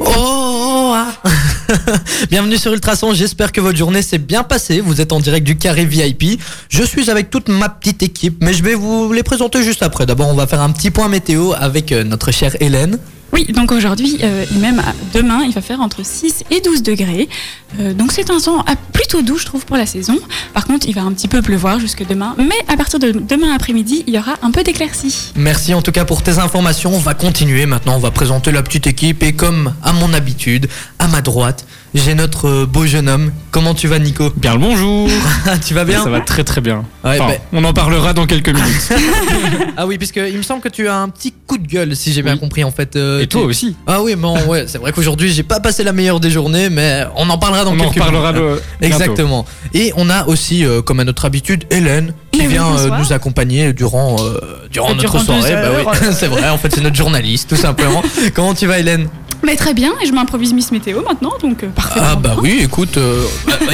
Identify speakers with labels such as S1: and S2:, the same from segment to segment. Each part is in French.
S1: Oh, ah. Bienvenue sur Ultrason, j'espère que votre journée s'est bien passée. Vous êtes en direct du carré VIP. Je suis avec toute ma petite équipe, mais je vais vous les présenter juste après. D'abord, on va faire un petit point météo avec euh, notre chère Hélène.
S2: Oui, donc aujourd'hui, euh, et même demain, il va faire entre 6 et 12 degrés. Euh, donc c'est un temps à- plutôt doux, je trouve, pour la saison. Par contre, il va un petit peu pleuvoir jusque demain. Mais à partir de demain après-midi, il y aura un peu d'éclaircie.
S1: Merci en tout cas pour tes informations. On va continuer maintenant. On va présenter la petite équipe. Et comme à mon habitude, à ma droite, j'ai notre euh, beau jeune homme. Comment tu vas, Nico
S3: Bien le bonjour
S1: Ah, Tu vas bien
S3: Ça va très très bien.
S1: Ouais,
S3: Enfin,
S1: bah-
S3: On en parlera dans quelques minutes.
S1: Ah oui, puisque il me semble que tu as un petit coup de gueule, si j'ai bien
S3: Oui.
S1: compris en fait. euh,
S3: Et toi
S1: tu-
S3: aussi.
S1: Ah oui, bon, ouais, c'est vrai qu'aujourd'hui j'ai pas passé la meilleure des journées, mais on en parlera dans
S3: on en
S1: quelques
S3: reparlera
S1: minutes.
S3: le...
S1: Exactement. Et on a aussi, euh, comme à notre habitude, Hélène qui
S2: Mais oui,
S1: vient euh,
S2: bonsoir.
S1: nous accompagner durant, euh, durant
S2: Et
S1: notre
S2: durant deux
S1: soirée. Bah oui,
S2: heures.
S1: c'est vrai, en fait c'est notre journaliste tout simplement. Comment tu vas Hélène
S2: Mais très bien, et je m'improvise Miss Météo maintenant, donc euh, parfait.
S1: Ah bah oui, écoute, euh,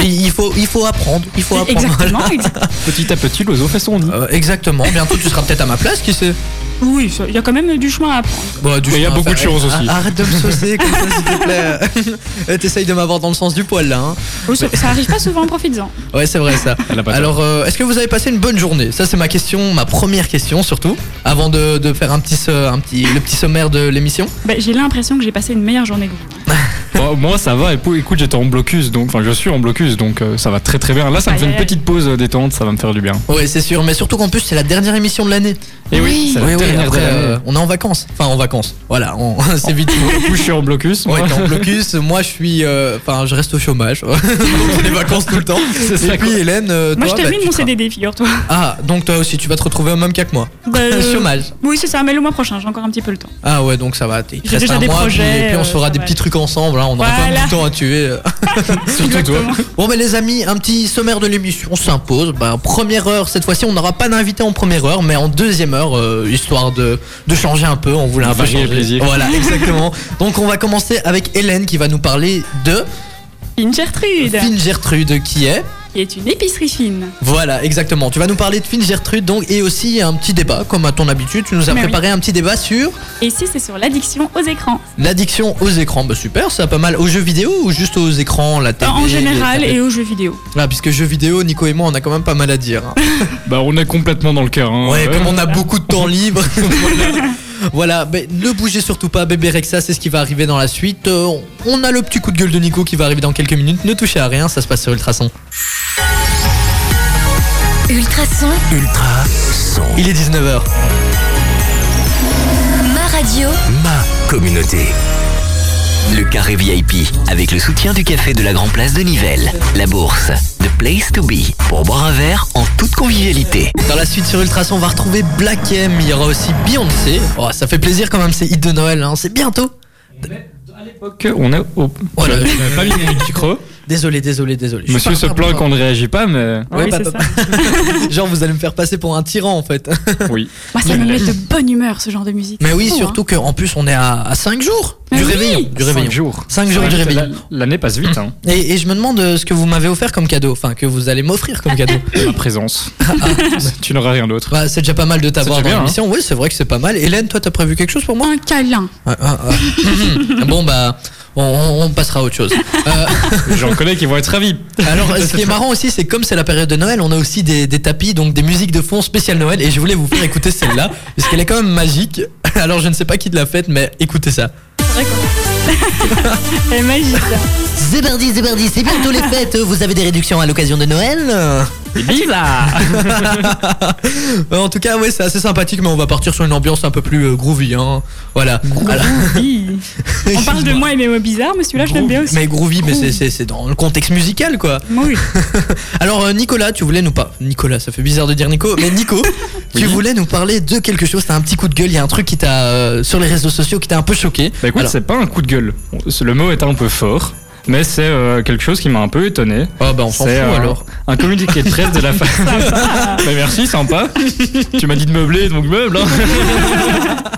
S1: il, faut, il faut apprendre, il faut apprendre.
S2: Exactement, exact-
S3: Petit à petit, l'oiseau fait son nid.
S1: Euh, exactement, bientôt tu seras peut-être à ma place, qui sait
S2: Oui, ça- il y a quand même du chemin à prendre.
S1: Bon, du
S3: Mais il y a
S1: chemin à
S3: beaucoup de
S1: faire.
S3: choses aussi.
S1: Ah, Arrête de me saucer comme ça, s'il te plaît. Euh, T'essayes de m'avoir dans le sens du poil là. hein.
S2: Oh, ça, ça arrive pas souvent, profites-en.
S1: Ouais, c'est vrai ça.
S3: Elle a pas
S1: Alors, euh, est-ce que vous avez passé une bonne journée Ça, c'est ma question, ma première question surtout, avant de, de faire un petit, se- un petit, le petit sommaire de l'émission.
S2: Bah, j'ai l'impression que j'ai passé une meilleure journée que vous.
S3: Bon, moi ça va, et pou- écoute j'étais en blocus, donc enfin je suis en blocus, donc euh, ça va très très bien. Là ça me
S2: Aïe,
S3: fait une
S2: aïe, aïe.
S3: petite pause euh, détente, ça va me faire du bien.
S1: Ouais, c'est sûr, mais surtout qu'en plus, c'est la dernière émission de l'année.
S3: Et Eh oui,
S2: Oui.
S3: c'est la
S1: Oui, oui,
S3: dernière
S1: après,
S3: de l'année.
S1: euh, on est en vacances. Enfin, en vacances. Voilà, on- c'est vite.
S3: Du coup, je suis en blocus.
S1: Ouais,
S3: moi.
S1: t'es en blocus, moi je suis. euh, Enfin, je reste au chômage. C'est les vacances tout le temps. Et
S3: ça,
S1: puis,
S3: quoi.
S1: Hélène. euh,
S2: Moi,
S1: toi,
S2: je
S1: bah,
S2: termine
S1: tu
S2: mon
S1: seras-
S2: CDD, figure-toi.
S1: Ah, donc toi aussi, tu vas te retrouver au même cas que moi.
S2: Bah, euh,
S1: Chômage.
S2: Oui, c'est ça, mais le mois prochain, j'ai encore un petit peu le temps.
S1: Ah ouais, donc ça va. Il te
S2: J'ai
S1: reste
S2: déjà
S1: un
S2: des
S1: mois, puis-
S2: projets,
S1: et puis on se
S2: euh,
S1: fera
S2: ça
S1: des
S2: va.
S1: petits trucs ensemble. hein, on aura pas
S2: Voilà.
S1: du temps à tuer. euh.
S3: Surtout toi.
S2: Exactement.
S1: Bon, mais les amis, un petit sommaire de l'émission s'impose. Bah, première heure, cette fois-ci, on n'aura pas d'invité en première heure, mais en deuxième heure, euh, histoire de, de changer un peu. On voulait un peu
S3: Varier
S1: changer.
S3: les plaisirs.
S1: Voilà, exactement. donc on va commencer avec Hélène qui va nous parler de
S2: Une Gertrude,
S1: Fine Gertrude, qui est.
S2: qui est une épicerie fine.
S1: Voilà, exactement. Tu vas nous parler de Fine Gertrude, donc, et aussi un petit débat, comme à ton habitude. Tu nous as
S2: Mais oui.
S1: préparé un petit débat sur.
S2: Et si c'est sur l'addiction aux écrans
S1: L'addiction aux écrans, bah super, ça a pas mal. Aux jeux vidéo ou juste aux écrans, la télé
S2: En
S1: les
S2: général
S1: tablettes
S2: et aux jeux vidéo.
S1: Ah, puisque jeux vidéo, Nico et moi, on a quand même pas mal à dire. hein.
S3: Bah on est complètement dans le cœur. hein.
S1: Ouais,
S3: Euh,
S1: comme on a beaucoup de temps libre. voilà. Voilà, mais ne bougez surtout pas, bébé Rexa, c'est ce qui va arriver dans la suite. Euh, on a le petit coup de gueule de Nico qui va arriver dans quelques minutes. Ne touchez à rien, ça se passe sur Ultrason.
S4: Ultrason,
S5: Ultra son
S1: Il est 19h.
S4: ma radio,
S5: ma communauté. Le carré VIP avec le soutien du café de la Grand Place de Nivelles, la bourse, The Place to Be pour boire un verre en toute convivialité.
S1: Dans la suite sur Ultrason, on va retrouver Black M. Il y aura aussi Beyoncé. Oh, ça fait plaisir quand même, c'est hit de Noël, hein. c'est bientôt.
S3: ok, on est au...
S1: Voilà.
S3: J'avais pas mis mon micro.
S1: Désolé, désolé, désolé. Je suis
S3: Monsieur
S1: pas-
S3: se plaint qu'on ne réagit pas, mais...
S1: Ouais,
S2: oui,
S1: bah,
S2: c'est
S1: bah,
S2: ça.
S1: Genre, vous allez me faire passer pour un tyran en fait.
S3: Oui.
S2: Moi, ça me met de bonne humeur, ce genre de musique.
S1: Mais
S2: C'est
S1: oui,
S2: fou,
S1: surtout qu'en plus, on est à, à 5 jours
S2: Mais
S1: du
S2: oui.
S1: réveillon. Du réveillon.
S3: Cinq jours.
S1: Cinq jours du
S3: Ouais,
S1: réveillon.
S3: la- L'année passe vite, hein.
S1: Et, et je me demande euh, ce que vous m'avez offert comme cadeau, enfin que vous allez m'offrir comme cadeau.
S3: Ma présence.
S1: Ah,
S3: tu n'auras rien d'autre.
S1: Bah, c'est déjà pas mal de t'avoir dans
S3: C'est déjà bien, hein.
S1: l'émission. Oui, c'est vrai que c'est pas mal. Hélène, toi, t'as prévu quelque chose pour
S2: hein.
S1: moi
S2: Un câlin.
S1: Ah, ah, ah. Bon, bah, on, on- on passera à autre chose. Euh,
S3: J'en connais qui vont être ravis.
S1: alors, ce qui est marrant aussi, c'est que comme c'est la période de Noël, on a aussi des, des tapis, donc des musiques de fond spéciales Noël. Et je voulais vous faire écouter celle-là, parce qu'elle est quand même magique. Alors, je ne sais pas qui de l'a faite, mais écoutez ça.
S2: Elle est magique. ça.
S1: Zébardi, Zébardi, c'est bientôt les fêtes. Vous avez des réductions à l'occasion de Noël Euh, En tout cas, ouais, c'est assez sympathique, mais on va partir sur une ambiance un peu plus euh, groovy. Hein. Voilà. Voilà.
S2: Oui. On parle de moi et mes mots bizarres, mais celui-là, je l'aime bien aussi.
S1: Mais groovy, mais c'est- c'est c'est dans le contexte musical, quoi.
S2: Oui.
S1: Alors, euh, Nicolas, tu voulais nous pas. Nicolas, ça fait bizarre de dire Nico, mais Nico, tu
S3: Oui.
S1: voulais nous parler de quelque chose. T'as un petit coup de gueule, il y a un truc qui t'a. euh, sur les réseaux sociaux qui t'a un peu choqué.
S3: Bah écoute,
S1: Alors-
S3: c'est pas un coup de gueule. Le mot est un peu fort, mais c'est euh, quelque chose qui m'a un peu étonné.
S1: Oh, bah, on s'en fout
S3: C'est, euh,
S1: alors.
S3: Un communiqué de presse de la femme. bah merci, sympa. tu m'as dit de meubler, donc meuble. hein.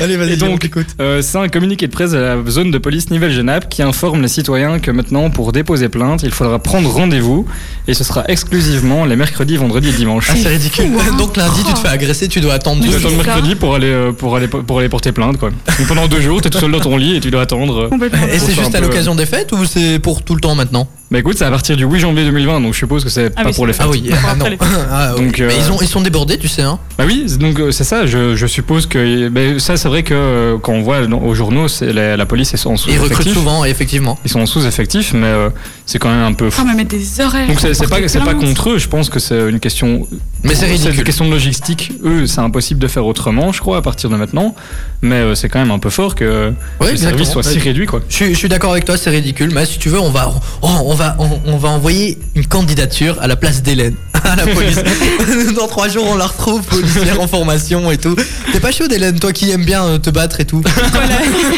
S1: Allez, vas-y,
S3: Et donc-
S1: Jérôme, écoute.
S3: Euh, c'est un communiqué de presse de la zone de police Nivelles-Genappe qui informe les citoyens que maintenant, pour déposer plainte, il faudra prendre rendez-vous et ce sera exclusivement les mercredis, vendredis et dimanches.
S1: Ah, c'est ridicule.
S2: fou, hein.
S1: Donc lundi, tu te fais agresser, tu dois attendre
S3: Tu
S1: deux
S3: dois
S2: c'est
S3: attendre
S2: ça.
S3: mercredi pour aller, euh, pour, aller, pour aller porter plainte. Quoi. Donc pendant deux jours, t'es tout seul dans ton lit et tu dois attendre. euh.
S2: Complètement.
S1: Et
S3: Pour
S1: c'est
S3: faire
S1: juste
S3: un
S1: à
S3: peu-
S1: l'occasion des fêtes ou c'est pour tout le temps maintenant
S3: Bah écoute, c'est à partir du 8 janvier 2020, donc je suppose que c'est
S2: Ah
S3: pas
S2: oui,
S3: pour
S2: c'est
S3: les
S2: vrai.
S1: Ah oui,
S3: fêtes.
S2: Pour
S1: ah non.
S2: après les
S1: Ah oui.
S3: Donc, euh,
S1: Mais ils, ont, ils sont débordés, tu sais. Hein.
S3: Bah oui, c'est- donc euh, c'est ça, je, je suppose que. bah, ça, c'est vrai que euh, quand on voit dans- aux journaux, c'est la, la police, ils sont en
S1: Ils recrutent
S3: sous-effectif.
S1: souvent, effectivement.
S3: Ils sont en sous-effectif, mais euh, c'est quand même un peu fou.
S2: Enfin, me mettre des horaires.
S3: Donc c'est
S2: pour
S3: c'est pas,
S2: porter
S3: c'est pas
S2: plainte.
S3: contre eux, je pense que c'est une question.
S1: Mais c'est
S3: une
S1: ridicule.
S3: question de logistique. Eux, c'est impossible de faire autrement, je crois, à partir de maintenant. Mais euh, c'est quand même un peu fort que euh,
S1: Ouais,
S3: le
S1: exactement.
S3: service soit si
S1: Ouais.
S3: réduit, quoi.
S1: Je, suis- je suis d'accord avec toi, c'est ridicule, mais si tu veux, on va, oh, on va, on, on va envoyer une candidature à la place d'Hélène, à la police. Dans trois jours, on la retrouve, policière en formation et tout. T'es pas chaud d'Hélène, toi qui aimes bien euh, te battre et tout.
S2: Ouais,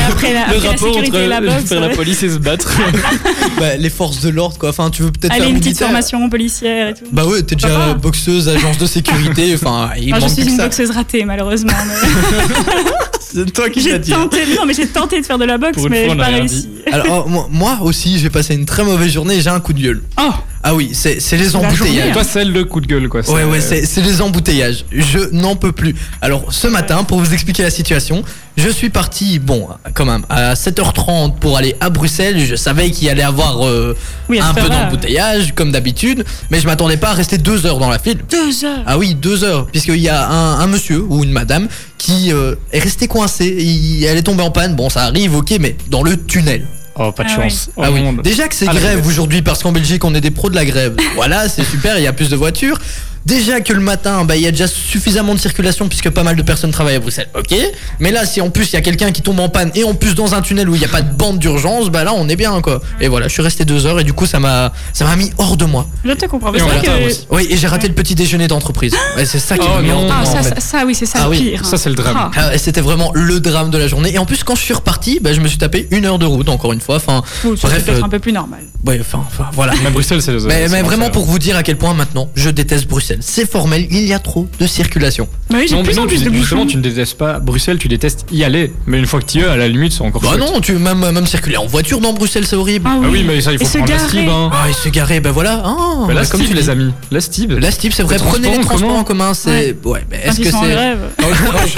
S2: Ah, après la, après la sécurité et la boxe. ouais.
S3: euh, police et se battre.
S1: Bah, les forces de l'ordre, quoi. Enfin, tu veux peut-être
S2: Aller
S1: faire
S2: une petite
S1: militaire.
S2: formation policière et tout.
S1: Bah ouais, t'es
S2: Ça
S1: déjà
S2: va.
S1: euh, boxeuse, agence de sécurité. Enfin, il
S2: Enfin,
S1: manque
S2: je suis
S1: plus
S2: une
S1: que ça.
S2: boxeuse ratée malheureusement. mais-
S1: C'est toi qui l'as
S2: J'ai
S1: dit. hein.
S2: tenté, non, mais j'ai tenté de faire de la boxe,
S3: hein Pour une
S2: mais
S3: fois,
S2: j'ai
S3: on a
S2: pas
S3: rien
S2: réussi.
S1: Alors, oh, moi- moi aussi, j'ai passé une très mauvaise journée. et J'ai un coup de gueule.
S2: Oh,
S1: Ah oui, c'est c'est les
S2: La journée, hein.
S1: embouteillages.
S3: Pas celle de coup de gueule, quoi. euh,
S1: Ouais, ouais, c'est c'est les embouteillages. Je n'en peux plus. Alors, ce matin, pour vous expliquer la situation, je suis parti, bon, quand même, à 7h30 pour aller à Bruxelles. Je savais qu'il y allait avoir euh,
S2: Oui,
S1: un
S2: à cette
S1: peu
S2: heure-là.
S1: d'embouteillage, comme d'habitude, mais je m'attendais pas à rester deux heures dans la file.
S2: deux heures.
S1: Ah oui, deux heures, puisqu'il y a un, un monsieur ou une madame qui euh, est resté coincé. Il- elle est tombée en panne. Bon, ça arrive, ok, mais dans le tunnel.
S3: Oh, pas de
S2: Ah
S3: chance. Oh,
S1: Ah oui.
S3: monde.
S1: Déjà que c'est
S3: Ah, la
S1: grève
S3: grève.
S1: aujourd'hui parce qu'en Belgique on est des pros de la grève. voilà, c'est super, il y a plus de voitures. Déjà que le matin, bah, il y a déjà suffisamment de circulation puisque pas mal de personnes travaillent à Bruxelles. Ok. Mais là, si en plus il y a quelqu'un qui tombe en panne et en plus dans un tunnel où il n'y a pas de bande d'urgence, bah là on est bien quoi. Et voilà, je suis resté deux heures et du coup ça m'a ça m'a mis hors de moi.
S2: Je te comprends. mais
S3: Et
S2: c'est
S3: on
S2: vrai
S3: retard
S2: que-
S3: aussi.
S1: Oui, et j'ai raté le petit déjeuner d'entreprise. Ouais, c'est ça qui
S3: Oh
S1: m'a mis hors de
S3: non.
S1: moi.
S2: Ah,
S1: en
S2: ça,
S1: fait.
S2: ça, ça, oui, c'est ça
S1: Ah
S2: le
S1: oui,
S2: pire.
S3: ça, c'est le drame.
S2: Ah.
S1: Ah, et c'était vraiment le drame de la journée. Et en plus, quand je suis reparti, bah, je me suis tapé une heure de route, encore une fois. Enfin,
S2: Bon, ça,
S1: Bref,
S2: c'est peut-être
S1: euh,
S2: un peu plus normal.
S1: ouais, enfin, enfin, voilà.
S3: Mais Bruxelles, c'est hein. les
S1: Mais,
S3: c'est
S1: mais vraiment
S3: l'enfer.
S1: pour vous dire à quel point maintenant je déteste Bruxelles. C'est formel, il y a trop de circulation.
S2: Bah oui, j'ai
S3: Non,
S2: de
S3: mais
S2: plus
S3: non,
S2: en
S3: tu,
S2: plus de
S3: justement,
S2: bouchons.
S3: tu ne détestes pas Bruxelles, tu détestes y aller. Mais une fois que tu y es, à la limite, c'est encore
S1: Bah
S3: chouette.
S1: non, tu même même circuler en voiture dans Bruxelles, c'est horrible.
S2: Ah
S3: Ah oui, mais ça, il
S2: Et
S3: faut
S2: se
S3: prendre la
S2: garer.
S3: Stib. Hein.
S1: Ah, et se garer, ben voilà. Ah,
S3: Bah, la
S1: bah, comme
S3: Stib,
S1: tu
S3: les
S1: dis.
S3: amis. La Stib.
S1: La Stib, c'est vrai.
S3: Les
S1: Prenez les
S3: transports en
S1: transports
S3: commun.
S1: en commun, c'est ouais. mais
S2: Quand
S1: est-ce
S2: ils
S1: que
S2: sont en
S1: c'est
S2: grève.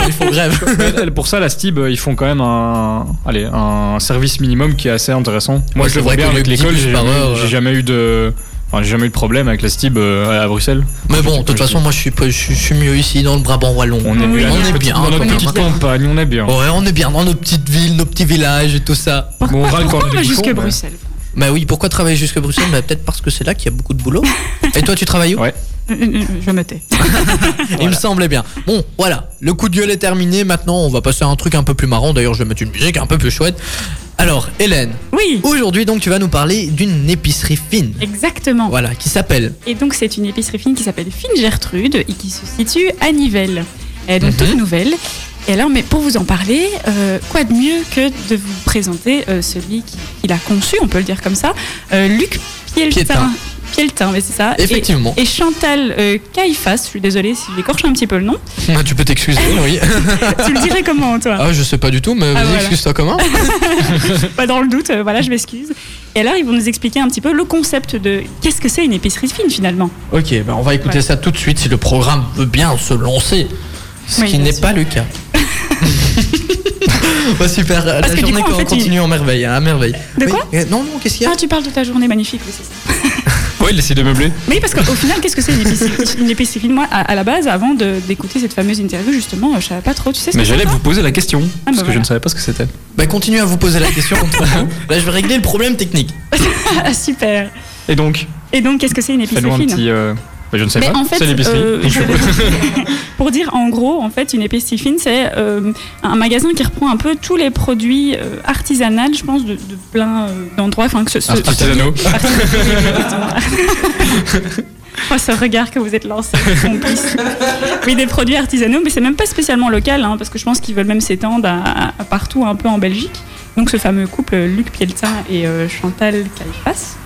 S1: il faut grève.
S3: Mais Pour ça, la Stib, euh, ils font quand même un, allez, un service minimum qui est assez intéressant. Moi,
S1: Ouais,
S3: je
S1: c'est
S3: le vois
S1: vrai
S3: bien
S1: que
S3: avec
S1: le 10
S3: l'école,
S1: bus
S3: j'ai
S1: par
S3: jamais,
S1: heure,
S3: j'ai
S1: euh.
S3: jamais eu de, enfin, j'ai jamais eu de problème avec la Stib euh, à Bruxelles.
S1: Mais bon, de
S3: Quand
S1: toute
S3: je
S1: façon,
S3: dis-
S1: moi je suis pas- je suis je suis mieux ici dans le Brabant wallon.
S3: on est,
S2: Oui,
S3: bien,
S2: on
S3: dans
S2: est
S3: notre
S1: bien,
S3: petite- dans notre
S1: on est
S3: petite
S1: bien. Oh,
S3: campagne, on est bien.
S1: Ouais, on est bien dans nos petites villes, nos petits villages et tout ça.
S2: Pourquoi,
S3: Bon, on râle quand
S2: pourquoi
S3: on
S2: on
S3: est
S2: va
S3: des
S2: jusque
S3: bouchons, mais-
S2: Bruxelles
S1: Bah oui, pourquoi travailler jusqu'à Bruxelles Bah peut-être parce que c'est là qu'il y a beaucoup de boulot. Et toi, tu travailles où
S3: Ouais.
S2: Euh, euh, euh, Je me tais.
S1: Il me semblait bien. Bon, voilà, le coup de gueule est terminé. Maintenant, on va passer à un truc un peu plus marrant. D'ailleurs, je vais mettre une musique un peu plus chouette. Alors, Hélène,
S2: Oui,
S1: aujourd'hui, donc, tu vas nous parler d'une épicerie fine.
S2: exactement.
S1: Voilà, qui s'appelle.
S2: Et donc, c'est une épicerie fine qui s'appelle Fine Gertrude et qui se situe à Nivelles. Elle est donc toute nouvelle. Et alors, mais pour vous en parler, euh, quoi de mieux que de vous présenter euh, celui qui, qui l'a conçu, on peut le dire comme ça, euh, Luc
S1: Pieltin.
S2: Pieltin. Pieltin, mais c'est ça. Et-
S1: Effectivement.
S2: Et, Chantal euh, Caïfas, je suis désolée si j'écorche un petit peu le nom.
S1: Ah, tu peux t'excuser, oui.
S2: tu le dirais comment, toi
S1: Ah, je sais pas du tout, mais vas-y,
S2: voilà.
S1: excuse-toi comment
S2: pas dans le doute, euh, voilà, je m'excuse. Et alors, ils vont nous expliquer un petit peu le concept de qu'est-ce que c'est une épicerie fine finalement.
S1: Ok, bah, on va écouter
S2: Ouais.
S1: ça tout de suite si le programme veut bien se lancer. Ce
S2: Oui,
S1: qui
S2: bien
S1: n'est
S2: sûr.
S1: pas le cas. bah, super, la
S2: Parce que du
S1: journée
S2: coup, en fait,
S1: continue en merveille, hein, à merveille.
S2: De
S1: Oui,
S2: quoi
S1: euh, Non, non, qu'est-ce qu'il y a
S2: Ah, tu parles de ta journée magnifique, oui, c'est ça.
S3: Ouais, il essaie de meubler.
S2: Mais parce qu'au final, qu'est-ce que c'est une épicerie, une épicerie fine Moi, à, à la base, avant de- d'écouter cette fameuse interview, justement, euh, je savais pas trop, tu sais ce
S3: Mais
S2: que
S3: j'allais
S2: c'est
S3: vous poser la question,
S1: Ah,
S3: parce que je
S2: voilà.
S3: ne savais pas ce que c'était.
S1: Bah, continue à vous poser la question entre vous. Là, je vais régler le problème technique.
S2: Ah, super
S3: Et donc,
S2: Et donc, qu'est-ce que c'est une épicerie
S3: fais-nous un
S2: fine
S3: petit. euh, bah, je ne sais
S2: Mais
S3: pas.
S2: en fait,
S3: c'est l'épicerie.
S2: euh,
S3: Donc, je-
S2: pour dire en gros, en fait, une épicerie fine, c'est euh, un magasin qui reprend un peu tous les produits euh, artisanaux, je pense, de, de plein euh, d'endroits. Enfin, que ce, ce-
S3: Artisanaux.
S2: Oh, ce regard que vous êtes lancé, complice. Oui, des produits artisanaux, mais c'est même pas spécialement local, hein, parce que je pense qu'ils veulent même s'étendre à, à- à partout, un peu en Belgique. Donc ce fameux couple euh, Luc Pieltin et euh, Chantal Califas.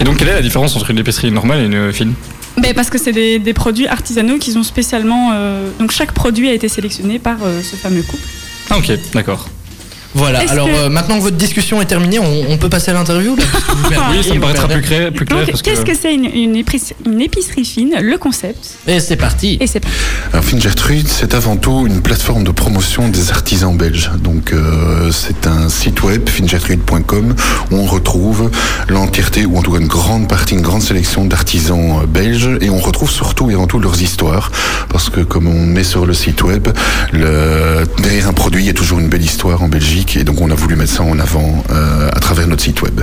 S3: Et donc, quelle est la différence entre une épicerie normale et une fine
S2: Ben, parce que c'est des, des produits artisanaux qu'ils ont spécialement. euh, donc chaque produit a été sélectionné par euh, ce fameux couple.
S3: Ah, ok, d'accord.
S1: Voilà,
S2: Est-ce
S1: alors
S2: que-
S1: euh, maintenant que votre discussion est terminée, on, on peut passer à l'interview là, parce que vous perdez,
S3: Oui, ça me
S1: vous
S3: paraîtra plus
S1: perdez.
S3: clair. Plus clair
S2: Donc,
S3: parce
S2: qu'est-ce que c'est une, une épicerie, une épicerie fine Le concept.
S1: Et c'est parti.
S2: Et c'est
S6: Alors Fine Gertrude, c'est avant tout une plateforme de promotion des artisans belges. Donc euh, c'est un site web, fingertrude.com, où on retrouve l'entièreté, ou en tout cas une grande partie, une grande sélection d'artisans euh, belges, et on retrouve surtout et avant tout leurs histoires, parce que comme on met sur le site web, le, derrière un produit, il y a toujours une belle histoire en Belgique, et donc on a voulu mettre ça en avant euh, à travers notre site web.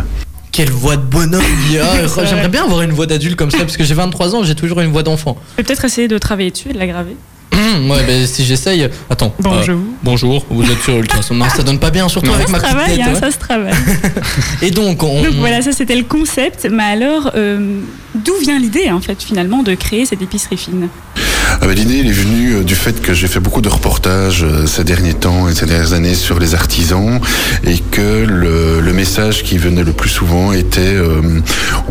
S1: Quelle voix de bonhomme il y a.
S2: vrai.
S1: J'aimerais bien avoir une voix d'adulte comme ça, parce que j'ai 23 ans, j'ai toujours une voix d'enfant.
S2: Je vais peut-être essayer de travailler dessus et de l'aggraver.
S1: Hum, ouais, ben, si j'essaye. Attends. euh,
S2: Bonjour.
S1: bonjour, vous êtes sur Ultrason. Non, ça donne pas bien, surtout
S2: ça
S1: avec
S2: se
S1: ma petite
S2: travaille,
S1: tête.
S2: hein,
S1: ouais.
S2: ça se travaille.
S1: Et donc, on.
S2: Donc voilà, ça c'était le concept. Mais alors, euh, d'où vient l'idée en fait finalement de créer cette épicerie fine
S6: Ah bah, L'idée elle est venue euh, du fait que j'ai fait beaucoup de reportages euh, ces derniers temps et ces dernières années sur les artisans et que le, le message qui venait le plus souvent était euh,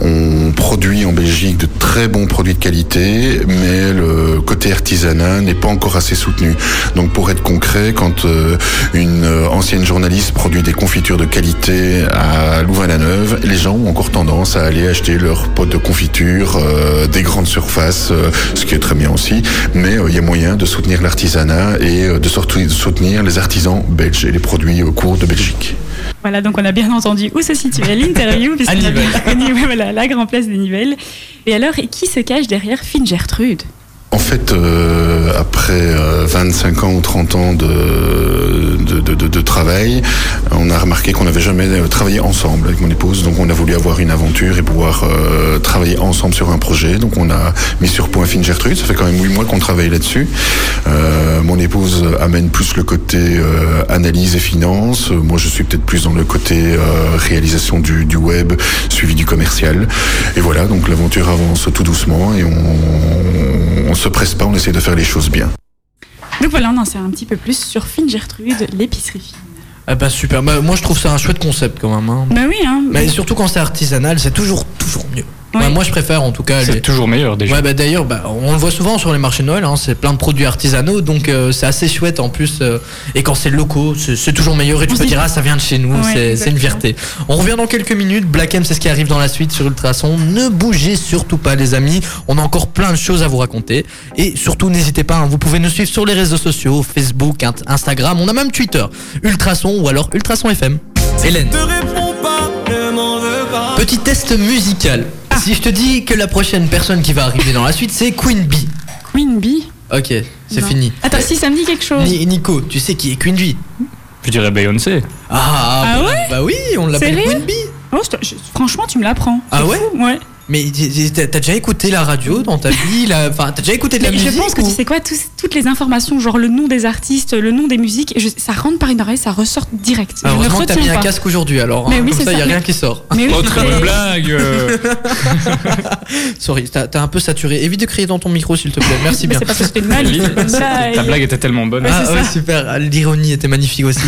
S6: on produit en Belgique de très bons produits de qualité mais le côté artisanat n'est pas encore assez soutenu. Donc pour être concret, quand euh, une euh, ancienne journaliste produit des confitures de qualité à Louvain-la-Neuve, les gens ont encore tendance à aller acheter leurs pots de confiture euh, des grandes surfaces, euh, ce qui est très bien aussi. Mais euh, il y a moyen de soutenir l'artisanat et euh, de surtout de soutenir les artisans belges et les produits euh, courts de Belgique.
S2: Voilà, donc on a bien entendu où se situait l'interview, puisqu'on
S1: À
S2: a bien
S1: Nivelles.
S2: reconnu, ouais, voilà, la grande place des Nivelles. Et alors, et qui se cache derrière Fine Gertrude
S6: En fait, euh, après euh, 25 ans ou 30 ans de, de, de- de- de travail, on a remarqué qu'on n'avait jamais euh, travaillé ensemble avec mon épouse. Donc on a voulu avoir une aventure et pouvoir euh, travailler ensemble sur un projet. Donc on a mis sur point Fine Gertrude. Ça fait quand même 8 mois qu'on travaille là-dessus. Euh, mon épouse amène plus le côté euh, analyse et finance. Euh, Moi, je suis peut-être plus dans le côté euh, réalisation du, du web, suivi du commercial. Et voilà, donc l'aventure avance tout doucement et on, on se presse pas, on essaie de faire les choses bien.
S2: Donc voilà, on en sait un petit peu plus sur Fine Gertrude, l'épicerie fine.
S1: Ah bah super. Bah, moi, je trouve ça un chouette concept quand même. hein.
S2: Ben oui, hein.
S1: Mais surtout quand c'est artisanal, c'est toujours, toujours mieux.
S2: Ouais.
S1: Ouais, moi, je préfère en tout cas. les-
S3: C'est toujours meilleur déjà.
S1: Ouais, bah d'ailleurs, bah, on le voit souvent sur les marchés de Noël, hein, c'est plein de produits artisanaux, donc euh, c'est assez chouette en plus. euh, et quand c'est locaux, c'est c'est toujours meilleur et tu
S2: On
S1: te
S2: se dit-
S1: diras, ah, ça vient de chez nous,
S2: Ouais,
S1: c'est- c'est une
S2: exactement.
S1: fierté. On revient dans quelques minutes, Black M, c'est ce qui arrive dans la suite sur Ultrason. Ne bougez surtout pas, les amis, on a encore plein de choses à vous raconter. Et surtout, n'hésitez pas, hein, vous pouvez nous suivre sur les réseaux sociaux, Facebook, Int- Instagram, on a même Twitter, Ultrason ou alors Ultrason FM. Hélène.
S7: te réponds pas, ne m'en veux pas.
S1: Petit test musical.
S2: Ah.
S1: Si je te dis que la prochaine personne qui va arriver dans la suite, c'est Queen Bee.
S2: Queen Bee.
S1: Ok, c'est
S2: Non.
S1: fini.
S2: Attends, si ça me dit quelque chose.
S1: Ni- Nico, tu sais qui est Queen Bee
S3: Je dirais Beyoncé.
S1: Ah,
S2: Ah
S1: bah, bah oui, on l'appelle
S2: Sérieux
S1: Queen Bee.
S2: Oh, je te- je- franchement, tu me l'apprends.
S1: Ah
S2: C'est
S1: ouais
S2: fou, Ouais.
S1: Mais t- t- t'as t'as déjà écouté la radio dans ta vie la- Enfin, t'as déjà écouté de la
S2: Mais
S1: musique
S2: je pense que
S1: ou-
S2: tu sais quoi, tous- toutes les informations, genre le nom des artistes, le nom des musiques, je- ça rentre par une oreille, ça ressort direct.
S1: Ah,
S2: je ne
S1: heureusement que t'as
S2: retiens
S1: mis un
S2: pas.
S1: casque aujourd'hui alors.
S2: Mais
S1: hein,
S2: oui,
S1: comme
S2: c'est
S1: ça, il
S2: ça,
S1: a
S2: mais-
S1: rien qui sort.
S2: Mais oui,
S3: Oh, très bonne
S2: c'est-
S3: blague euh.
S1: Ah, Sorry, t'as t'as un peu saturé. Évite de crier dans ton micro s'il te plaît. Merci
S2: Mais
S1: bien.
S2: c'est parce que je fais de mal,
S3: Lily,
S2: c'est comme ça,
S3: Ta
S2: et-
S3: blague était tellement bonne.
S1: ah ouais, super, l'ironie était magnifique aussi.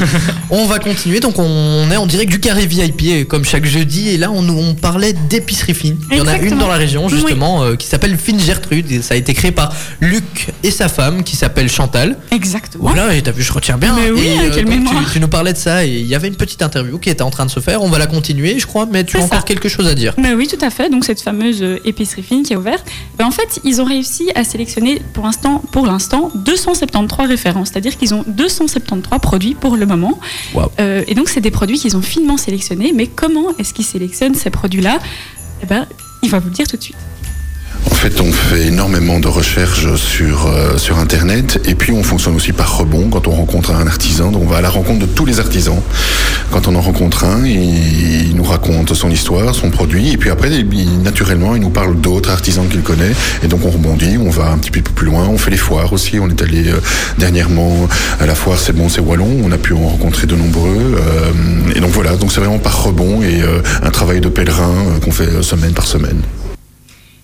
S1: on va continuer, donc on est en direct du carré VIP, et euh, comme chaque jeudi, et là on, on parlait d'épicerie fine. Il y en a
S2: Exactement.
S1: une dans la région
S2: Oui.
S1: justement euh, qui s'appelle Fine Gertrude, et ça a été créé par Luc et sa femme qui s'appelle Chantal.
S2: Exactement.
S1: Voilà, et t'as vu, je retiens bien. hein.
S2: Mais oui,
S1: et, euh,
S2: quelle
S1: donc, tu-
S2: mémoire.
S1: tu, nous parlais de ça, et il y avait une petite interview qui était en train de se faire, on va la continuer je crois, mais tu as
S2: C'est
S1: encore
S2: ça.
S1: quelque chose à dire.
S2: Mais oui, tout à fait. Donc cette fameuse euh, épicerie fine qui est ouverte, ben, en fait, ils ont réussi à sélectionner pour l'instant, pour l'instant, 273 références. C'est-à-dire qu'ils ont 273 produits pour le moment.
S1: Waouh.
S2: Euh, et donc c'est des produits qu'ils ont finement sélectionnés. Mais comment est-ce qu'ils sélectionnent ces produits-là Eh ben, il va vous le dire tout de suite.
S6: En fait, on fait énormément de recherches sur euh, sur internet et puis on fonctionne aussi par rebond quand on rencontre un artisan. Donc on va à la rencontre de tous les artisans. Quand on en rencontre un, il, il nous raconte son histoire, son produit et puis après, il- naturellement, il nous parle d'autres artisans qu'il connaît et donc on rebondit, on va un petit peu plus loin. On fait les foires aussi. On est allé euh, dernièrement à la foire C'est bon, c'est wallon. On a pu en rencontrer de nombreux euh, et donc voilà. Donc c'est vraiment par rebond et euh, un travail de pèlerin euh, qu'on fait euh, semaine par semaine.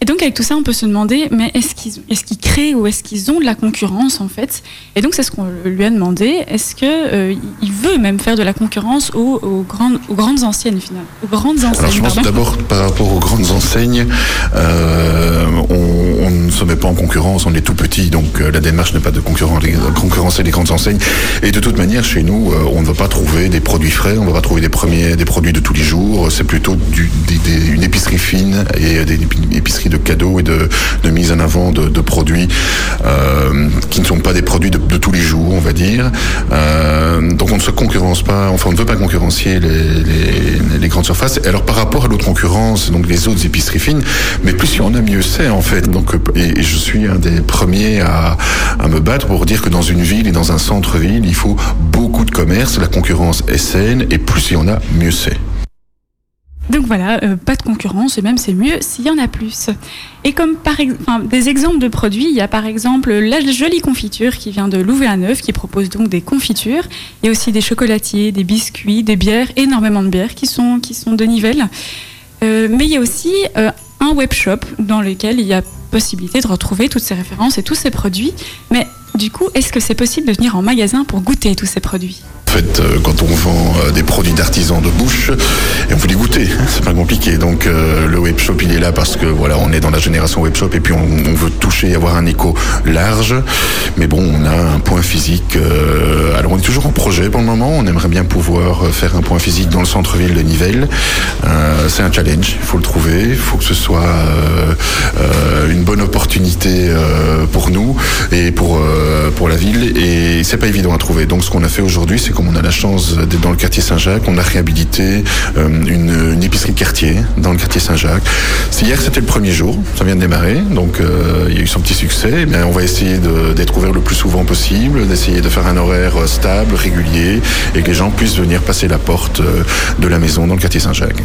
S2: Et Et donc avec tout ça, on peut se demander, mais est-ce qu'ils est qu'ils créent ou est-ce qu'ils ont de la concurrence en fait Et donc c'est ce qu'on lui a demandé, est-ce que euh, il veut même faire de la concurrence aux, aux grandes, aux grandes anciennes finalement Aux grandes anciennes,
S6: Alors je pense
S2: pardon.
S6: d'abord par rapport aux grandes enseignes, euh, on, on ne se met pas en concurrence, on est tout petit, donc euh, la démarche n'est pas de concurren- les- concurrencer les grandes enseignes. Et de toute manière, chez nous, euh, on ne va pas trouver des produits frais, on ne va pas trouver des premiers, des produits de tous les jours. C'est plutôt du- des- des- une épicerie fine et euh, des épi- épiceries de cadeaux et de, de mise en avant de, de produits euh, qui ne sont pas des produits de, de tous les jours, on va dire. Euh, donc on ne se concurrence pas, enfin on ne veut pas concurrencier les, les, les grandes surfaces. Et alors par rapport à l'autre concurrence, donc les autres épiceries fines, mais plus il y en a, mieux c'est en fait. Donc euh, et, et je suis un des premiers à, à me battre pour dire que dans une ville et dans un centre-ville, il faut beaucoup de commerce, la concurrence est saine et plus il y en a, mieux c'est.
S2: Donc voilà, euh, pas de concurrence, et même c'est mieux s'il y en a plus. Et comme par ex- enfin, des exemples de produits, il y a par exemple la jolie confiture qui vient de Louvain-la-Neuve, qui propose donc des confitures. Il y a aussi des chocolatiers, des biscuits, des bières, énormément de bières qui sont, qui sont de Nivelles. Euh, mais il y a aussi euh, un webshop dans lequel il y a possibilité de retrouver toutes ces références et tous ces produits. Mais du coup, est-ce que c'est possible de venir en magasin pour goûter tous ces produits
S6: En fait, euh, quand on vend euh, des produits d'artisans de bouche, et on veut les goûter, c'est pas compliqué. Donc euh, le webshop, il est là parce que voilà, on est dans la génération webshop et puis on, on veut toucher et avoir un écho large. Mais bon, on a un point physique. euh, alors on est toujours en projet pour le moment. On aimerait bien pouvoir euh, faire un point physique dans le centre-ville de Nivelles. Euh, c'est un challenge, il faut le trouver, il faut que ce soit euh, euh, une bonne opportunité euh, pour nous et pour, euh, pour la ville. Et c'est pas évident à trouver. Donc ce qu'on a fait aujourd'hui, c'est comme on a la chance d'être dans le quartier Saint-Jacques, on a réhabilité euh, une, une épicerie de quartier dans le quartier Saint-Jacques. C'est- Hier, c'était le premier jour, ça vient de démarrer, donc euh, il y a eu son petit succès. Mais on va essayer de- d'être ouvert le plus souvent possible, d'essayer de faire un horaire euh, stable, régulier, et que les gens puissent venir passer la porte euh, de la maison dans le quartier Saint-Jacques.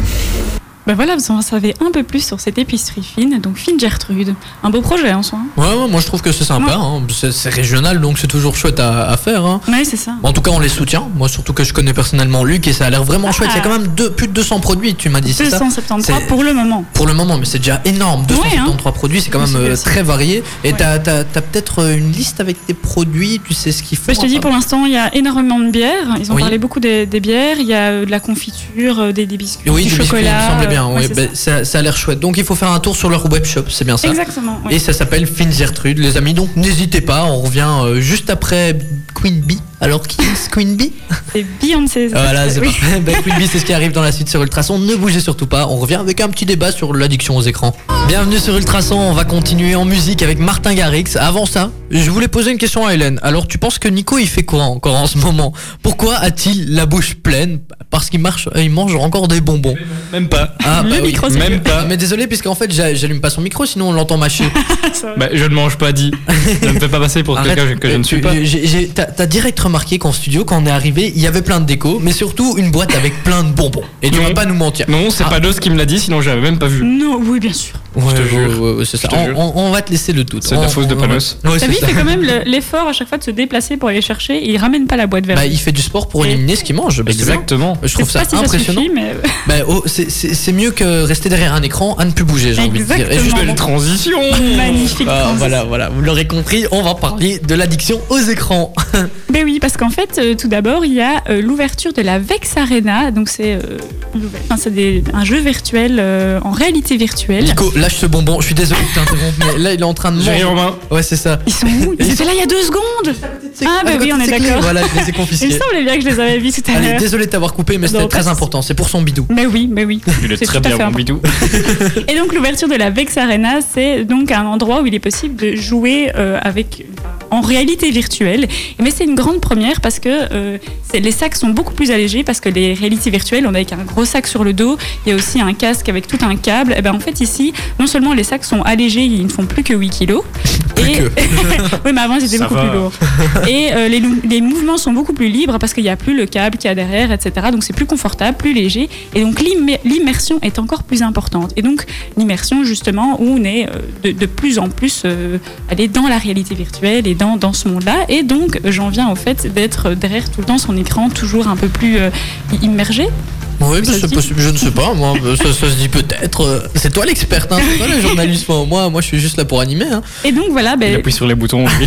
S2: Ben voilà, vous en savez un peu plus sur cette épicerie fine, donc fine Gertrude. Un beau projet en soi. hein.
S1: Ouais, ouais, moi je trouve que c'est sympa,
S2: Ouais.
S1: hein. c'est c'est régional donc c'est toujours chouette à, à faire. hein.
S2: Ouais, c'est ça.
S1: En tout cas, on les soutient. Moi, surtout que je connais personnellement Luc et ça a l'air
S2: Ah.
S1: vraiment chouette. Il y a quand même deux- plus de 200 produits, tu m'as dit, c'est ça
S2: 273
S1: C'est-
S2: pour le moment.
S1: Pour le moment, mais c'est déjà énorme.
S2: Ouais, hein.
S1: 273 produits, c'est quand même
S2: C'est bien,
S1: euh,
S2: c'est
S1: très varié. Et
S2: Ouais.
S1: t'as t'as- t'as peut-être euh, une liste avec tes produits, tu sais ce qu'il faut.
S2: Ben, je te dis, pour l'instant, il y a énormément de bières. Ils ont
S1: Oui.
S2: parlé beaucoup des, des bières. Il y a euh, de la confiture, euh, des, des biscuits,
S1: Oui,
S2: du
S1: du
S2: chocolat.
S1: biscuit, il me semblait bien.
S2: euh,
S1: ouais,
S2: ouais, c'est
S1: ben, ça, ça a l'air chouette. Donc, il faut faire un tour sur leur webshop, c'est bien
S2: ça.
S1: ça.
S2: Exactement. ouais.
S1: Et ça s'appelle Fine Gertrude, les amis. Donc, n'hésitez pas. On revient euh, juste après Queen Bee. Alors, qui est Queen Bee
S2: C'est Beyoncé. c'est ça.
S1: Voilà, c'est
S2: Oui.
S1: parfait. Ben, Queen Bee, c'est ce qui arrive dans la suite sur Ultrason. Ne bougez surtout pas. On revient avec un petit débat sur l'addiction aux écrans. Bienvenue sur Ultrason. On va continuer en musique avec Martin Garrix. Avant ça, je voulais poser une question à Hélène. Alors, tu penses que Nico, il fait quoi encore en ce moment Pourquoi a-t-il la bouche pleine Parce qu'il marche, euh, il mange encore des bonbons.
S3: Même pas.
S1: Ah,
S2: Le
S1: bah oui.
S2: micro, c'est
S3: Même pas.
S1: Mais désolé, puisqu'en fait, j'a- j'allume pas son micro, sinon on l'entend mâcher.
S2: ça.
S3: Bah, je ne mange pas dit. Je ne me fais pas passer pour
S1: Arrête.
S3: quelqu'un que je ne suis
S1: Tu-
S3: pas.
S1: j'ai- j'ai- T'as t'as direct remarqué qu'en studio, quand on est arrivé, il y avait plein de décos, mais surtout une boîte avec plein de bonbons. Et tu
S3: Non.
S1: vas pas nous mentir.
S3: Non, c'est
S1: Ah.
S3: pas Dos qui me l'a dit, sinon j'avais même pas vu.
S2: Non, oui, bien sûr.
S1: Ouais,
S3: te
S1: ouais,
S3: jure.
S1: ouais, ouais, c'est ça.
S3: Je te
S1: On,
S3: jure.
S1: on- on va te laisser le tout.
S3: C'est de la
S1: On-
S3: fausse de
S1: on-
S3: Panos.
S1: Ouais,
S2: T'as
S1: c'est
S2: vu, il
S1: ça. Bah,
S2: fait quand même le- l'effort à chaque fois de se déplacer pour aller chercher. et il ramène pas la boîte vers
S1: Bah,
S2: lui.
S1: il fait du sport pour éliminer ce qu'il mange. bah, c'est bien.
S3: Exactement.
S1: Je
S2: Je
S1: trouve
S2: sais pas
S1: ça
S2: si ça
S1: impressionnant.
S2: suffit, mais
S1: Bah, oh, c'est- c'est c'est mieux que rester derrière un écran à ne plus bouger, j'ai envie de dire. Et
S2: Exactement.
S1: juste-
S3: Belle transition
S2: magnifique.
S1: Ah,
S2: transition.
S1: voilà, voilà, vous l'aurez compris, on va parler de l'addiction aux écrans.
S2: Ben oui, parce qu'en fait, euh, tout d'abord, il y a euh, l'ouverture de la Vex Arena. Donc, c'est euh, l'ouver- enfin, c'est des- un jeu virtuel euh, en réalité virtuelle.
S1: Nico, lâche ce bonbon, je suis désolé de t'interrompre, mais là il est en train de
S3: J'ai rien
S1: manger.
S3: en main.
S1: Ouais, c'est ça.
S2: Ils sont où Ils étaient là il y a deux secondes Ah, bah
S1: À côté
S2: oui, on
S1: de
S2: est
S1: ses clés,
S2: d'accord.
S1: Voilà, je les ai
S2: Il me
S1: confisqués.
S2: semblait bien que je les avais vus tout à
S1: Allez,
S2: l'heure.
S1: désolé de t'avoir coupé, mais
S2: Non,
S1: c'était
S2: pas
S1: très
S2: de
S1: important. C'est pour son bidou.
S2: Mais oui, mais oui.
S3: Il est
S2: C'est
S3: très
S2: tout à
S3: bien,
S2: fait
S3: mon
S2: important.
S3: bidou.
S2: Et donc l'ouverture de la Vex Arena, c'est donc un endroit où il est possible de jouer euh, avec en réalité virtuelle. Mais c'est une grande première parce que euh, c'est- les sacs sont beaucoup plus allégés parce que les réalités virtuelles, on est avec un gros sac sur le dos, il y a aussi un casque avec tout un câble. Et ben en fait ici, non seulement les sacs sont allégés, ils ne font plus que 8 kilos.
S1: Plus
S2: Et-
S1: que.
S2: oui, mais avant ils étaient
S3: Ça
S2: beaucoup
S3: va.
S2: plus lourds. Et euh, les, lou- les mouvements sont beaucoup plus libres parce qu'il n'y a plus le câble qu'il y a derrière, etc. Donc c'est plus confortable, plus léger. Et donc l'immer- l'immersion est encore plus importante. Et donc l'immersion, justement, où on est euh, de, de plus en plus euh, allé dans la réalité virtuelle et dans, dans ce monde-là. Et donc j'en viens au fait d'être derrière tout le temps son écran, toujours un peu plus euh, immergé.
S1: Oui,
S2: Ça
S1: bah,
S2: se
S1: c'est
S2: dit
S1: possible, je ne sais pas, moi, bah, ça, ça se dit peut-être. euh, C'est toi l'experte, hein, c'est toi le journaliste, moi, moi, moi je suis juste là pour animer. Hein.
S2: Et donc voilà,
S3: Il
S2: ben,
S3: appuie sur les boutons. oui.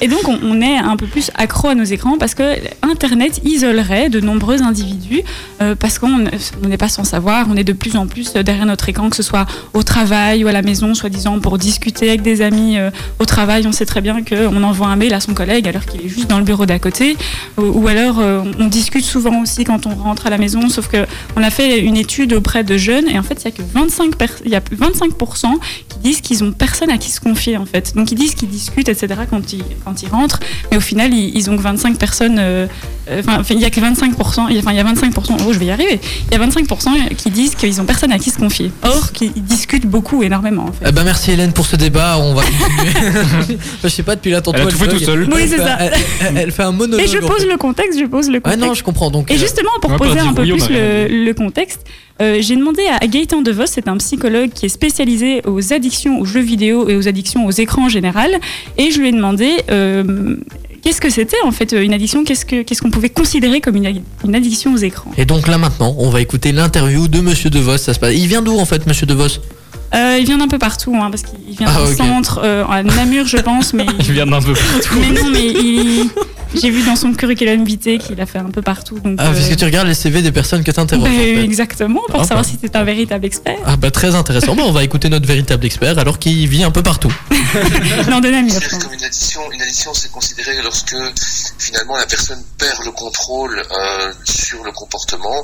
S2: et donc on, on est un peu plus accro à nos écrans parce que Internet isolerait de nombreux individus euh, parce qu'on on n'est pas sans savoir, on est de plus en plus derrière notre écran, que ce soit au travail ou à la maison, soi-disant pour discuter avec des amis. euh, au travail, on sait très bien qu'on envoie un mail à son collègue alors qu'il est juste dans le bureau d'à côté. Ou, ou alors euh, on discute souvent aussi quand on rentre à la maison, sauf que on a fait une étude auprès de jeunes et en fait il y a que 25 pers- il y a 25% qui disent qu'ils ont personne à qui se confier en fait. Donc ils disent qu'ils discutent etc quand ils quand ils rentrent, mais au final ils, ils ont que 25 personnes. euh, euh, Enfin il y a que 25%. il y a- Enfin il y a 25%. Oh je vais y arriver. Il y a 25% qui disent qu'ils ont personne à qui se confier. Or qu'ils discutent beaucoup énormément en fait.
S1: Eh ben, merci Hélène pour ce débat, on va continuer. je sais pas, depuis là, tantôt,
S3: Elle a tout fait
S1: bug.
S3: toute seule.
S2: Oui,
S1: Elle
S2: c'est
S1: fait-
S2: ça.
S1: Elle, elle- elle fait un monologue.
S2: Et je
S1: en
S2: pose
S1: fait.
S2: le contexte, je pose le
S1: Ouais,
S2: contexte.
S1: non, je comprends. Donc,
S2: Et
S1: euh,
S2: justement,
S3: On
S2: pour
S3: va pas
S2: poser
S3: dire
S2: un peu
S3: oui, on
S2: plus
S3: va rien
S2: le, le contexte, euh, j'ai demandé à à Gaëtan DeVos, c'est un psychologue qui est spécialisé aux addictions aux jeux vidéo et aux addictions aux écrans en général, et je lui ai demandé euh, qu'est-ce que c'était en fait euh, une addiction, qu'est-ce que- qu'est-ce qu'on pouvait considérer comme une, ad- une addiction aux écrans.
S1: et donc là maintenant, on va écouter l'interview de Monsieur DeVos. Ça se passe. Il vient d'où en fait, Monsieur DeVos
S2: Euh, il vient d'un peu partout, hein, parce qu'il vient
S1: Ah,
S2: d'un
S1: ok.
S2: centre, euh, à Namur je pense, mais,
S3: Il vient d'un peu partout.
S2: mais non, mais il- j'ai vu dans son curriculum vitae qu'il a fait un peu partout. Donc,
S1: Ah,
S2: euh,
S1: puisque tu regardes les CV des personnes que t'interroges.
S2: bah,
S1: en fait.
S2: exactement, pour
S1: Ah,
S2: savoir
S1: bah.
S2: si t'es un véritable expert.
S1: Ah bah très intéressant. Bah, on va écouter notre véritable expert, alors qu'il vit un peu partout.
S2: Non, de Namur.
S8: considéré comme une addiction. Une addiction, c'est considéré lorsque finalement la personne perd le contrôle euh, sur le comportement,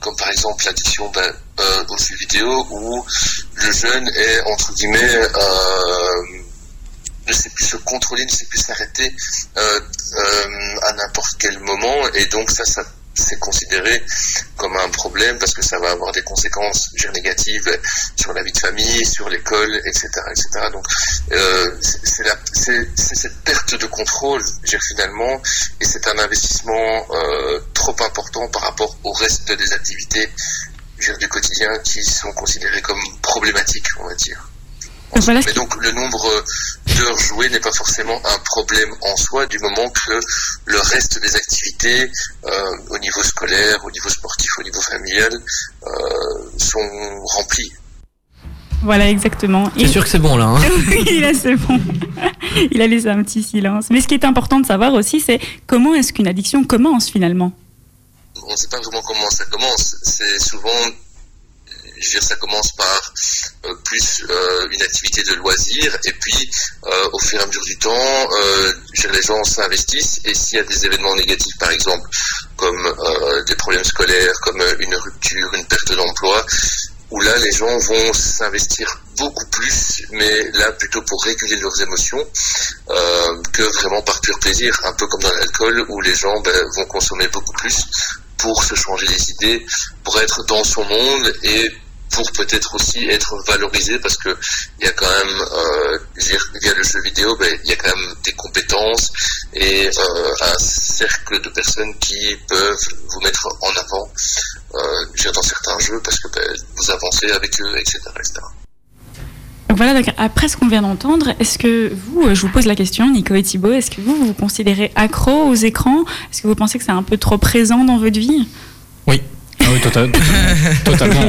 S8: comme par exemple l'addiction ben, euh, aux jeux vidéo où le jeune est entre guillemets euh, ne sait plus se contrôler, ne sait plus s'arrêter euh, euh, à n'importe quel moment, et donc ça, ça c'est considéré comme un problème parce que ça va avoir des conséquences je veux dire, négatives sur la vie de famille, sur l'école, etc., etc. Donc euh, c'est- c'est la- c'est c'est cette perte de contrôle, je veux dire, finalement, et c'est un investissement euh, trop important par rapport au reste des activités je veux dire, du quotidien qui sont considérées comme problématiques, on va dire.
S2: Donc voilà ce
S8: Mais donc le nombre d'heures jouées n'est pas forcément un problème en soi du moment que le reste des activités euh, au niveau scolaire, au niveau sportif, au niveau familial euh, sont remplies.
S2: Voilà, exactement.
S1: C'est sûr que c'est bon là. hein.
S2: Oui, là, c'est bon. Il a laissé un petit silence. Mais ce qui est important de savoir aussi, c'est comment est-ce qu'une addiction commence finalement
S8: on ne sait pas vraiment comment ça commence. C'est souvent, euh, je veux dire, ça commence par euh, plus euh, une activité de loisir, et puis euh, au fur et à mesure du temps, euh, je veux dire, les gens s'investissent, et s'il y a des événements négatifs, par exemple, comme euh, des problèmes scolaires, comme euh, une rupture, une perte d'emploi, où là, les gens vont s'investir beaucoup plus, mais là, plutôt pour réguler leurs émotions, euh, que vraiment par pur plaisir, un peu comme dans l'alcool, où les gens ben, vont consommer beaucoup plus pour se changer les idées, pour être dans son monde et pour peut-être aussi être valorisé parce que il y a quand même euh, je veux dire, via le jeu vidéo ben, il y a quand même des compétences et euh, un cercle de personnes qui peuvent vous mettre en avant euh, je veux dire, dans certains jeux parce que ben, vous avancez avec eux etc etc
S2: Donc voilà, donc, après ce qu'on vient d'entendre, est-ce que vous, euh, je vous pose la question, Nico et Thibault, est-ce que vous vous, vous considérez accro aux écrans Est-ce que vous pensez que c'est un peu trop présent dans votre vie
S3: Ah oui, total- totalement.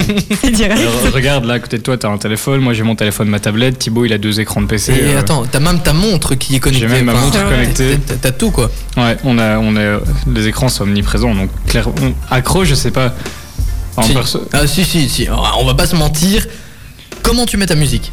S2: C'est direct.
S1: euh,
S3: Alors, regarde, là, à côté de toi, t'as un téléphone. Moi, j'ai mon téléphone, ma tablette. Thibaut, il a deux écrans de PC.
S1: Et
S3: euh,
S1: attends, t'as même ta montre qui est connectée.
S3: J'ai même ma
S1: enfin,
S3: montre
S1: t'as-
S3: connectée.
S1: t'as- T'as tout quoi.
S3: Ouais, on a, on a, les écrans sont omniprésents, donc clairement, accro, je sais pas. En
S1: Si.
S3: perso-
S1: Ah si si si. On va pas se mentir. Comment tu mets ta musique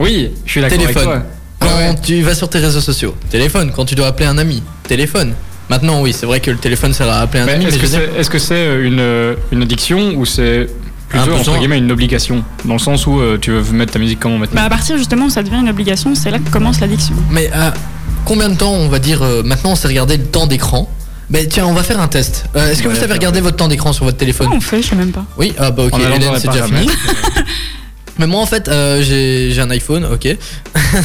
S3: Oui, je suis d'accord avec
S1: Téléphone.
S3: toi.
S1: Quand
S3: Ah ouais.
S1: tu vas sur tes réseaux sociaux, téléphone. Quand tu dois appeler un ami, téléphone. Maintenant, oui, c'est vrai que le téléphone sert à appeler un
S3: Mais
S1: ami, mais
S3: Est-ce
S1: je
S3: que
S1: veux dire-
S3: c'est est-ce que c'est une, euh, une addiction ou c'est
S1: Un
S3: plutôt
S1: besoin.
S3: entre guillemets une obligation Dans le sens où euh, tu veux mettre ta musique comment
S2: Bah,
S3: maintenant
S2: à partir justement où ça devient une obligation, c'est là que commence l'addiction.
S1: Mais à combien de temps, on va dire, euh, maintenant on s'est regardé le temps d'écran Ben tiens, on va faire un test. Euh, Est-ce que vous
S3: On va la
S1: savez
S3: faire,
S1: regarder votre temps d'écran sur votre téléphone
S2: Comment on fait Je sais même pas.
S1: Oui, ah bah ok,
S3: En allant dans
S1: Hélène,
S3: les
S1: c'est déjà fini.
S3: paramètres.
S1: Mais moi en fait, euh, j'ai j'ai un iPhone, ok.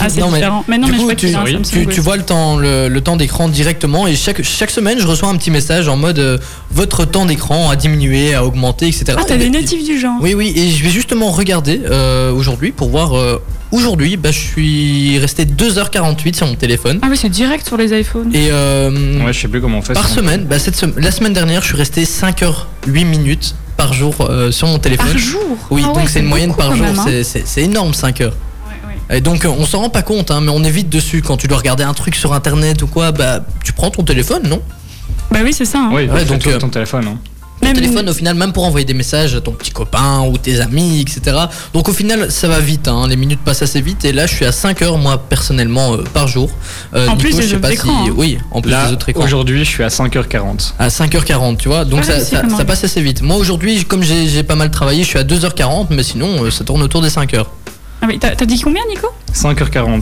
S2: Ah, c'est
S1: Non, mais-
S2: différent. Mais non,
S1: du
S2: mais
S1: coup,
S2: je vois
S1: tu,
S2: qu'il a un
S1: oui,
S2: Samsung
S1: tu- tu
S2: aussi.
S1: vois le temps, le, le temps d'écran directement et chaque, chaque semaine je reçois un petit message en mode euh, votre temps d'écran a diminué, a augmenté, etc.
S2: Ah, t'as
S1: Et
S2: des
S1: ben,
S2: natifs du genre.
S1: Oui, oui, et je vais justement regarder euh, aujourd'hui pour voir euh, aujourd'hui, bah, je suis resté 2h48 sur mon téléphone.
S2: Ah oui, c'est direct sur les iPhones.
S1: Et euh,
S3: Ouais, je sais plus comment on fait.
S1: par
S3: ça.
S1: semaine, bah, cette sem- la semaine dernière, je suis resté 5h08 minutes par jour euh, sur mon téléphone.
S2: Par jour
S1: Oui,
S2: Ah
S1: donc
S2: ouais,
S1: c'est une moyenne
S2: beaucoup
S1: par
S2: quand
S1: jour,
S2: même, hein.
S1: c'est- c'est c'est énorme 5 heures.
S2: Ouais, ouais.
S1: Et donc euh, on s'en rend pas compte, hein, mais on est vite dessus. Quand tu dois regarder un truc sur internet ou quoi, bah tu prends ton téléphone, non
S2: Bah oui, c'est ça. hein.
S3: Oui,
S1: Ouais,
S3: donc
S1: donc,
S3: tout
S1: euh,
S3: avec ton téléphone. hein.
S1: Ton
S2: Même-
S1: téléphone au final, même pour envoyer des messages à ton petit copain ou tes amis, etc. Donc au final, ça va vite, hein, les minutes passent assez vite. Et là, je suis à 5 heures, moi, personnellement, euh, par jour. Euh,
S2: En plus des autres écrans, hein.
S1: Oui, en plus
S3: Là,
S1: des autres écrans.
S3: aujourd'hui, je suis à 5h40.
S1: à 5h40, tu vois. Donc
S2: Ouais,
S1: ça,
S2: c'est
S1: ça-
S2: vraiment
S1: ça passe assez vite. Moi aujourd'hui, comme j'ai j'ai pas mal travaillé, je suis à 2h40, mais sinon euh, ça tourne autour des 5h.
S2: Ah oui, t'as t'as dit combien, Nico
S3: 5h40.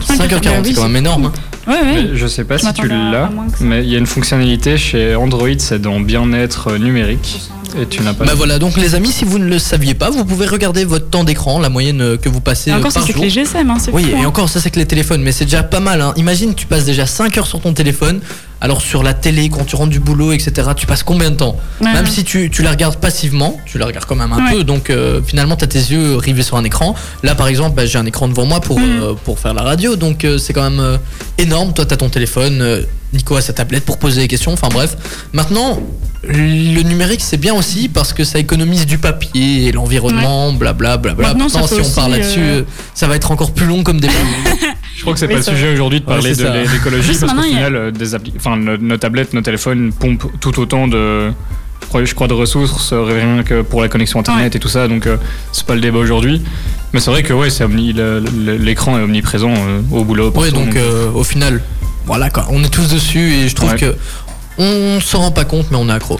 S1: 5h40,
S2: Bah oui,
S1: c'est quand même énorme. hein.
S2: Ouais, ouais.
S3: Mais Je sais pas
S2: Je
S3: si tu
S2: m'attendais à- à
S3: l'as,
S2: moins que ça.
S3: mais il y a une fonctionnalité chez Android, c'est dans bien-être euh, numérique, et tu n'as pas.
S1: Bah voilà, donc les amis, si vous ne le saviez pas, vous pouvez regarder votre temps d'écran, la moyenne euh, que vous passez
S2: Et
S1: euh,
S2: encore, ça,
S1: par
S2: c'est que
S1: jour.
S2: les GSM, hein, c'est
S1: Oui,
S2: fou,
S1: et
S2: hein.
S1: encore, ça c'est que les téléphones, mais c'est déjà pas mal. Hein. Imagine, tu passes déjà 5 heures sur ton téléphone, alors sur la télé, quand tu rentres du boulot, etc., tu passes combien de temps
S2: Ouais,
S1: Même
S2: ouais.
S1: si tu, tu la regardes passivement, tu la regardes quand même un
S2: Ouais.
S1: peu, donc euh, finalement, tu as tes yeux rivés sur un écran. Là, par exemple, bah, j'ai un écran devant moi pour,
S2: Mm.
S1: euh, pour faire la radio, donc euh, c'est quand même euh, énorme. Toi, tu as ton téléphone, euh, Nico a sa tablette pour poser des questions, enfin bref. Maintenant, le numérique, c'est bien aussi parce que ça économise du papier et l'environnement, blablabla. Bla, bla.
S2: Maintenant, ça
S1: Maintenant, si
S2: fait
S1: on parle
S2: aussi,
S1: là-dessus,
S2: euh,
S1: euh, ça va être encore plus long comme débat.
S3: Je crois que c'est
S2: Oui,
S3: pas le
S2: ça
S3: sujet aujourd'hui de
S1: Ouais,
S3: parler
S1: c'est
S3: de
S1: ça.
S3: l'é-
S2: En
S3: l'écologie,
S2: plus,
S3: parce qu'au
S2: maintenant, il y a-
S3: final, euh, des appli- enfin, nos, nos tablettes, nos téléphones pompent tout autant de, je crois, je crois, de ressources, euh, rien que pour la connexion internet et tout ça, donc euh, c'est pas le débat aujourd'hui. Mais c'est vrai que ouais, c'est omni- le- le- l'écran est omniprésent euh, au boulot.
S1: Ouais,
S3: partout,
S1: donc euh, au final, voilà quoi, on est tous dessus et je trouve
S3: Ouais.
S1: que on s'en rend pas compte, mais on est accro.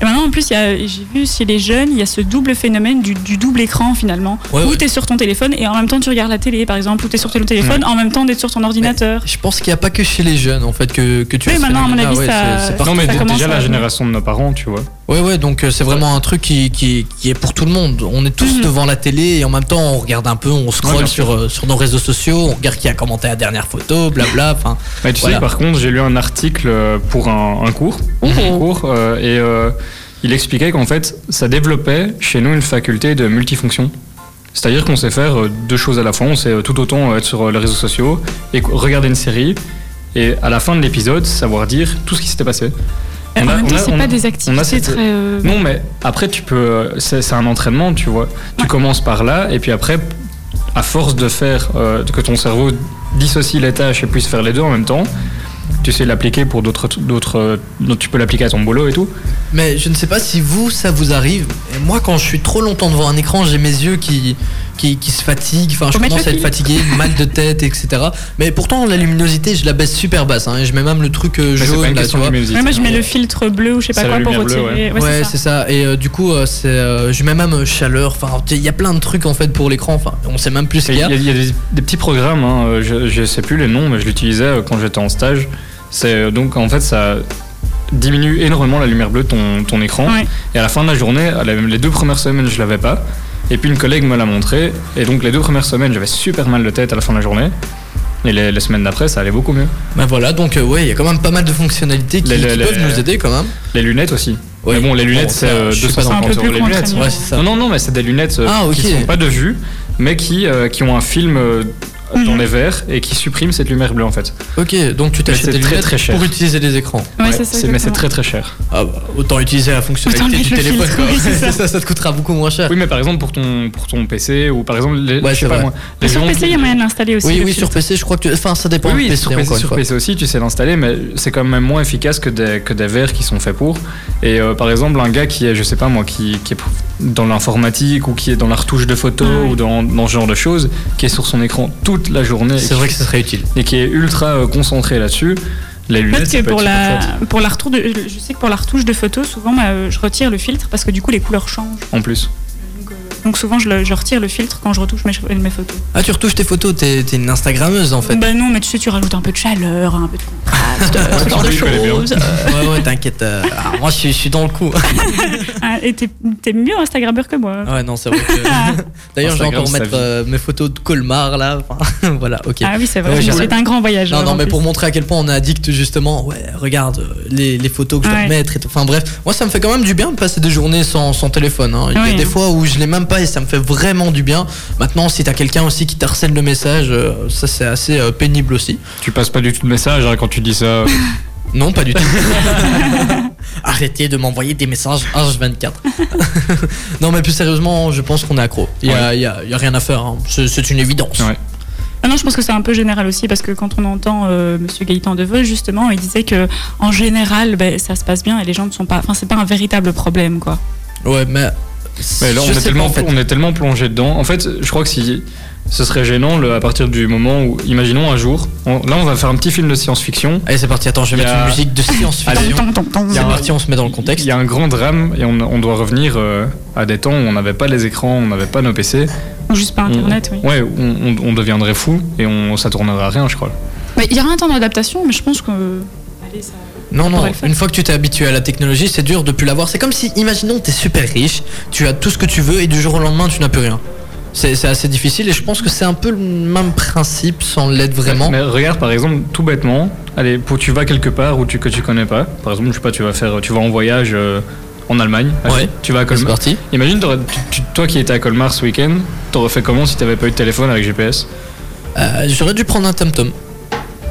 S2: Et maintenant, en plus, il y a- j'ai vu chez les jeunes, il y a ce double phénomène du, du double écran finalement.
S1: Ouais,
S2: où
S1: ouais.
S2: t'es sur ton téléphone et en même temps tu regardes la télé, par exemple, ou t'es sur ton téléphone en même temps d'être sur ton ordinateur.
S1: Je pense qu'il n'y a pas que chez les jeunes en fait que, que tu
S2: Oui,
S1: as ce
S2: maintenant, à mon
S1: phénomène-là,
S2: avis,
S1: ouais,
S2: ça-
S1: c'est- c'est
S3: Non,
S1: partout.
S3: mais
S2: Ça
S3: d-
S2: commence
S3: déjà
S2: à-
S3: la génération de nos parents, tu vois.
S1: Ouais, ouais, donc euh, c'est vraiment un truc qui, qui, qui est pour tout le monde. On est tous
S2: Mhm.
S1: devant la télé et en même temps on regarde un peu, on scrolle
S3: Ouais, bien
S1: sur, euh, sur nos réseaux sociaux, on regarde qui a commenté la dernière photo, blabla. Enfin,
S3: Mais Bah, tu
S1: Voilà.
S3: sais, par contre, j'ai lu un article euh, pour un, un cours,
S2: Mmh.
S3: un cours euh, et euh, il expliquait qu'en fait, ça développait chez nous une faculté de multifonction. C'est-à-dire qu'on sait faire euh, deux choses à la fois. On sait euh, tout autant euh, être sur euh, les réseaux sociaux et co- regarder une série et à la fin de l'épisode savoir dire tout ce qui s'était passé.
S2: Et
S3: On
S2: en
S3: a-
S2: même temps,
S3: on a-
S2: c'est
S3: on a-
S2: pas des
S3: on a
S2: activités
S3: cette-
S2: très. euh,
S3: Non, mais après, tu peux. euh, C'est c'est un entraînement, tu vois. Tu commences par là, et puis après, à force de faire euh, que ton cerveau dissocie les tâches et puisse faire les deux en même temps, tu sais l'appliquer pour d'autres. d'autres, euh, donc Tu peux l'appliquer à ton boulot et tout.
S1: Mais je ne sais pas si vous, ça vous arrive. Et moi, quand je suis trop longtemps devant un écran, j'ai mes yeux qui, qui, qui se fatiguent. Enfin, je
S2: Faut mettre
S1: commence à
S2: le
S1: être fatigué, mal de tête, etc. Mais pourtant, la luminosité, je la baisse super basse. hein, et je mets même le truc euh,
S3: Mais c'est pas
S1: jaune
S3: une
S1: là, tu
S3: question
S1: vois.
S3: de musique.
S2: ouais, moi je mets le filtre bleu ou je sais pas
S3: C'est
S2: quoi
S3: la
S2: pour
S3: lumière bleue,
S2: retirer. Ouais, c'est
S1: Ouais,
S2: ça.
S1: c'est ça. Et euh, du coup, euh, c'est, euh, je mets même euh, chaleur. Enfin, tu sais, il y a plein de trucs en fait pour l'écran. Enfin, on sait même plus ce
S3: Il
S1: qu'il
S3: y
S1: y a.
S3: a, il y a des, des petits programmes, hein, euh, je, je sais plus les noms, mais je l'utilisais euh, quand j'étais en stage. C'est euh, donc en fait ça diminue énormément la lumière bleue de ton, ton écran.
S2: Ouais.
S3: Et à la fin de la journée, à la- les deux premières semaines je l'avais pas. Et puis une collègue me l'a montré. Et donc les deux premières semaines j'avais super mal de tête à la fin de la journée. Et les, les semaines d'après ça allait beaucoup mieux.
S1: Ben voilà, donc euh, ouais, il y a quand même pas mal de fonctionnalités qui,
S3: Les- les-
S1: qui
S3: les-
S1: peuvent nous aider quand même.
S3: Les lunettes aussi.
S1: Ouais.
S3: Mais bon les lunettes
S1: Bon,
S3: c'est
S1: ça,
S3: euh,
S1: je suis pas dans le
S3: 250
S2: Un peu
S3: euros
S2: plus
S3: les lunettes.
S2: contraignant.
S1: Ouais, c'est ça.
S3: Non, non, non, mais c'est des lunettes euh,
S1: Ah, ok.
S3: qui ne sont pas de vue, mais qui, euh, qui ont un film euh, dans
S2: Mhm.
S3: les verres et qui suppriment cette lumière bleue en fait.
S1: Ok, donc tu t'achètes
S3: c'est
S1: des
S3: très,
S1: lunettes
S3: très cher.
S1: pour utiliser les écrans.
S2: Ouais,
S3: Ouais,
S2: c'est ça,
S3: c'est- mais c'est
S2: exactement.
S3: très très cher.
S1: Ah bah, autant utiliser la fonctionnalité
S2: Autant
S1: du
S2: mettre le
S1: téléphone.
S2: filtre,
S1: quoi.
S2: oui, c'est ça.
S1: ça, ça te coûtera beaucoup moins cher.
S3: Oui, mais par exemple pour ton, pour ton PC ou par exemple les,
S1: Ouais, c'est
S3: je sais pas
S1: vrai.
S3: moi, les
S2: Mais sur
S3: gens-
S2: PC, il y a moyen de l'installer aussi.
S1: Oui,
S2: le
S1: oui,
S2: filtre.
S1: sur PC, je crois que tu. Enfin, ça dépend.
S3: Oui, oui,
S1: du
S3: sur, PC,
S1: encore une
S3: sur
S1: fois.
S3: PC aussi, tu sais l'installer, mais c'est quand même moins efficace que des, que des verres qui sont faits pour. Et euh, par exemple, un gars qui est, je sais pas moi, qui, qui est dans l'informatique ou qui est dans la retouche de photos
S2: Ouais.
S3: ou dans, dans ce genre de choses, qui est sur son écran toute la journée et
S1: C'est
S3: qui-
S1: vrai que ce serait utile.
S3: et qui est ultra euh, concentré là-dessus, les lunettes,
S2: Parce
S3: ça
S2: que
S3: peut
S2: pour
S3: être super
S2: la,
S3: chouette.
S2: pour la retour de, je sais que pour la retouche de photos, souvent bah, euh, je retire le filtre parce que du coup les couleurs changent.
S3: en plus.
S2: Donc souvent je, le- je retire le filtre quand je retouche mes, che- mes photos.
S1: Ah, tu retouches tes photos, t'es t'es une Instagrammeuse en fait.
S2: Bah non, mais tu sais, tu rajoutes un peu de chaleur, un peu de contraste, euh, ce genre de
S3: Oui, je connais bien.
S2: choses.
S1: ouais, ouais, t'inquiète. euh, ah, moi, je suis- je suis dans le coup.
S2: Ah, et t'es t'es mieux Instagrammeur que
S3: Ah,
S2: moi.
S1: ouais, non, c'est vrai que. D'ailleurs, je vais
S3: Instagram,
S1: encore
S3: c'est
S1: mettre
S3: la vie.
S1: euh, mes photos de Colmar là. Enfin, voilà, ok.
S2: Ah oui, c'est vrai,
S1: Ouais,
S2: je
S1: j'ai-
S2: suis un grand voyageur.
S1: Non, non,
S2: en
S1: mais
S2: plus.
S1: pour montrer à quel point on est addict, justement, ouais, regarde euh, les, les photos que je dois
S2: Ouais.
S1: mettre. Et tout. Enfin bref, moi ça me fait quand même du bien de passer des journées sans, sans téléphone. hein. Il y a
S2: Oui,
S1: des
S2: hein.
S1: fois où je l'ai même pas pas et ça me fait vraiment du bien. Maintenant, si t'as quelqu'un aussi qui t'harcèle de messages, euh, ça c'est assez euh, pénible aussi.
S3: Tu passes pas du tout de message hein, quand tu dis ça.
S1: Non, pas du tout. Arrêtez de m'envoyer des messages H24. non, mais plus sérieusement, je pense qu'on est accro. Il y a, il y a- il y a rien à faire. hein. C'est c'est une évidence.
S3: Ouais.
S2: Ah non, je pense que c'est un peu général aussi, parce que quand on entend euh, Monsieur Gaëtan Deveau, justement, il disait que en général, ben, ça se passe bien et les gens ne sont pas. Enfin, c'est pas un véritable problème, quoi.
S1: Ouais, mais.
S3: Mais là, on
S1: je
S3: est,
S1: sais
S3: tellement,
S1: pas, en fait.
S3: on est tellement plongé dedans. En fait, je crois que si ce serait gênant le- à partir du moment où, imaginons un jour, on- là, on va faire un petit film de science-fiction.
S1: Allez, c'est parti. Attends, je vais
S3: Il y
S1: mettre
S3: a-
S1: une musique de
S3: Allez,
S1: science-fiction.
S2: Tom, tom, tom,
S1: C'est
S3: un-
S1: parti, on se met dans le
S3: Il
S1: contexte.
S3: y a un grand drame et on, on doit revenir euh, à des temps où on n'avait pas les écrans, on n'avait pas nos PC.
S2: Ou juste pas
S3: Mmh.
S2: Internet, oui.
S3: Ouais, on, on- on deviendrait fou et on, ça tournerait à rien, je crois.
S2: Mais Bah, il y aura un temps d'adaptation, mais je pense que. Allez, ça-
S1: Non, non,
S2: pourrait le faire.
S1: une fois que tu t'es habitué à la technologie, c'est dur de plus l'avoir. C'est comme si, imaginons, t'es super riche, tu as tout ce que tu veux et du jour au lendemain, tu n'as plus rien. C'est c'est assez difficile et je pense que c'est un peu le même principe sans l'être vraiment.
S3: Mais regarde, par exemple, tout bêtement, allez, pour, tu vas quelque part où tu, que tu connais pas. Par exemple, je sais pas, tu vas, faire, tu vas en voyage euh, en Allemagne. Allez,
S1: Ouais.
S3: Tu vas à
S1: C'est
S3: Colmar.
S1: parti.
S3: Imagine, t'aurais- tu- tu- toi qui étais à Colmar ce week-end, t'aurais fait comment si t'avais pas eu de téléphone avec GPS
S1: Euh, J'aurais dû prendre un tom-tom.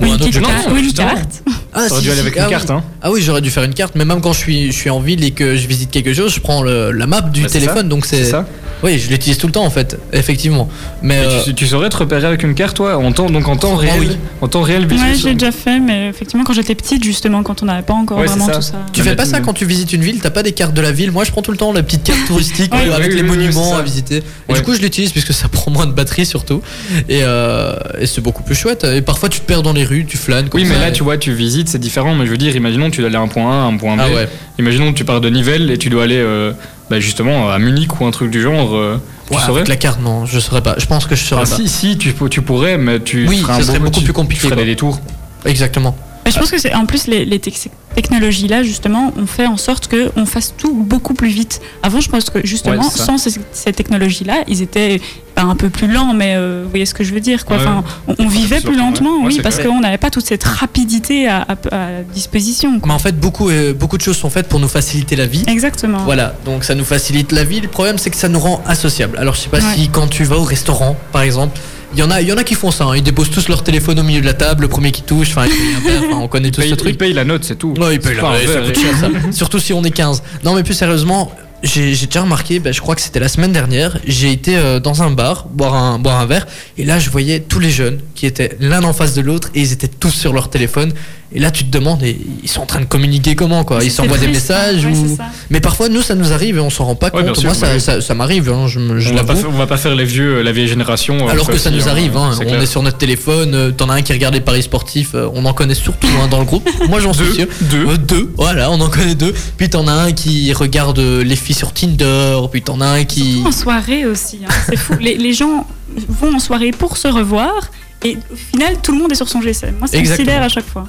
S1: Ou
S2: Ou
S1: un
S2: une
S1: autre
S2: petite
S1: jeu.
S2: carte.
S3: Non,
S2: ou une
S3: justement.
S2: carte.
S1: Ah,
S3: T'aurais
S1: si,
S3: dû
S1: si,
S3: aller avec
S1: ah
S3: une
S1: oui.
S3: carte, hein
S1: Ah oui, j'aurais dû faire une carte, mais même quand je suis, je suis en ville et que je visite quelque chose, je prends le- la map du
S3: Bah, c'est
S1: téléphone, donc
S3: C'est
S1: c'est.
S3: ça
S1: Oui, je l'utilise tout le temps en fait, effectivement. Mais.
S3: Et
S1: euh,
S3: tu, tu saurais te repérer avec une carte, toi, en temps, donc en temps
S1: Ah
S3: réel,
S1: oui.
S3: en temps réel hein. visuel.
S2: Ouais, j'ai déjà fait, mais effectivement, quand j'étais petite, justement, quand on n'avait pas encore
S3: Ouais, c'est
S2: vraiment
S3: ça.
S2: tout ça.
S1: Tu fais pas ça
S3: Honnêtement.
S1: quand tu visites une ville, t'as pas des cartes de la ville. Moi, je prends tout le temps la petite carte touristique
S2: Oui,
S1: euh,
S3: oui,
S1: avec
S3: oui,
S1: les
S3: oui,
S1: monuments
S3: c'est ça.
S1: à visiter. Et
S3: Ouais.
S1: du coup, je l'utilise puisque ça prend moins de batterie surtout. Et, euh, et c'est beaucoup plus chouette. Et parfois, tu te perds dans les rues, tu flânes. comme
S3: Oui, mais
S1: ça,
S3: là,
S1: et-
S3: tu vois, tu visites, c'est différent. Mais je veux dire, imaginons, tu dois aller à un point A, à un point B.
S1: Ah ouais.
S3: Imaginons, tu pars de Nivelles et tu dois aller, euh, bah, justement, à Munich ou un truc du genre. euh, tu
S1: Ouais,
S3: saurais
S1: avec la carte, non, je saurais pas. Je pense que je saurais
S3: Ah,
S1: pas.
S3: si, si, tu, peux- tu pourrais, mais tu
S1: Oui,
S3: ferais un
S1: ça serait
S3: beau-
S1: beaucoup
S3: tu-
S1: plus compliqué,
S3: Tu ferais
S1: quoi.
S3: des détours.
S1: Exactement.
S2: Mais je pense que c'est en plus les, les tex- technologies là justement on fait en sorte que on fasse tout beaucoup plus vite. Avant je pense que justement
S3: Ouais, c'est ça.
S2: sans ces, technologies là ils étaient pas un peu plus lents mais euh, vous voyez ce que je veux dire quoi.
S3: Ouais.
S2: Enfin on, on vivait
S3: c'est
S2: plus
S3: sûr,
S2: lentement
S3: ouais. Ouais,
S2: oui
S3: c'est
S2: parce
S3: clair.
S2: qu'on n'avait pas toute cette rapidité à, à- à disposition. quoi.
S1: Mais en fait, beaucoup, euh, beaucoup de choses sont faites pour nous faciliter la vie.
S2: Exactement.
S1: Voilà, donc ça nous facilite la vie. Le problème, c'est que ça nous rend associables. Alors, je sais pas
S2: Ouais.
S1: si quand tu vas au restaurant, par exemple, il y en a, il y en a qui font ça. hein. Ils déposent tous leur téléphone au milieu de la table, le premier qui touche. Enfin, il fait rien faire. Enfin, on connaît tous
S3: Bah, Paye-
S1: ce
S3: Ils
S1: truc.
S3: payent la note, c'est tout.
S1: Non, il paye
S3: C'est
S1: la
S3: pas un
S1: ouais, ça
S3: verre,
S1: coûte
S3: et-
S1: cher, ça. Surtout si on est 15. Non, mais plus sérieusement, j'ai j'ai déjà remarqué, bah, je crois que c'était la semaine dernière, j'ai été euh, dans un bar boire un, boire un verre, et là je voyais tous les jeunes qui étaient l'un en face de l'autre, et ils étaient tous sur leur téléphone. Et là tu te demandes, et ils sont en train de communiquer comment quoi Ils
S2: C'est
S1: s'envoient des
S2: triste, hein.
S1: messages
S2: Ouais,
S1: ou...
S2: c'est ça.
S1: Mais parfois nous ça nous arrive et on s'en rend pas
S3: Ouais, bien
S1: compte.
S3: sûr,
S1: Moi
S3: bah
S1: ça,
S3: oui.
S1: ça, ça m'arrive, hein, je, me- je
S3: On va, pas
S1: l'avoue.
S3: faire, on va pas faire les vieux, euh, la vieille génération. euh,
S1: Alors que ça
S3: aussi,
S1: nous
S3: hein,
S1: arrive, hein,
S3: c'est
S1: on
S3: clair.
S1: est sur notre téléphone, euh, t'en as un qui regarde les paris sportifs, euh, on en connaît surtout hein, dans le groupe, moi j'en suis sûr.
S3: Deux, deux.
S1: Euh, deux, voilà, on en connaît deux. Puis t'en as un qui regarde euh, les filles sur Tinder, puis t'en as un qui.
S2: En soirée aussi hein. c'est fou. les, les gens vont en soirée pour se revoir et au final tout le monde est sur son GSM. Moi ça me
S1: Exactement.
S2: sidère à chaque fois.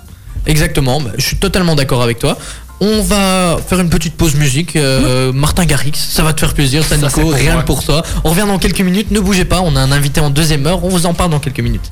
S1: Exactement, bah, je suis totalement d'accord avec toi. On va faire une petite pause musique. euh, Martin Garrix, ça va te faire plaisir, ça,
S3: Mmh. Ça, c'est
S1: Nico,
S3: pour
S1: rien
S3: moi.
S1: que pour toi. On revient dans quelques minutes, ne bougez pas, on a un invité en deuxième heure, on vous en parle dans quelques minutes.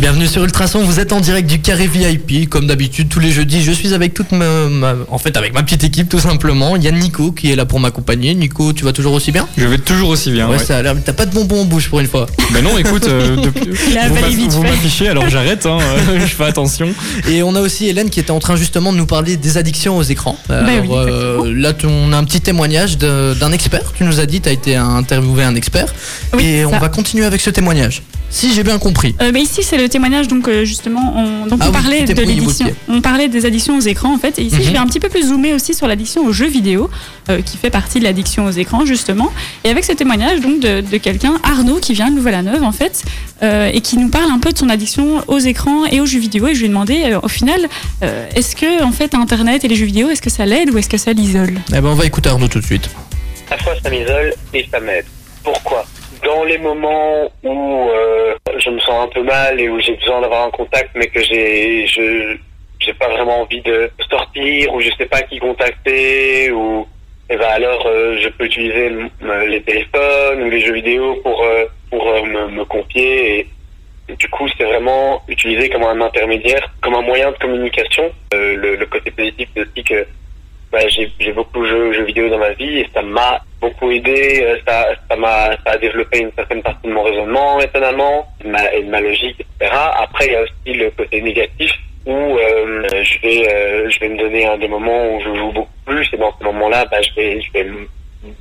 S1: Bienvenue sur Ultrason, vous êtes en direct du Carré VIP. Comme d'habitude, tous les jeudis, je suis avec toute ma, ma- En fait, avec ma petite équipe, tout simplement. Il y a Nico qui est là pour m'accompagner. Nico, tu vas toujours aussi bien
S3: Je vais toujours aussi bien.
S1: Ouais,
S3: Ah ouais.
S1: ça a l'air. T'as pas de bonbons en bouche pour une fois.
S3: Mais non, écoute, euh, depuis-
S2: Il a
S3: vous
S2: avalé
S3: m'a-
S2: vite
S3: vous
S2: fait.
S3: m'affichez, alors j'arrête, hein, euh, je fais attention.
S1: Et on a aussi Hélène qui était en train justement de nous parler des addictions aux écrans.
S3: Bah
S1: euh,
S2: oui,
S1: là, tu- on a un petit témoignage de- d'un expert. Tu nous as dit, tu as été interviewé un expert.
S2: Oui,
S1: et
S2: c'est
S1: on
S2: ça.
S1: va continuer avec ce témoignage. Si j'ai bien compris.
S2: Euh, mais ici, c'est le témoignage, donc euh, justement, on, donc
S1: Ah
S2: on
S1: oui,
S2: parlait
S1: c'était-
S2: de
S1: oui,
S2: l'addiction.
S1: ok.
S2: On parlait des addictions aux écrans, en fait. Et ici, je
S1: Mhm.
S2: vais un petit peu plus zoomer aussi sur l'addiction aux jeux vidéo, euh, qui fait partie de l'addiction aux écrans, justement. Et avec ce témoignage, donc, de, de quelqu'un, Arnaud, qui vient de Louvain-la-Neuve, en fait, euh, et qui nous parle un peu de son addiction aux écrans et aux jeux vidéo. Et je lui ai demandé, euh, au final, euh, est-ce que, en fait, Internet et les jeux vidéo, est-ce que ça l'aide ou est-ce que ça l'isole
S1: Eh ben, on va écouter Arnaud tout de suite.
S9: À la fois ça m'isole et ça m'aide. Pourquoi Dans les moments où euh, je me sens un peu mal et où j'ai besoin d'avoir un contact mais que j'ai je j'ai pas vraiment envie de sortir ou je sais pas qui contacter ou eh ben alors euh, je peux utiliser le- me- les téléphones ou les jeux vidéo pour euh, pour euh, me, me confier et du coup c'est vraiment utilisé comme un intermédiaire comme un moyen de communication Euh, le, le côté positif c'est aussi que bah, j'ai j'ai beaucoup joué aux jeux vidéo dans ma vie et ça m'a beaucoup aidé. Euh, Ça, ça m'a, ça a développé une certaine partie de mon raisonnement, étonnamment, de ma, et de ma logique, etc. Après, il y a aussi le côté négatif où euh, je vais, euh, je vais me donner un des moments où je joue beaucoup plus et dans ce moment-là, bah, je vais, je vais m-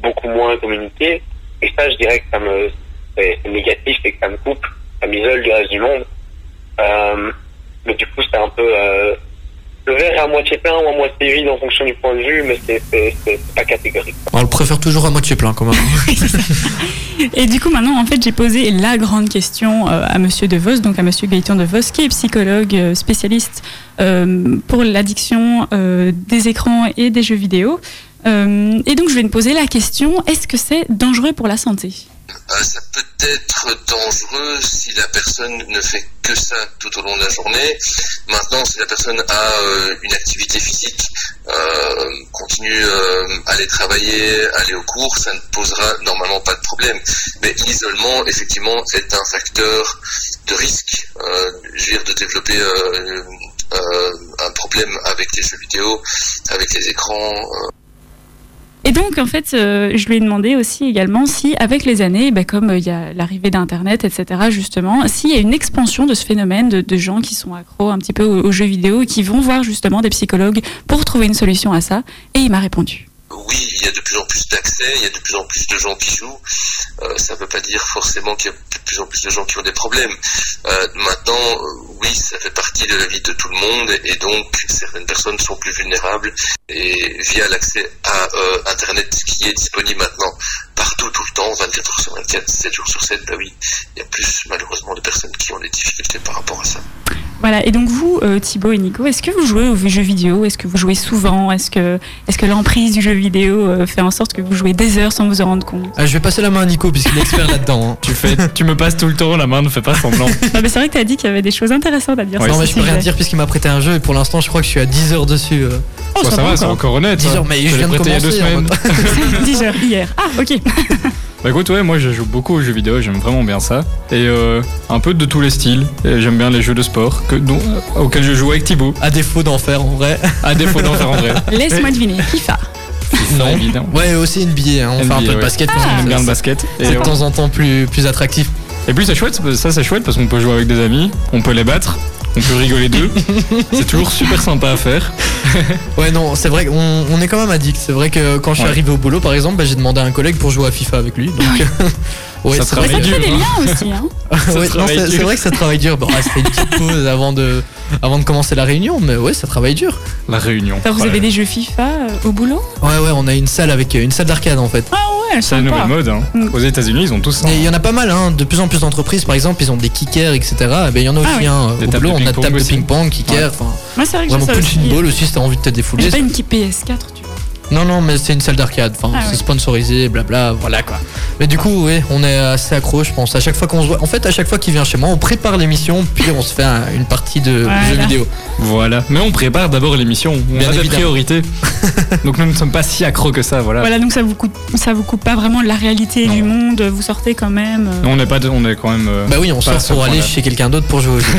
S9: beaucoup moins communiquer. Et ça, je dirais que ça me, c'est c'est négatif et que ça me coupe, ça m'isole du reste du monde. Euh, mais du coup, c'est un peu euh, le verre est à moitié plein ou à moitié vide en fonction du point de vue, mais c'est- c'est c'est- c'est pas catégorique.
S1: On le préfère toujours à moitié plein quand même.
S2: Et du coup, maintenant, en fait, j'ai posé la grande question euh, à Monsieur De Vos, donc à Monsieur Gaëtan De Vos, qui est psychologue euh, spécialiste euh, pour l'addiction euh, des écrans et des jeux vidéo. Euh, et donc, je vais me poser la question est-ce que c'est dangereux pour la santé
S8: Euh, ça peut être dangereux si la personne ne fait que ça tout au long de la journée. Maintenant, si la personne a euh, une activité physique, euh, continue euh, à aller travailler, aller au cours, ça ne posera normalement pas de problème. Mais l'isolement, effectivement, est un facteur de risque, euh, je veux dire, de développer euh, euh, un problème avec les jeux vidéo, avec les écrans. euh,
S2: Et donc, en fait, euh, je lui ai demandé aussi également si, avec les années, ben, comme euh, il y a l'arrivée d'Internet, etc., justement, s'il y a une expansion de ce phénomène de, de gens qui sont accros un petit peu aux, aux jeux vidéo et qui vont voir justement des psychologues pour trouver une solution à ça. Et il m'a répondu.
S8: oui, il y a de plus en plus d'accès, il y a de plus en plus de gens qui jouent. Euh, ça ne veut pas dire forcément qu'il y a de plus en plus de gens qui ont des problèmes. Euh, maintenant, euh, oui, ça fait partie de la vie de tout le monde et donc certaines personnes sont plus vulnérables et via l'accès à euh, Internet qui est disponible maintenant partout, tout le temps, 24 heures sur 24, 7 jours sur 7, bah oui, il y a plus malheureusement de personnes qui ont des difficultés par rapport à ça.
S2: Voilà. Et donc, vous, euh, Thibaut et Nico, est-ce que vous jouez aux jeux vidéo Est-ce que vous jouez souvent Est-ce que, est-ce que l'emprise du jeu vidéo euh, fait en sorte que vous jouez des heures sans vous en rendre compte
S1: Ah, je vais passer la main à Nico puisqu'il est expert là-dedans. hein.
S3: Tu, fais, tu me passes tout le temps la main, ne fais pas semblant.
S2: Non, mais c'est vrai que tu as dit qu'il y avait des choses intéressantes à dire.
S3: Ouais,
S2: sur
S1: non,
S2: ce
S1: mais je peux rien
S2: sujet.
S1: dire puisqu'il m'a prêté un jeu et pour l'instant, je crois que je suis à 10 heures dessus. euh.
S3: Bon, ça, va, c'est encore honnête.
S1: 10 heures, mais je
S3: l'ai
S1: viens de
S3: prêté il y a deux
S1: commencer, hein, en
S3: semaines.
S2: Dix heures, hier. Ah, ok.
S3: Bah écoute, ouais, moi je joue beaucoup aux jeux vidéo, j'aime vraiment bien ça. Et euh, un peu de tous les styles. Et J'aime bien les jeux de sport que, dont, euh, auxquels je joue avec Thibaut,
S1: À défaut d'en faire en vrai.
S3: à défaut d'en faire en vrai.
S2: Laisse-moi deviner. FIFA.
S1: Ah,
S3: Non, évidemment.
S1: Ouais, aussi NBA. hein. On fait
S3: NBA,
S1: un peu de
S3: ouais.
S1: basket. parce que
S3: J'aime bien
S1: ça-
S3: le basket.
S1: Ah. C'est
S3: Et, euh,
S1: de
S3: on-
S1: temps en temps plus, plus attractif.
S3: et puis c'est chouette, ça c'est chouette parce qu'on peut jouer avec des amis, on peut les battre, on peut rigoler d'eux. c'est toujours super sympa à faire.
S1: Ouais, non, c'est vrai qu'on on est quand même addict. C'est vrai que quand je suis
S3: Ouais.
S1: arrivé au boulot, par exemple, bah, j'ai demandé à un collègue pour jouer à FIFA avec lui. Donc, euh, ouais,
S3: Ça
S1: c'est vrai
S3: travaille
S2: Ça
S1: que-
S2: crée des
S3: dur,
S2: liens aussi. Hein.
S3: Ça
S1: Ouais, non,
S3: travaille
S1: c'est
S3: dur.
S1: c'est vrai que ça travaille dur. Bon, ah, c'était une petite pause avant de, avant de commencer la réunion, mais ouais, ça travaille dur.
S3: La réunion.
S2: Alors, vous
S3: Voilà.
S2: avez des jeux FIFA euh, au boulot
S1: Ouais, ouais, on a une salle avec euh, une salle d'arcade en fait.
S2: Ah ouais,
S3: C'est la nouvelle mode. Hein.
S2: Mm.
S3: Aux États-Unis, ils ont tous ça.
S1: Et il y en a pas mal, hein. de plus en plus d'entreprises, par exemple, ils ont des kickers, etc. Eh ben, il y en a aussi
S2: Ah oui.
S1: un euh,
S3: Des
S1: au
S3: tables
S1: boulot,
S3: de
S1: on a
S3: ping-pong
S1: table de
S3: aussi.
S1: ping-pong, kicker, enfin,
S2: Moi, c'est vrai que j'ai
S1: vraiment
S2: ça
S1: punch
S2: aussi.
S1: in ball aussi si t'as envie de te défouler.
S2: J'ai pas une équipe PS4, tu vois.
S1: Non, non, mais c'est une salle d'arcade. Enfin,
S2: Ah
S1: c'est
S2: ouais.
S1: sponsorisé, blabla, voilà quoi. Mais du coup, ouais, on est assez accro, je pense. À chaque fois qu'on se voit, en fait, à chaque fois qu'il vient chez moi, on prépare l'émission, puis on se fait un- une partie de
S2: Voilà.
S1: jeu vidéo.
S3: Voilà. Mais on prépare d'abord l'émission. On
S1: Bien
S3: a des
S1: évidemment.
S3: priorités. Donc nous ne sommes pas si accros que ça. Voilà.
S2: Voilà, donc ça vous coupe, ça vous coupe pas vraiment de la réalité du monde. Vous sortez quand même. euh.
S3: On est pas, de- on est quand même. euh,
S1: Bah oui, on
S3: pas à
S1: sort
S3: ce
S1: pour aller
S3: point-là.
S1: chez quelqu'un d'autre pour jouer au jeu.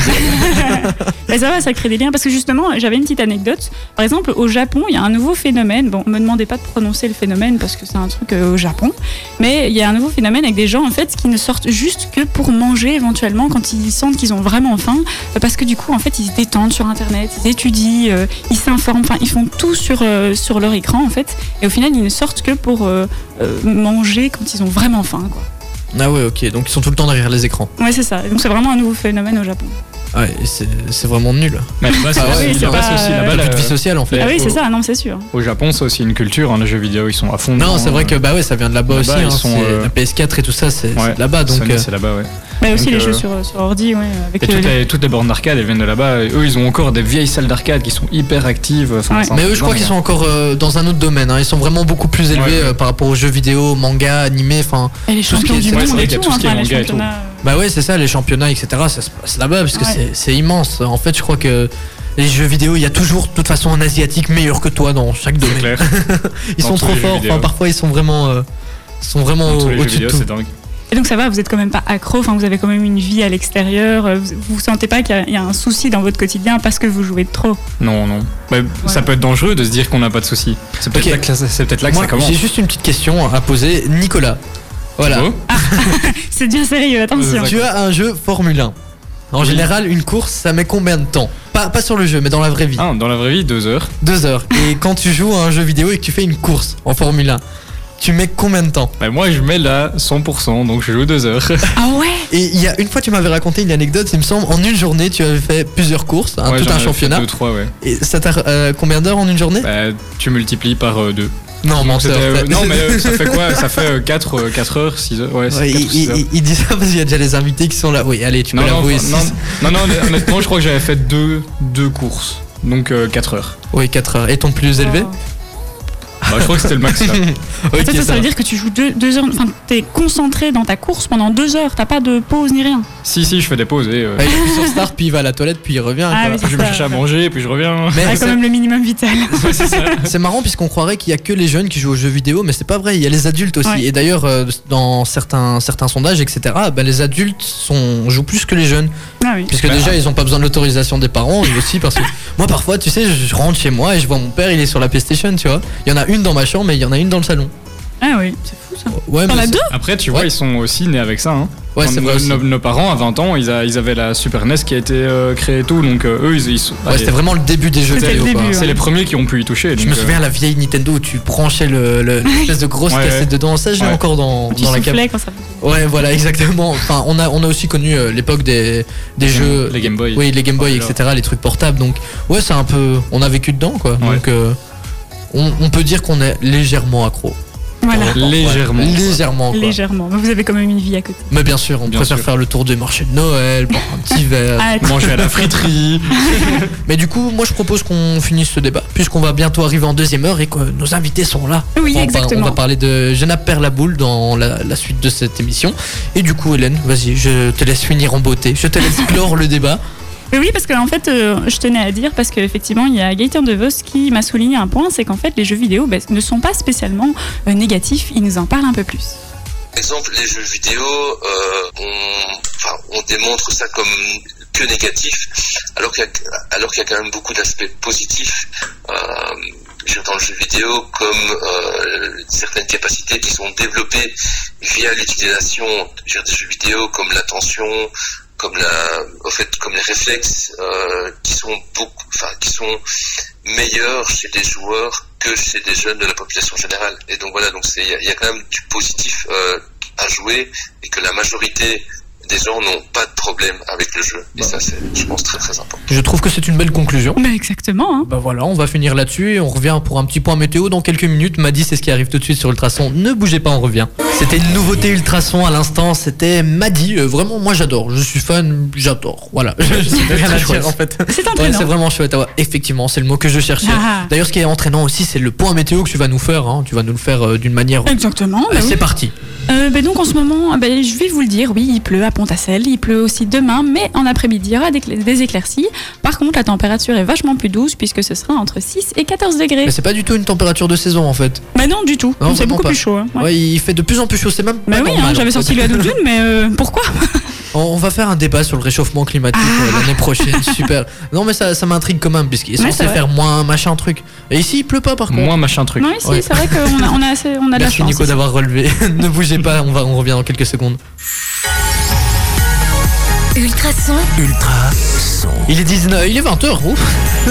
S2: Mais ça va, ça crée des liens. Parce que justement, j'avais une petite anecdote. Par exemple, au Japon, il y a un nouveau phénomène. Bon, me demandez pas de prononcer le phénomène parce que c'est un truc euh, au Japon. Mais il y a un nouveau phénomène avec des gens en fait qui ne sortent juste que pour manger éventuellement quand ils sentent qu'ils ont vraiment faim. Euh, Parce que du coup, en fait, ils se détendent sur Internet, ils étudient, euh, ils s'informent. Enfin, ils font tout sur, euh, sur leur écran en fait. Et au final, ils ne sortent que pour euh, euh, manger quand ils ont vraiment faim. Quoi.
S1: ah ouais, ok, donc ils sont tout le temps derrière les écrans. Ah
S2: Ouais, c'est ça. Donc c'est vraiment un nouveau phénomène au Japon.
S1: Ouais, et c'est c'est vraiment nul.
S3: Mais là-bas, c'est
S1: Ah
S3: aussi-
S1: oui, c'est
S3: là-bas,
S2: pas,
S3: c'est aussi-
S2: euh,
S3: là-bas,
S1: Plus de
S3: la-
S1: vie sociale en fait.
S2: Ah oui,
S3: au-
S2: c'est ça. Non, c'est sûr.
S3: Au Japon, c'est aussi une culture. hein, les jeux vidéo, ils sont à fond.
S1: Non,
S3: dedans,
S1: c'est vrai que
S3: euh,
S1: bah ouais, ça vient de là-bas aussi.
S3: Là-bas,
S1: hein,
S3: ils sont,
S1: c'est-
S3: euh,
S1: La PS4 et tout ça, c'est c'est
S3: ouais,
S1: de là-bas. Donc,
S3: Sony,
S1: euh,
S3: c'est là-bas, ouais.
S2: Mais Bah, aussi
S3: Donc,
S2: les
S3: euh,
S2: jeux sur, sur ordi, ouais, avec
S3: Et
S2: le-
S3: toutes les, toutes les bornes d'arcade, elles viennent de là-bas. Et Eux, ils ont encore des vieilles salles d'arcade qui sont hyper actives. enfin,
S2: Ouais.
S3: c'est un
S1: mais eux,
S3: truc
S1: je crois
S3: dingue,
S1: qu'ils
S3: hein.
S1: sont encore euh, dans un autre domaine. hein. Ils sont vraiment beaucoup plus élevés
S3: Ouais, ouais.
S1: euh, par rapport aux jeux vidéo, manga, animé. Enfin,
S2: Et les
S1: Tout ce
S2: champions
S1: qui est-
S2: du
S1: ouais,
S2: monde
S1: c'est vrai
S2: et
S3: qu'il y
S2: tout, hein,
S3: a tout ce qui est
S2: enfin, les
S3: manga et tout.
S2: championnats. euh,
S1: bah ouais, c'est ça, les championnats, etc. Ça se passe là-bas parce que
S2: Ouais.
S1: c'est- c'est immense. En fait, je crois que les jeux vidéo, il y a toujours, de toute façon, un asiatique meilleur que toi dans chaque
S3: C'est
S1: domaine.
S3: hein. clair.
S1: Ils
S3: Dans
S1: sont
S3: tous
S1: trop
S3: les jeux
S1: forts.
S3: vidéo.
S1: Enfin, parfois, ils sont vraiment, euh, sont vraiment
S3: Dans tous
S1: au-
S3: les jeux
S1: au-dessus de
S3: vidéo,
S1: tout.
S3: c'est dingue.
S2: Et donc ça va, vous êtes quand même pas accro, enfin vous avez quand même une vie à l'extérieur, euh, vous, vous sentez pas qu'il y a- il y, a un souci dans votre quotidien parce que vous jouez trop.
S3: Non, non. Bah, Ça peut être dangereux de se dire qu'on n'a pas de soucis. C'est peut-être
S1: Ok.
S3: là, que ça- c'est peut-être là que
S1: Moi,
S3: ça commence.
S1: j'ai juste une petite question à poser, Nicolas. Voilà.
S3: Oh.
S2: C'est bien sérieux, attention.
S3: Exact.
S1: Tu as un jeu Formule 1. En
S3: Oui.
S1: général, une course, ça met combien de temps pas, pas sur le jeu, mais dans la vraie vie.
S3: Ah, dans la vraie vie, deux heures.
S1: Deux heures. Et quand tu joues à un jeu vidéo et que tu fais une course en Formule 1, tu mets combien de temps
S3: Bah, moi, je mets là 100%, donc je joue deux heures.
S2: Ah ouais
S1: Et il y a une fois, tu m'avais raconté une anecdote, il me semble, en une journée, tu avais fait plusieurs courses, hein,
S3: Ouais,
S1: tout
S3: j'en
S1: un
S3: ai fait
S1: championnat.
S3: Deux, trois, ouais.
S1: Et ça t'a euh, combien d'heures en une journée
S3: Bah, tu multiplies par euh, deux.
S1: Non,
S3: Donc,
S1: menteur.
S3: c'était, euh,
S1: t'as-
S3: non, mais euh, ça fait quoi Ça fait 4, heures, 6 heures. Ouais, c'est
S1: Ouais,
S3: quatre
S1: il,
S3: ou six
S1: il-
S3: heures.
S1: il- il dit ça parce qu'il y a déjà les invités qui sont là. Oui, allez, tu peux
S3: Non, non,
S1: l'avouer.
S3: non,
S1: six-
S3: non, non, honnêt- honnêtement, je crois que j'avais fait deux, deux courses. Donc 4 heures.
S1: Oui, 4 heures. Et ton plus élevé
S3: Bah, je crois que c'était le max. là.
S1: Ok,
S2: Oh. En fait, ça, ça
S1: ça
S2: veut
S1: va.
S2: dire que tu joues deux, deux heures, enfin t'es concentré dans ta course pendant deux heures, t'as pas de pause ni rien.
S3: si, si, je fais des pauses. Et, euh,
S1: Ouais, il appuie sur start, puis il va à la toilette, puis il revient.
S2: Ah,
S1: quoi.
S2: mais c'est
S3: je me
S2: ça.
S3: cherche à manger, puis je reviens.
S1: Mais
S2: Ah, quand même le minimum vital.
S3: Ouais, c'est ça.
S1: C'est marrant puisqu'on croirait qu'il y a que les jeunes qui jouent aux jeux vidéo, mais c'est pas vrai. Il y a les adultes aussi.
S2: Ouais.
S1: Et d'ailleurs, euh, dans certains, certains sondages, etc., bah, les adultes sont, jouent plus que les jeunes.
S2: Ah oui.
S1: Puisque
S3: Bah,
S1: déjà, ils ont pas besoin de l'autorisation des parents, et aussi parce que moi, parfois, tu sais, je rentre chez moi et je vois mon père, il est sur la PlayStation, tu vois. Il y en a une dans ma chambre et il y en a une dans le salon.
S2: Ah oui, c'est fou ça.
S1: Ouais,
S2: T'en
S1: mais
S2: as deux
S3: Après, tu vois,
S1: Ouais.
S3: ils sont aussi nés avec ça. Hein.
S1: Ouais,
S3: Enfin,
S1: c'est vrai.
S3: nos,
S1: aussi.
S3: nos- nos parents, à 20 ans, ils, a- ils avaient la Super NES qui a été euh, créée et tout. Donc euh, eux, ils, ils sont.
S1: Ouais,
S3: allez,
S1: c'était vraiment le début des jeux
S2: C'était
S1: vidéo.
S2: le
S1: quoi.
S2: début,
S3: c'est
S2: ouais.
S3: les premiers qui ont pu y toucher.
S1: Je
S3: donc,
S1: me
S3: euh,
S1: souviens la vieille Nintendo où tu branchais le- le- l'espèce de grosse
S3: Ouais,
S1: cassette
S3: ouais.
S1: dedans. Ça, je l'ai
S3: Ouais.
S1: encore dans,
S2: Petit
S1: dans la cave.
S2: soufflet quand ça.
S1: Ouais, voilà, exactement. Enfin, on a, on a aussi connu euh, l'époque des, des
S3: les
S1: jeux.
S3: les Game Boy.
S1: Oui, les Game Boy,
S3: Oh là là.
S1: etc., les trucs portables. Donc, ouais, c'est un peu. On a vécu dedans, quoi.
S3: Ouais.
S1: Donc, euh, on, on peut dire qu'on est légèrement accro.
S2: Voilà,
S1: Ouais,
S3: Euh, Légèrement.
S1: légèrement, quoi.
S2: légèrement. Mais vous avez quand même une vie à côté.
S1: Mais bien sûr, on
S3: Bien
S1: préfère
S3: sûr.
S1: faire le tour des marchés de Noël, boire un petit verre.
S2: Ah,
S3: Manger à la friterie.
S1: Mais du coup, moi, je propose qu'on finisse ce débat, puisqu'on va bientôt arriver en deuxième heure et que nos invités sont là. On
S2: oui,
S1: va- On
S2: exactement.
S1: va parler de Jenna perd la boule dans la, la suite de cette émission. Et du coup, Hélène, vas-y, je te laisse finir en beauté. Je te laisse clore le débat.
S2: Mais Oui, parce qu'en fait, euh, je tenais à dire, parce qu'effectivement, il y a Gaëtan DeVos qui m'a souligné un point, c'est qu'en fait, les jeux vidéo ben, ne sont pas spécialement euh, négatifs, il nous en parle un peu plus.
S8: Par exemple, les jeux vidéo, euh, on, enfin, on démontre ça comme que négatif, alors qu'il y, a- alors qu'il y a quand même beaucoup d'aspects positifs euh, je veux dire, dans le jeu vidéo, comme euh, certaines capacités qui sont développées via l'utilisation je veux dire, des jeux vidéo, comme l'attention, comme la, au fait, comme les réflexes, euh, qui sont beaucoup, enfin, qui sont meilleurs chez des joueurs que chez des jeunes de la population générale. Et donc voilà, donc c'est il y a- il y, a quand même du positif euh, à jouer et que la majorité des gens n'ont pas de problème avec le jeu. Et ça, c'est, je pense, très très important.
S1: Je trouve que c'est une belle conclusion.
S2: Ben, exactement, hein.
S1: Bah voilà, on va finir là-dessus et on revient pour un petit point météo dans quelques minutes. M'a dit c'est ce qui arrive tout de suite sur Ultrason. Ne bougez pas, on revient. C'était une nouveauté Ultrason à l'instant, c'était Maddy. Euh, vraiment, moi j'adore, je suis fan, j'adore. Voilà, je sais rien à dire en fait.
S2: c'est
S1: Ouais,
S2: entraînant.
S1: c'est vraiment chouette. à voir. Effectivement, c'est le mot que je cherchais.
S2: Ah.
S1: D'ailleurs, ce qui est entraînant aussi, c'est le point météo que tu vas nous faire. hein. Tu vas nous le faire euh, d'une manière.
S2: Exactement.
S1: Euh,
S2: ben oui.
S1: c'est parti.
S2: Euh, ben donc en ce moment, ben, je vais vous le dire, oui, il pleut à Pont-à-Celle, il pleut aussi demain, mais en après-midi, il y aura des, cl- des éclaircies. Par contre, la température est vachement plus douce puisque ce sera entre 6 et 14 degrés.
S1: Mais c'est pas du tout une température de saison en fait.
S2: Mais non, du tout.
S1: Non,
S2: Donc, c'est
S1: vraiment
S2: beaucoup
S1: pas.
S2: plus chaud. hein. Ouais.
S1: Ouais, il fait de plus en plus chaud, c'est même
S2: Bah
S1: pas
S2: oui, hein,
S1: normal, en
S2: j'avais
S1: fait.
S2: sorti le Hadou Dune, mais euh, pourquoi
S1: On- On va faire un débat sur le réchauffement climatique
S2: Ah.
S1: euh, l'année prochaine, super. Non mais ça, ça m'intrigue quand même, puisqu'il est
S2: Ouais,
S1: censé
S2: c'est vrai.
S1: faire moins machin truc. Et ici il pleut pas par contre.
S3: Moins euh, machin truc.
S2: Non, ici,
S1: Ouais.
S2: c'est vrai qu'on a, on a, assez, on a de la
S1: Merci
S2: chance.
S1: Nico d'avoir relevé. ne bougez pas, on, va, on revient dans quelques secondes.
S4: Ultrason,
S5: Ultra son.
S1: Il est 19, il est 20h, ouf.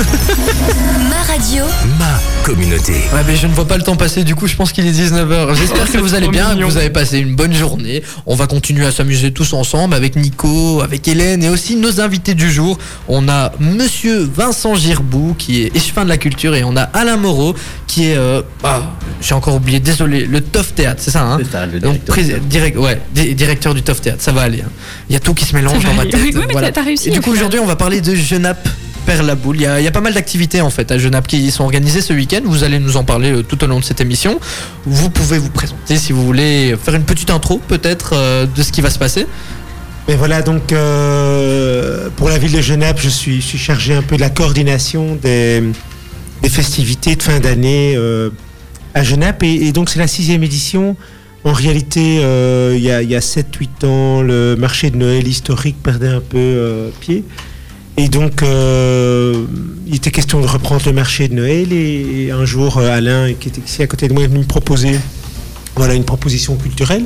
S4: ma radio,
S5: Ma communauté.
S1: Ouais mais je ne vois pas le temps passer, du coup je pense qu'il est 19h. J'espère que vous allez
S3: trop
S1: bien, que
S3: mignon.
S1: vous avez passé une bonne journée. On va continuer à s'amuser tous ensemble avec Nico, avec Hélène et aussi nos invités du jour. On a monsieur Vincent Girbou qui est échevin de la culture et on a Alain Moreau qui est... euh, ah, j'ai encore oublié, désolé, le Toff Théâtre, c'est ça hein
S10: C'est ça, le
S1: Donc,
S10: directeur.
S1: prés- direct, ouais, di- directeur du Toff Théâtre, ça va aller. hein. Il y a tout qui se mélange dans
S2: Ça va
S1: ma
S2: aller.
S1: tête.
S2: Oui, mais t'as-
S1: voilà.
S2: t'as réussi,
S1: Et du
S2: au
S1: coup,
S2: final.
S1: aujourd'hui, on va parler de Genappe. Perd la boule. Il y, a, il y a pas mal d'activités en fait à Genappe qui sont organisées ce week-end. Vous allez nous en parler euh, tout au long de cette émission. Vous pouvez vous présenter si vous voulez, euh, faire une petite intro peut-être euh, de ce qui va se passer.
S11: Mais voilà, donc euh, pour la ville de Genève, je suis, je suis chargé un peu de la coordination des, des festivités de fin d'année euh, à Genève. Et, et donc c'est la sixième édition En réalité, euh, il y a, il y a 7-8 ans, le marché de Noël historique perdait un peu euh, pied. Et donc, euh, il était question de reprendre le marché de Noël. Et, et un jour, euh, Alain, qui était ici à côté de moi, est venu me proposer voilà, une proposition culturelle.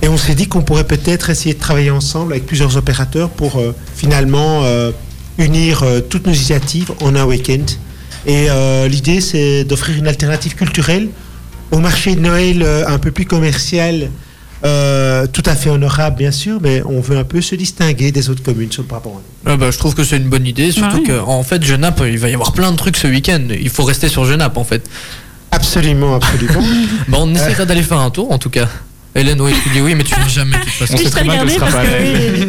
S11: Et on s'est dit qu'on pourrait peut-être essayer de travailler ensemble avec plusieurs opérateurs pour euh, finalement euh, unir euh, toutes nos initiatives en un week-end. Et euh, l'idée, c'est d'offrir une alternative culturelle au marché de Noël euh, un peu plus commercial, euh, tout à fait honorable bien sûr, mais on veut un peu se distinguer des autres communes sur le Brabant.
S1: Ah bah, je trouve que c'est une bonne idée, surtout
S2: Ouais.
S1: que en fait, Genappe, il va y avoir plein de trucs ce week-end. Il faut rester sur Genappe en fait.
S11: Absolument, absolument.
S1: Bah, on essaiera d'aller faire un tour en tout cas. Hélène, oui, tu dis oui, mais tu viens jamais de toute façon.
S3: On sait très bien qu'elle sera pas à l'aise.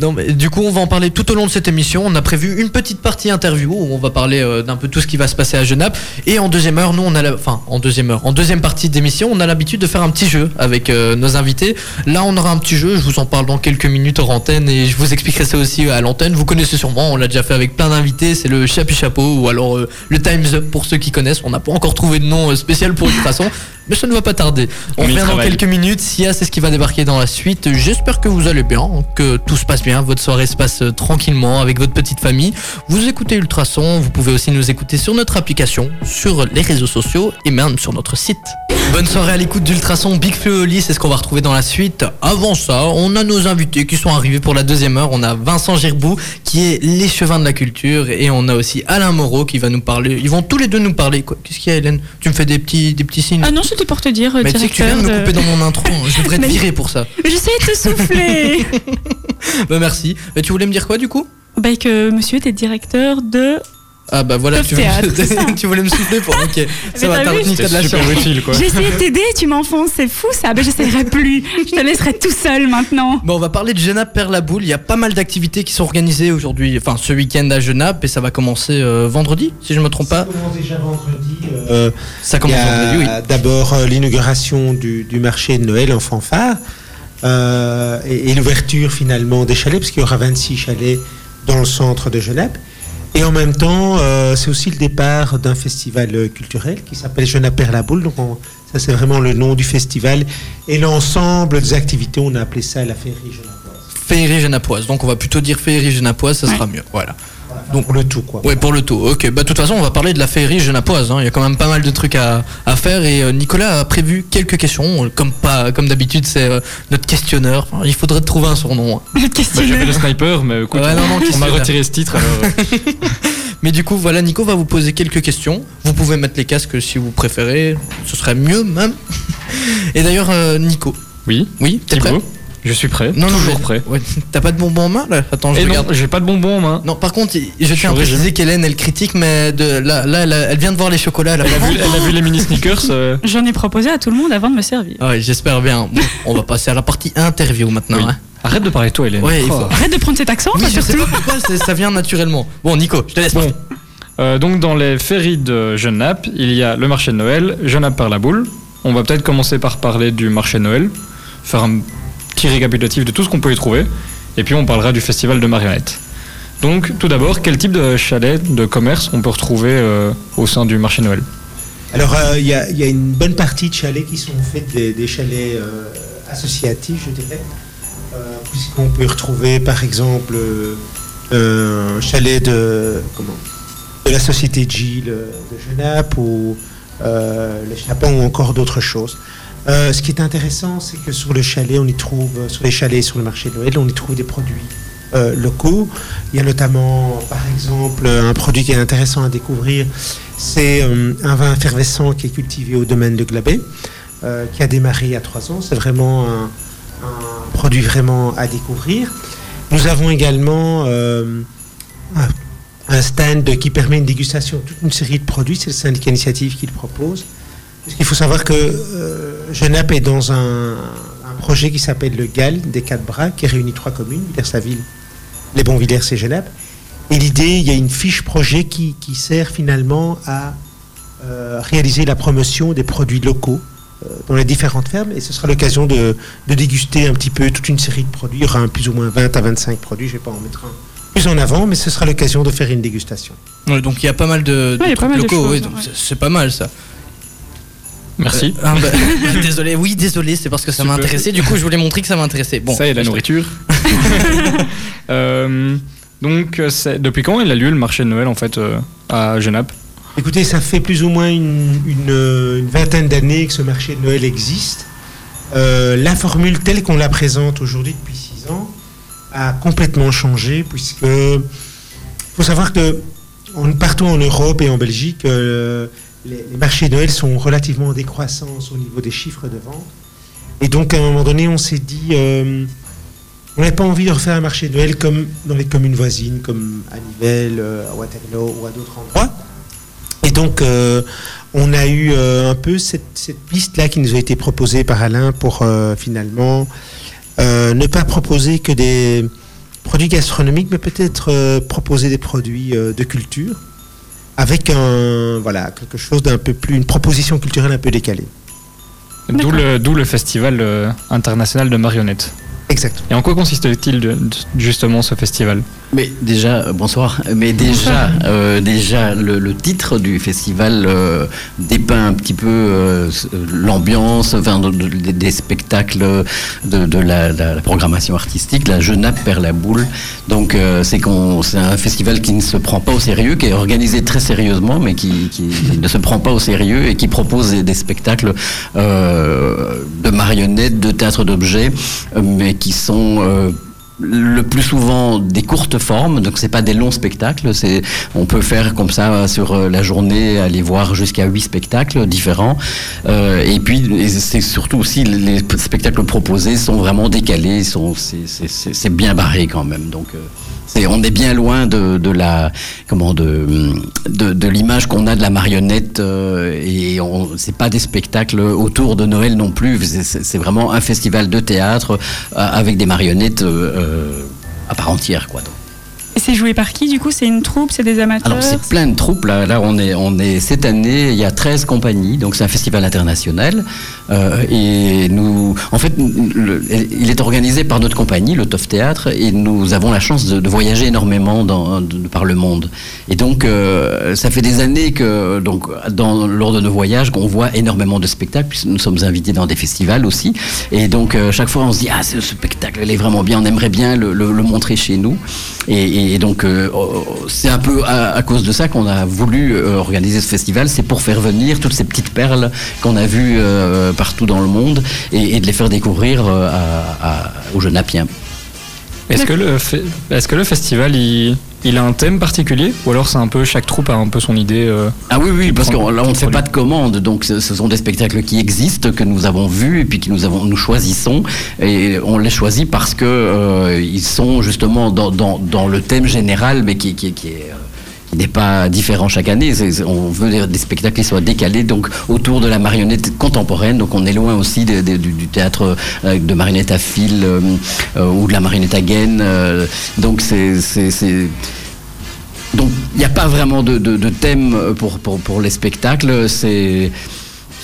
S1: Non, mais du coup, on va en parler tout au long de cette émission. On a prévu une petite partie interview où on va parler euh, d'un peu tout ce qui va se passer à Genappe. Et en deuxième heure, nous, on a la... enfin, en deuxième heure, en deuxième partie d'émission, on a l'habitude de faire un petit jeu avec euh, nos invités. Là, on aura un petit jeu. Je vous en parle dans quelques minutes hors antenne et je vous expliquerai ça aussi à l'antenne. Vous connaissez sûrement, on l'a déjà fait avec plein d'invités. C'est le chapi chapeau ou alors euh, le Times Up pour ceux qui connaissent. On n'a pas encore trouvé de nom euh, spécial pour une façon, mais ça ne va pas tarder. On
S3: On y
S1: revient dans
S3: travaille.
S1: quelques minutes. Sia, c'est ce qui va débarquer dans la suite. J'espère que vous allez bien, que tout se passe bien, votre soirée se passe euh, tranquillement avec votre petite famille. Vous écoutez Ultrason, vous pouvez aussi nous écouter sur notre application, sur les réseaux sociaux et même sur notre site. Bonne soirée à l'écoute d'Ultrason, Big Flo et Oli, c'est ce qu'on va retrouver dans la suite. Avant ça, on a nos invités qui sont arrivés pour la deuxième heure. On a Vincent Girbou qui est l'échevin de la culture et on a aussi Alain Moreau qui va nous parler. Ils vont tous les deux nous parler. quoi. Qu'est-ce qu'il y a Hélène Tu me fais des petits, des petits signes
S2: Ah non, c'était pour te dire, euh,
S1: mais tu sais que tu viens
S2: directeur.
S1: de me couper
S2: de-
S1: dans mon intro, hein. je devrais te
S2: Mais-
S1: virer pour ça.
S2: J'essayais de te souffler
S1: Bah merci. Bah, tu voulais me dire quoi du coup
S2: Bah que monsieur était directeur de...
S1: Ah bah voilà,
S2: Le
S1: tu voulais,
S2: théâtre, c'est ça.
S1: tu voulais me souffler pour. Ok, ça
S2: Mais
S1: va,
S2: t'as
S1: t'as
S2: vu,
S1: retenu, t'as de la
S3: C'était super
S1: chance.
S3: utile, quoi.
S2: J'ai essayé de t'aider, tu m'enfonces, c'est fou ça Bah j'essaierai plus, je te laisserai tout seul maintenant
S1: Bon, on va parler de Genappe Père la Boule. Il y a pas mal d'activités qui sont organisées aujourd'hui, enfin ce week-end à Genappe, et ça va commencer euh, vendredi, si je me trompe pas.
S11: déjà vendredi. euh,
S1: Ça
S11: Il y
S1: commence vendredi, oui.
S11: a d'abord euh, l'inauguration du, du marché de Noël en fanfare euh, et, et l'ouverture finalement des chalets, parce qu'il y aura 26 chalets dans le centre de Genappe. Et en même temps, euh, c'est aussi le départ d'un festival euh, culturel qui s'appelle Genappe Perd la Boule. Donc on- ça, c'est vraiment le nom du festival. Et l'ensemble des activités, on a appelé ça la féerie genappoise.
S1: Féerie Genapoise. Donc on va plutôt dire Féerie Genapoise, ça sera mieux. Voilà.
S11: Donc le tout, quoi.
S1: Ouais, pour le tout. Ok, bah de toute façon, on va parler de la féerie genapoise. hein. Il y a quand même pas mal de trucs à, à faire et euh, Nicolas a prévu quelques questions. Comme pas, comme d'habitude, c'est euh, notre questionneur. Enfin, il faudrait trouver un surnom. hein.
S2: Le
S3: Bah, J'avais
S2: questionnaire
S3: le sniper, mais écoute,
S1: Ouais, non, non,
S3: on m'a
S1: questionnaire.
S3: retiré ce titre. Alors, euh,
S1: Mais du coup, voilà, Nico va vous poser quelques questions. Vous pouvez mettre les casques si vous préférez. Ce serait mieux même. Et d'ailleurs, euh, Nico.
S3: oui,
S1: Oui, t'es prêt
S3: Thibaut, je suis prêt.
S1: Non, non,
S3: toujours
S1: mais-
S3: prêt.
S1: Ouais, T'as pas de bonbon en main là Attends, je
S3: Et non,
S1: regarde.
S3: j'ai pas de bonbons en main.
S1: Non, par contre, je tiens à
S3: suis
S1: préciser qu'Hélène, elle critique, mais de, là, là, elle, a- elle vient de voir les chocolats. Elle a
S3: Elle a vu, elle a vu les mini sneakers. euh,
S2: J'en ai proposé à tout le monde avant de me servir.
S1: Ah Ouais, j'espère bien. Bon, on va passer à la partie interview maintenant.
S3: Oui.
S1: hein.
S3: Arrête de parler de toi, Hélène. Oh.
S1: Ouais, il faut-
S2: Arrête de prendre cet accent,
S1: Oui,
S2: toi,
S1: je sais
S2: surtout
S1: pas pourquoi, c'est- ça vient naturellement. Bon, Nico, je te laisse.
S3: Bon. Euh, donc dans les ferries de Genappe, il y a le marché de Noël, Genappe par la boule. On va peut-être commencer par parler du marché de Noël, faire un petit récapitulatif de tout ce qu'on peut y trouver, et puis on parlera du festival de marionnettes. Donc tout d'abord, quel type de chalet, de commerce on peut retrouver euh, au sein du marché de Noël
S11: Alors, euh, il y, a- il y a une bonne partie de chalets qui sont faits des, des chalets euh, associatifs, je dirais. Euh, puisqu'on peut y retrouver, par exemple, euh, euh, un chalet de, comment, de la société Gilles euh, de Genappe ou euh, les Chenapans ou encore d'autres choses. Euh, ce qui est intéressant, c'est que sur le chalet, on y trouve, euh, sur les chalets et sur le marché de Noël, on y trouve des produits euh, locaux. Il y a notamment, par exemple, un produit qui est intéressant à découvrir, c'est euh, un vin effervescent qui est cultivé au domaine de Glabé, euh, qui a démarré il y a trois ans. C'est vraiment un, un produit vraiment à découvrir. Nous avons également euh, un- un stand qui permet une dégustation de toute une série de produits. C'est le syndicat initiative qui le propose. Parce qu'il faut savoir que euh, Genappe est dans un, un projet qui s'appelle le GAL des quatre bras, qui réunit trois communes, Villers-la-Ville, Les Bons-Villers et Genappe. Et l'idée, il y a une fiche projet qui, qui sert finalement à euh, réaliser la promotion des produits locaux euh, dans les différentes fermes. Et ce sera l'occasion de, de déguster un petit peu toute une série de produits. Il y aura un plus ou moins 20 à 25 produits, je ne vais pas en mettre un plus en avant, mais ce sera l'occasion de faire une dégustation.
S1: donc il y a pas mal de, de
S2: Ouais, il y a pas
S1: trucs
S2: mal de
S1: locaux,
S2: choses,
S1: ouais, donc
S2: ouais.
S1: c'est- c'est pas mal ça.
S3: Merci.
S1: Ah, bah, désolé, oui, désolé, c'est parce que ça
S3: Tu
S1: m'a
S3: peux.
S1: intéressé. Du coup, je voulais montrer que ça m'intéressait. Bon,
S3: Ça et la nourriture. Euh, donc, euh, c'est- depuis quand il a lieu le marché de Noël en fait euh, à Genappe
S11: Écoutez, ça fait plus ou moins une, une, euh, une vingtaine d'années que ce marché de Noël existe. Euh, la formule telle qu'on la présente aujourd'hui depuis six ans a complètement changé puisque faut savoir que en- partout en Europe et en Belgique, euh, les, les marchés de Noël sont relativement en décroissance au niveau des chiffres de vente. Et donc à un moment donné, on s'est dit, euh, on n'avait pas envie de refaire un marché de Noël comme dans les communes voisines, comme à Nivelles, euh, à Waterloo ou à d'autres endroits. Et donc, euh, on a eu euh, un peu cette, cette piste-là qui nous a été proposée par Alain pour euh, finalement euh, ne pas proposer que des produits gastronomiques, mais peut-être euh, proposer des produits euh, de culture avec un, voilà, quelque chose d'un peu plus, une proposition culturelle un peu décalée.
S3: D'où le, d'où le festival euh, international de marionnettes.
S11: Exact.
S3: Et en quoi consiste-t-il de- de- justement ce festival
S10: Mais déjà, euh, bonsoir. Mais déjà, euh, déjà le, le titre du festival euh, dépeint un petit peu euh, s- euh, l'ambiance, enfin, de- de- des- des spectacles, de, de la, la- la programmation artistique. La Genappe perd la boule. Donc, euh, c'est qu'on, c'est un festival qui ne se prend pas au sérieux, qui est organisé très sérieusement, mais qui, qui ne se prend pas au sérieux et qui propose des, des spectacles euh, de marionnettes, de théâtre d'objets, euh, mais qui sont euh, le plus souvent des courtes formes, donc c'est pas des longs spectacles. C'est on peut faire comme ça euh, sur euh, la journée, aller voir jusqu'à huit spectacles différents. Euh, et puis et c'est surtout aussi les p- spectacles proposés sont vraiment décalés, ils sont c'est- c'est- c'est c'est bien barré quand même. Donc euh, c'est on est bien loin de, de la comment de de, de l'image qu'on a de la marionnette euh, et on c'est pas des spectacles autour de Noël non plus. C'est- C'est c'est vraiment un festival de théâtre euh, avec des marionnettes euh, euh, à part entière quoi. Donc,
S2: Et c'est joué par qui du coup C'est une troupe, c'est des amateurs
S10: alors c'est plein de troupes là. Là on est on est cette année il y a 13 compagnies donc c'est un festival international Euh, et nous en fait le- il est organisé par notre compagnie le Toff Théâtre et nous avons la chance de, de voyager énormément dans, de- par le monde et donc euh, ça fait des années que donc dans, lors de nos voyages on voit énormément de spectacles puisque nous sommes invités dans des festivals aussi et donc euh, chaque fois on se dit ah ce spectacle il est vraiment bien on aimerait bien le, le- le montrer chez nous et, et donc euh, oh, oh, c'est un peu à, à cause de ça qu'on a voulu euh, organiser ce festival c'est pour faire venir toutes ces petites perles qu'on a vues euh, partout dans le monde et, et de les faire découvrir euh, à- à- aux jeunes apiens
S3: Est-ce que, le fe- est-ce que le festival il, il a un thème particulier Ou alors c'est un peu chaque troupe a un peu son idée euh,
S10: Ah oui, oui,
S3: qui
S10: parce que
S3: prend-
S10: là, on ne
S3: qui
S10: fait
S3: prend
S10: pas de commande. Donc, ce ce sont des spectacles qui existent, que nous avons vus et puis que nous, avons, nous choisissons. Et on les choisit parce que euh, ils sont justement dans, dans, dans le thème général, mais qui, qui, qui est, euh, qui n'est pas différent chaque année. C'est- c'est- on veut des, des spectacles qui soient décalés, donc autour de la marionnette contemporaine. Donc on est loin aussi des- des- du, du théâtre euh, de marionnette à fil euh, euh, ou de la marionnette à gaine. euh, donc c'est- c'est- c'est donc il n'y a pas vraiment de, de- de thème euh, pour, pour, pour les spectacles, c'est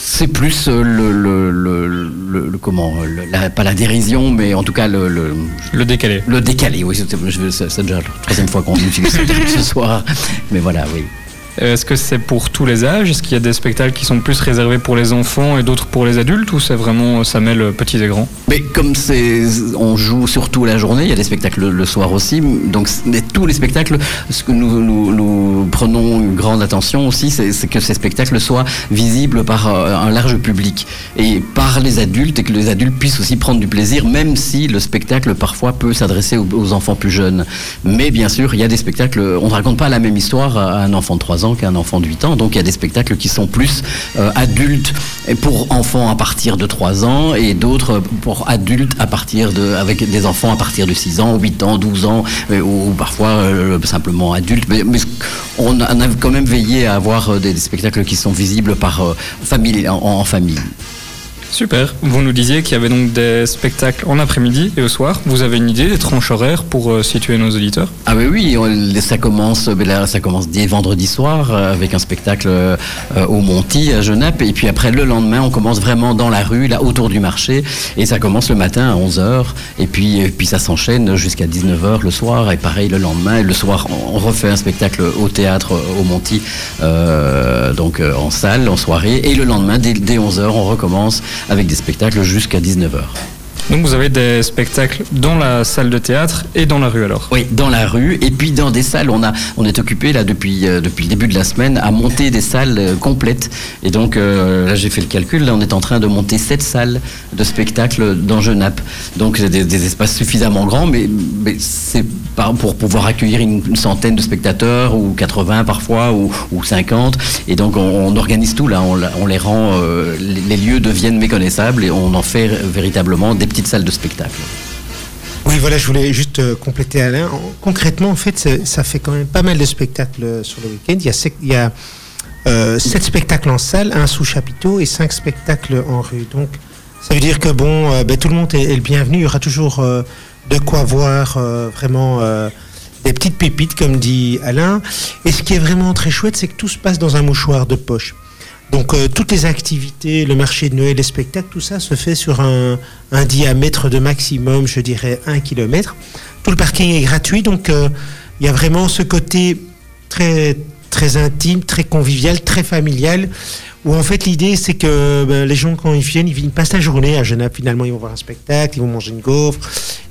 S10: c'est plus euh, le, le, le, le- le- comment le- la- pas la dérision mais en tout cas le le,
S3: décalé
S10: le décalé oui c'est je- c'est c'est déjà la troisième fois qu'on utilise ce terme ce soir mais voilà oui
S3: Est-ce que c'est pour tous les âges Est-ce qu'il y a des spectacles qui sont plus réservés pour les enfants et d'autres pour les adultes Ou c'est vraiment, euh, ça mêle petits et grands
S10: Mais comme c'est, on joue surtout la journée, il y a des spectacles le soir aussi. Donc, c- mais tous les spectacles, ce que nous, nous, nous prenons une grande attention aussi, c'est c'est que ces spectacles soient visibles par euh, un large public et par les adultes, et que les adultes puissent aussi prendre du plaisir, même si le spectacle parfois peut s'adresser aux, aux enfants plus jeunes. Mais bien sûr, il y a des spectacles. On ne raconte pas la même histoire à un enfant de 3 ans qu'à un enfant de 8 ans. Donc, il y a des spectacles qui sont plus euh, adultes et pour enfants à partir de 3 ans et d'autres pour adultes à partir de, avec des enfants à partir de 6 ans, 8 ans, 12 ans, euh, ou, ou parfois euh, simplement adultes. Mais, mais on a on a quand même veillé à avoir euh, des, des spectacles qui sont visibles par euh, famille, en, en famille.
S3: Super. Vous nous disiez qu'il y avait donc des spectacles en après-midi et au soir. Vous avez une idée des tranches horaires pour euh, situer nos auditeurs
S10: Ah ben oui, on- ça commence, ben là, ça commence dès vendredi soir euh, avec un spectacle euh, euh, au Monty à Genappe et puis après le lendemain on commence vraiment dans la rue, là autour du marché et ça commence le matin à 11h et puis, et puis ça s'enchaîne jusqu'à 19h le soir et pareil le lendemain et le soir on on refait un spectacle au théâtre euh, au Monty euh, donc euh, en salle, en soirée et le lendemain dès, 11h on recommence avec des spectacles jusqu'à 19h.
S3: Donc vous avez des spectacles dans la salle de théâtre et dans la rue alors
S10: Oui, dans la rue et puis dans des salles. On, a, on est occupé là depuis, euh, depuis le début de la semaine à monter des salles euh, complètes. Et donc euh, là j'ai fait le calcul, là on est en train de monter sept salles de spectacle dans Genappe. Donc c'est des, des espaces suffisamment grands, mais, mais c'est pas pour pouvoir accueillir une, une centaine de spectateurs ou 80 parfois ou, ou 50. Et donc on, on organise tout là, on, la- on les rend, euh, les, les lieux deviennent méconnaissables et on en fait euh, véritablement des petites salles de spectacle.
S11: Oui, voilà, je voulais juste euh, compléter Alain. En- Concrètement, en fait, c'est- ça fait quand même pas mal de spectacles euh, sur le week-end. Il y a, sec- il y a, euh, sept spectacles en salle, un sous chapiteau et cinq spectacles en rue. Donc, ça veut dire que bon, euh, ben, tout le monde est, est le bienvenu. Il y aura toujours euh, de quoi voir euh, vraiment euh, des petites pépites, comme dit Alain. Et ce qui est vraiment très chouette, c'est que tout se passe dans un mouchoir de poche. Donc euh, toutes les activités, le marché de Noël, les spectacles, tout ça se fait sur un, un diamètre de maximum, je dirais, 1 km. Tout le parking est gratuit, donc euh, il y a vraiment ce côté très, très intime, très convivial, très familial, où en fait l'idée c'est que ben, les gens quand ils viennent, ils, ils passent la journée à Genève, finalement ils vont voir un spectacle, ils vont manger une gaufre,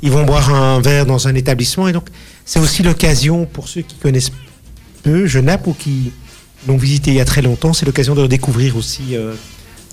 S11: ils vont boire un verre dans un établissement, et donc c'est aussi l'occasion pour ceux qui connaissent peu Genappe ou qui l'ont visité il y a très longtemps, c'est l'occasion de découvrir aussi euh,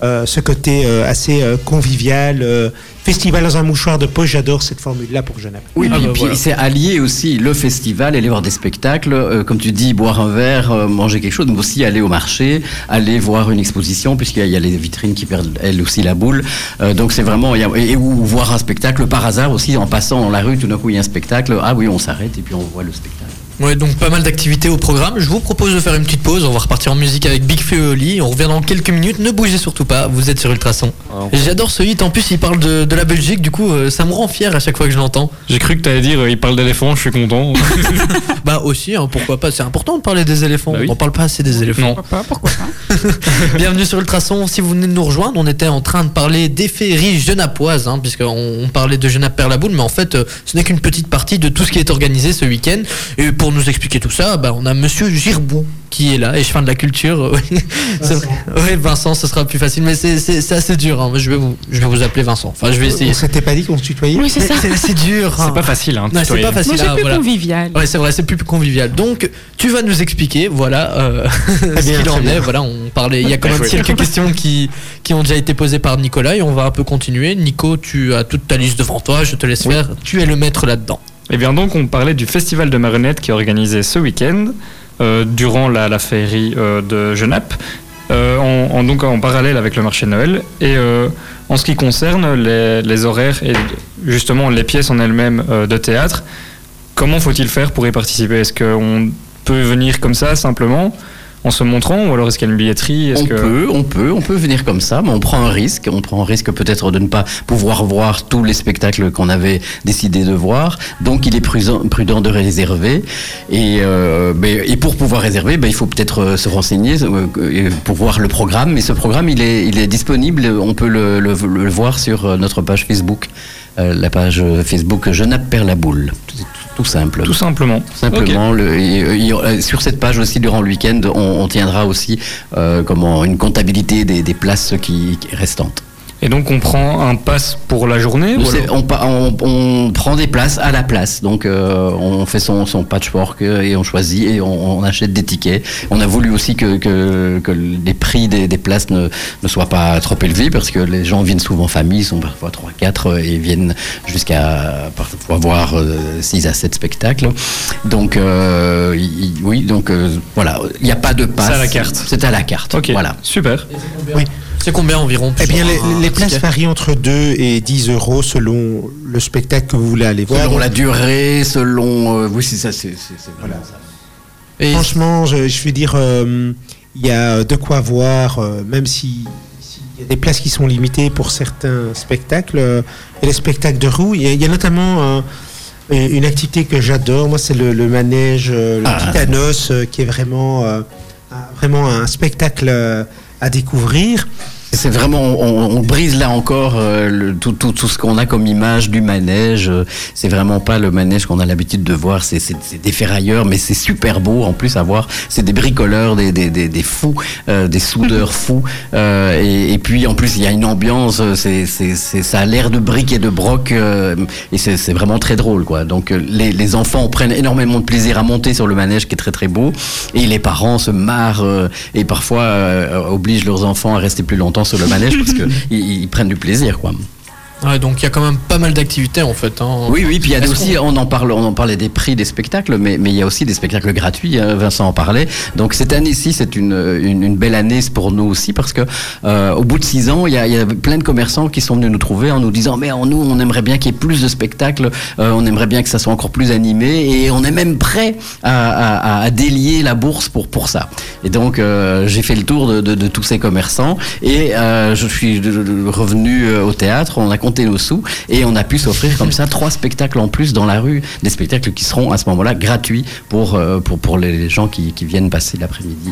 S11: euh, ce côté euh, assez euh, convivial, euh, festival dans un mouchoir de poche. J'adore cette formule-là pour Genappe.
S10: Oui, et puis c'est allié aussi le festival, aller voir des spectacles, euh, comme tu dis, boire un verre, euh, manger quelque chose, mais aussi aller au marché, aller voir une exposition, puisqu'il y a- il y, a les vitrines qui perdent elles aussi la boule. Euh, donc c'est vraiment, il y a- et, et- ou voir un spectacle par hasard aussi, en passant dans la rue, tout d'un coup il y a un spectacle, ah oui, on s'arrête et puis on voit le spectacle.
S1: Ouais, donc pas mal d'activités au programme. Je vous propose de faire une petite pause. On va repartir en musique avec Big Feoli. On revient dans quelques minutes. Ne bougez surtout pas. Vous êtes sur Ultrason.
S3: Ah,
S1: Et J'adore ce hit. En plus, il parle de, de la Belgique. Du coup, euh, ça me rend fier à chaque fois que je l'entends.
S3: J'ai cru que t'allais dire euh, il parle d'éléphant, je suis content.
S1: bah aussi, hein, pourquoi pas. C'est important de parler des éléphants.
S3: Bah oui.
S1: On parle pas assez des éléphants.
S2: Pourquoi pas, pourquoi pas
S1: Bienvenue sur Ultrason. Si vous venez de nous rejoindre, on était en train de parler des féeries genapoises, hein, puisqu'on on parlait de Genappe Père la Boule, mais en fait, euh, ce n'est qu'une petite partie de tout ce qui est organisé ce week-end. Et pour nous expliquer tout ça, bah, on a Monsieur Girbon qui est là, échevin de la culture. Oui, c'est vrai. Ouais, Vincent, ce sera plus facile, mais c'est c'est- c'est assez dur. hein. Je, vais vous, je vais vous appeler Vincent. Enfin, je vais essayer.
S11: On s'était pas dit qu'on se tutoyait
S2: Euh, Oui, c'est
S1: Mais
S2: ça.
S1: C'est dur. hein.
S3: C'est pas facile, hein.
S1: Non, c'est
S3: tutoyer.
S1: pas facile.
S2: Moi, c'est
S1: ah,
S2: plus
S1: voilà.
S2: convivial.
S1: Ouais, c'est vrai, c'est plus convivial. Donc, tu vas nous expliquer, voilà, euh, ce
S11: bien,
S1: qu'il
S11: très
S1: en
S11: bien.
S1: est. Voilà, on parlait. Il y a quand
S3: Bah,
S1: même
S3: chouette.
S1: quelques questions qui, qui ont déjà été posées par Nicolas et on va un peu continuer. Nico, tu as toute ta liste devant toi, je te laisse faire. Tu es le maître là-dedans.
S3: Et Eh bien donc on parlait du festival de marionnettes qui est organisé ce week-end euh, durant la, la féerie euh, de Genappe, euh, en, en- donc en parallèle avec le marché de Noël. Et euh, en ce qui concerne les, les horaires et justement les pièces en elles-mêmes euh, de théâtre, comment faut-il faire pour y participer Est-ce qu'on peut venir comme ça simplement en se montrant ou alors est-ce qu'il y a une billetterie Est-ce
S10: On
S3: que-
S10: peut, on peut, on peut venir comme ça, mais on prend un risque. On prend un risque peut-être de ne pas pouvoir voir tous les spectacles qu'on avait décidé de voir. Donc il est prudent, prudent de réserver. Et, euh, ben, et pour pouvoir réserver, ben, il faut peut-être euh, se renseigner euh, euh, pour voir le programme. Mais ce programme, il est, il est disponible. On peut le, le- le voir sur euh, notre page Facebook, euh, la page euh, Facebook Genappe perd la boule. Tout, tout simple.
S3: Tout simplement.
S10: Simplement, le- et, euh, il y aura- sur cette page aussi, durant le week-end, on, on tiendra aussi euh, comment, une comptabilité des, des places qui, qui- restantes.
S3: Et donc on prend un pass pour la journée ou
S10: Nous, c'est-
S3: alors-
S10: on, pa- on- on prend des places à la place, donc euh, on fait son, son patchwork euh, et on choisit et on, on achète des tickets. On a voulu aussi que, que- que les prix des, des places ne, ne soient pas trop élevés parce que les gens viennent souvent en famille, ils sont parfois 3-4 et viennent jusqu'à parfois voir 6 à 7 spectacles. Donc euh, il- oui, donc euh, voilà, il n'y a pas de passe.
S3: C'est à la carte.
S10: C'est à la carte.
S3: Ok,
S10: Voilà.
S3: super.
S1: C'est combien environ
S11: Eh bien, les,
S1: plus ou moins,
S11: les
S1: un
S11: places
S1: ticket
S11: varient entre 2 et 10 euros selon le spectacle que vous voulez aller voir.
S10: Selon
S11: Donc,
S10: la durée, selon euh, oui, c'est ça, c'est c'est- c'est vraiment ça.
S1: Et-
S11: Franchement, je, je veux dire, euh, il y a de quoi voir, euh, même si, si- il y a des places qui sont limitées pour certains spectacles. euh, Et les spectacles de roue, il y a, il y a notamment euh, une activité que j'adore, moi c'est le, le manège, euh, le
S10: Ah.
S11: Titanos, euh, qui est vraiment, euh, un- vraiment un spectacle euh, à découvrir.
S10: C'est vraiment, on, on brise là encore euh, le- tout, tout, tout ce qu'on a comme image du manège. euh, C'est vraiment pas le manège qu'on a l'habitude de voir. C'est c'est- c'est des ferrailleurs, mais c'est super beau en plus à voir. C'est des bricoleurs, des, des, des, des fous, euh, des soudeurs fous. euh, et, et puis en plus, il y a une ambiance. euh, c'est c'est- c'est- ça a l'air de briques et de broc. euh, et c'est c'est vraiment très drôle, quoi. Donc euh, les, les enfants prennent énormément de plaisir à monter sur le manège qui est très très beau. Et les parents se marrent euh, et parfois euh, obligent leurs enfants à rester plus longtemps sur le manège parce qu'ils ils ils prennent du plaisir, quoi.
S1: Ouais, donc il y a quand même pas mal d'activités en fait. hein.
S10: Oui, oui, puis il y a
S1: Est-ce
S10: aussi,
S1: qu'on-
S10: on en, parle, on en parlait des prix des spectacles, mais, mais il y a aussi des spectacles gratuits, hein, Vincent en parlait. Donc cette année-ci, c'est une, une, une belle année pour nous aussi, parce que euh, au bout de six ans, il y, a, il y a plein de commerçants qui sont venus nous trouver en nous disant, mais en nous, on aimerait bien qu'il y ait plus de spectacles, euh, on aimerait bien que ça soit encore plus animé, et on est même prêt à, à- à- à délier la bourse pour, pour ça. Et donc euh, j'ai fait le tour de, de- de tous ces commerçants, et euh, je suis de- de- de- revenu euh, au théâtre, on a compté nos sous, et on a pu s'offrir comme ça trois spectacles en plus dans la rue, des spectacles qui seront à ce moment-là gratuits pour, euh, pour, pour les gens qui, qui viennent passer l'après-midi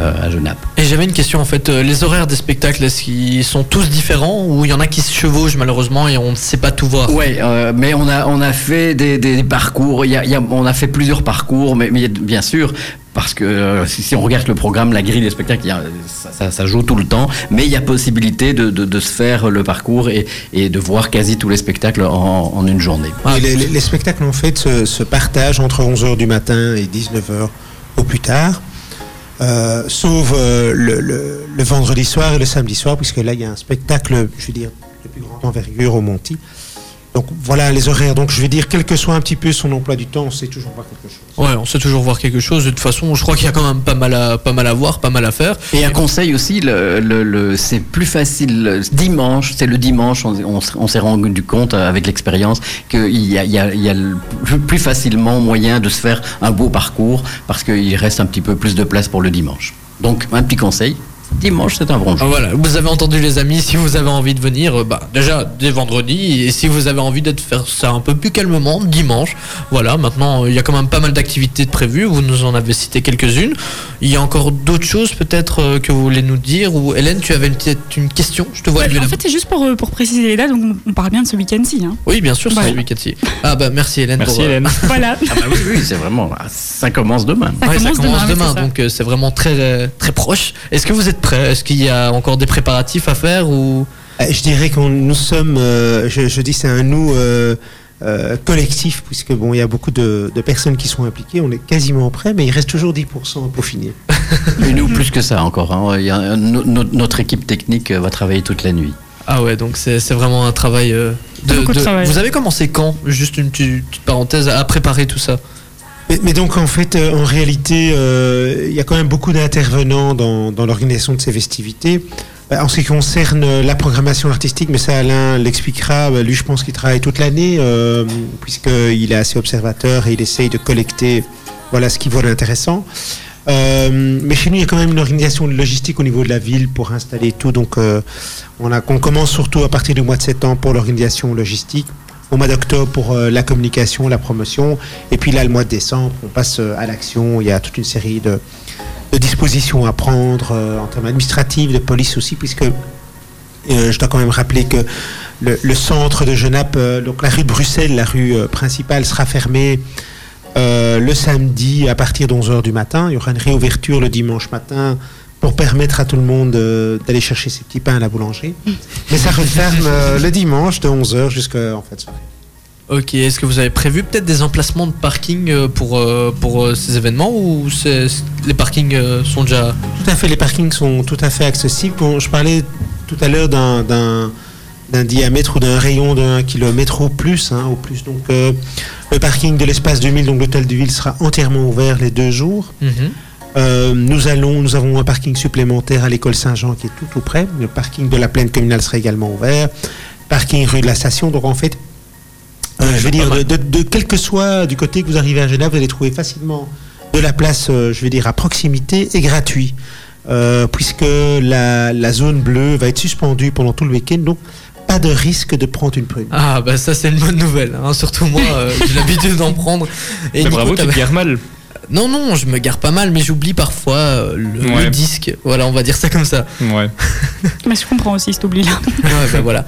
S10: euh, à Genappe.
S1: Et j'avais une question en fait, euh, les horaires des spectacles, est-ce qu'ils sont tous différents ou il y en a qui se chevauchent malheureusement et on ne sait pas tout voir
S10: Ouais, euh, mais on a on a fait des, des- des parcours. Il y a- il y a- on a fait plusieurs parcours, mais, mais il y a- bien sûr. Parce que euh, si, si on regarde le programme, la grille des spectacles, il y a- ça, ça- ça joue tout le temps, mais il y a possibilité de, de- de se faire le parcours et, et de voir quasi tous les spectacles en, en une journée.
S11: Et les, les- les spectacles en fait se, se partagent entre 11h du matin et 19h au plus tard, euh, sauf euh, le, le- le vendredi soir et le samedi soir, puisque là il y a un spectacle, je veux dire, de plus grande envergure au Monty. Donc voilà les horaires. Donc je veux dire, quel que soit un petit peu son emploi du temps, on sait toujours voir quelque chose.
S1: Ouais, on sait toujours voir quelque chose. De toute façon, je crois qu'il y a quand même pas mal à, pas mal à voir, pas mal à faire.
S10: Et un conseil aussi, le, le- le- c'est plus facile le- dimanche, c'est le dimanche, on, on s- on s'est rendu compte euh, avec l'expérience qu'il y a, il y a- il y a le plus- plus facilement moyen de se faire un beau parcours parce qu'il reste un petit peu plus de place pour le dimanche. Donc un petit conseil, dimanche c'est un bon jour.
S1: Ah, Voilà, vous avez entendu les amis, si vous avez envie de venir, euh, bah, déjà dès vendredi, et si vous avez envie de faire ça un peu plus calmement, dimanche. Voilà, maintenant euh, il y a quand même pas mal d'activités de prévues, vous nous en avez cité quelques-unes. Il y a encore d'autres choses peut-être euh, que vous voulez nous dire, ou Hélène, tu avais peut-être une question, je te vois lever la
S2: en fait, c'est juste pour, euh, pour préciser les dates, donc on on parle bien de ce week-end-ci. hein.
S1: Oui, bien sûr, c'est
S2: Voilà.
S1: celui qui est- Ah bah merci Hélène.
S10: Merci,
S1: pour, euh,
S10: Hélène.
S2: Voilà.
S10: Ah bah oui, oui, c'est vraiment, ça commence demain.
S1: Ouais, ça
S2: commence demain,
S1: commence
S2: oui,
S1: demain,
S2: c'est ça.
S1: donc euh, c'est vraiment très euh, très proche. Est-ce que vous êtes prêts Est-ce qu'il y a encore des préparatifs à faire ou
S11: Euh, Je dirais qu'on nous sommes, euh, je, je dis c'est un nous euh, euh, collectif, puisque bon, il y a beaucoup de, de personnes qui sont impliquées, on est quasiment prêt, mais il reste toujours 10% à peaufiner.
S10: Mais nous plus que ça encore, hein. Il y a- no- no- notre équipe technique euh, va travailler toute la nuit.
S1: Ah ouais, donc c'est c'est vraiment un travail euh, de,
S2: Beaucoup de travail.
S1: Vous avez commencé quand Juste une petite, petite parenthèse à préparer tout ça.
S11: Mais, mais donc en fait, euh, en réalité, euh, il y a quand même beaucoup d'intervenants dans, dans l'organisation de ces festivités. Euh, En ce qui concerne euh, la programmation artistique, mais ça Alain l'expliquera, bah, lui je pense qu'il travaille toute l'année, euh, puisqu'il est assez observateur et il essaye de collecter voilà, ce qu'il voit d'intéressant. Euh, mais chez nous, il y a quand même une organisation de logistique au niveau de la ville pour installer tout. Donc, euh, on, a, on commence surtout à partir du mois de septembre pour l'organisation logistique, au mois d'octobre pour euh, la communication, la promotion, et puis là, le mois de décembre, on passe euh, à l'action. Il y a toute une série de, de dispositions à prendre euh, en termes administratifs, de police aussi, puisque euh, je dois quand même rappeler que le, le centre de Genappe, euh, donc la rue de Bruxelles, la rue euh, principale, sera fermée euh, le samedi à partir de 11h du matin. Il y aura une réouverture le dimanche matin pour permettre à tout le monde euh, d'aller chercher ses petits pains à la boulangerie. Mais ça referme euh, le dimanche de 11h jusqu'en fin de soirée.
S1: Ok, est-ce que vous avez prévu peut-être des emplacements de parking euh, pour, euh, pour euh, ces événements ou c'est- les parkings euh, sont déjà...
S11: Tout à fait, les parkings sont tout à fait accessibles. Bon, je parlais tout à l'heure d'un- d'un d'un diamètre ou d'un rayon de 1 km au plus. hein, au plus. Donc, euh, le parking de l'espace 2000, donc l'hôtel de ville, sera entièrement ouvert les deux jours.
S10: Mhm.
S11: Euh, nous, allons, nous avons un parking supplémentaire à l'école Saint-Jean qui est tout tout près. Le parking de la plaine communale sera également ouvert. Parking rue de la station. Donc en fait, euh, je veux dire, de, de- de quel que soit du côté que vous arrivez à Genève, vous allez trouver facilement de la place, euh, je veux dire, à proximité et gratuit. euh, puisque la, la zone bleue va être suspendue pendant tout le week-end. Donc, pas de risque de prendre une prune.
S1: Ah bah ça c'est une bonne nouvelle, hein. surtout moi euh, j'ai l'habitude d'en prendre.
S3: Mais bravo, tu te
S1: t'avais-
S3: gares mal.
S1: Non non, je me gare pas mal, mais j'oublie parfois euh, le, le
S3: Ouais.
S1: disque. Voilà, on va dire ça comme ça.
S3: Ouais.
S2: Mais je comprends aussi cet oubli-là.
S1: Ouais, bah voilà.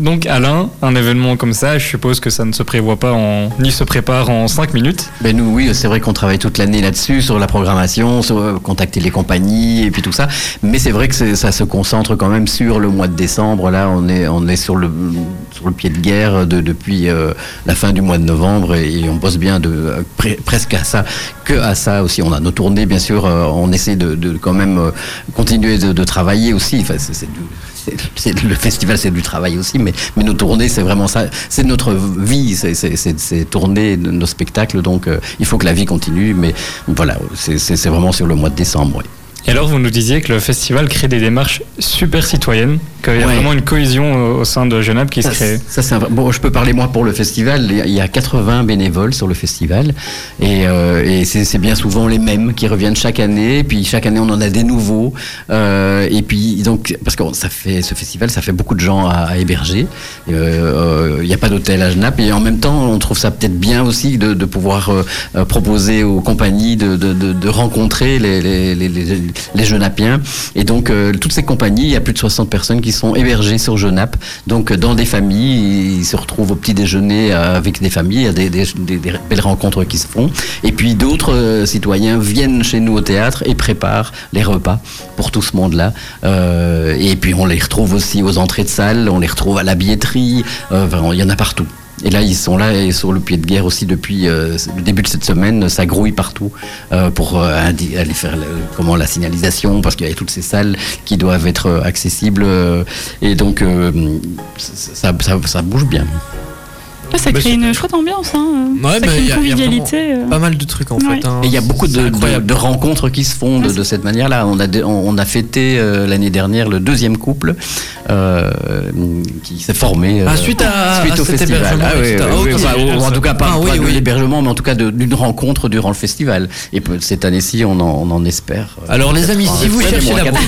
S3: Donc Alain, un événement comme ça, je suppose que ça ne se prévoit pas en... ni se prépare en 5 minutes.
S10: Ben nous, oui, c'est vrai qu'on travaille toute l'année là-dessus, sur la programmation, sur euh, contacter les compagnies et puis tout ça. Mais c'est vrai que c'est- ça se concentre quand même sur le mois de décembre. Là, on est, on est sur, le, sur le pied de guerre de- depuis euh, la fin du mois de novembre et, on bosse bien de, euh, pre- presque à ça, que à ça aussi. On a nos tournées, bien sûr. euh, on essaie de, de quand même euh, continuer de, de travailler aussi. Enfin, c'est- c'est du- c'est- c'est- le festival, c'est du travail aussi, mais, mais nos tournées, c'est vraiment ça. C'est notre vie, c'est- c'est c'est- c'est tourner de- nos spectacles, donc euh, il faut que la vie continue, mais voilà, c'est- c'est c'est vraiment sur le mois de décembre. oui.
S3: Et alors vous nous disiez que le festival crée des démarches super citoyennes, qu'il y a
S10: Ouais.
S3: vraiment une cohésion euh, au sein de Genève qui se
S10: Ça,
S3: crée.
S10: ça, c'est un vrai- Bon, je peux parler moi pour le festival. Il y a- Il y a 80 bénévoles sur le festival et, euh, et c'est c'est bien souvent les mêmes qui reviennent chaque année. Puis chaque année, on en a des nouveaux. Euh, et puis donc, parce que ça fait ce festival, ça fait beaucoup de gens à, à héberger. Euh, euh, Il n'y a pas d'hôtel à Genappe et en même temps, on trouve ça peut-être bien aussi de, de pouvoir euh, euh, proposer aux compagnies de, de, de, de rencontrer les, les, les, les, les Genapiens. Et donc, euh, toutes ces compagnies, il y a plus de 60 personnes qui sont hébergées sur Genappe. Donc, euh, dans des familles, ils se retrouvent au petit déjeuner euh, avec des familles, il y a des, des, des- des belles rencontres qui se font. Et puis, d'autres euh, citoyens viennent chez nous au théâtre et préparent les repas pour tout ce monde-là. Euh, et puis, on les retrouve aussi aux entrées de salle, on les retrouve à la billetterie, Euh, enfin, il y en a partout. Et là, ils sont là et sur le pied de guerre aussi depuis euh, le début de cette semaine. Ça grouille partout euh, pour euh, indi- aller faire le- comment la signalisation parce qu'il y a toutes ces salles qui doivent être euh, accessibles euh, et donc euh, ça, ça- ça bouge bien.
S2: Ouais, ça
S10: Bah,
S2: crée
S10: c'est-
S2: une chouette ambiance, hein. euh, ça
S10: mais
S2: crée une
S10: y a- y a
S2: convivialité. euh.
S1: mal de trucs en
S2: Ouais.
S1: fait, hein.
S10: Et il y a beaucoup de, de,
S1: incroyable.
S10: de rencontres qui se font de, de cette manière-là. On a, dé- on, on a fêté euh, l'année dernière le deuxième couple euh, qui s'est formé euh,
S1: Ah, suite à- à
S10: au
S1: cet
S10: festival.
S1: hébergement,
S10: Ah, oui,
S1: etc.
S10: oui, oui,
S1: Ah, ok.
S10: enfin, ou- ou en tout cas, pas,
S1: Ah, oui,
S10: pas de
S1: oui.
S10: l'hébergement, mais en tout cas de- d'une rencontre durant le festival. Et peut- cette année-ci, on en, on en espère. euh,
S1: Alors les
S10: peut-être
S1: amis,
S10: un-
S1: si vous
S10: peut-être
S1: cherchez
S10: moins
S1: la
S10: quatre-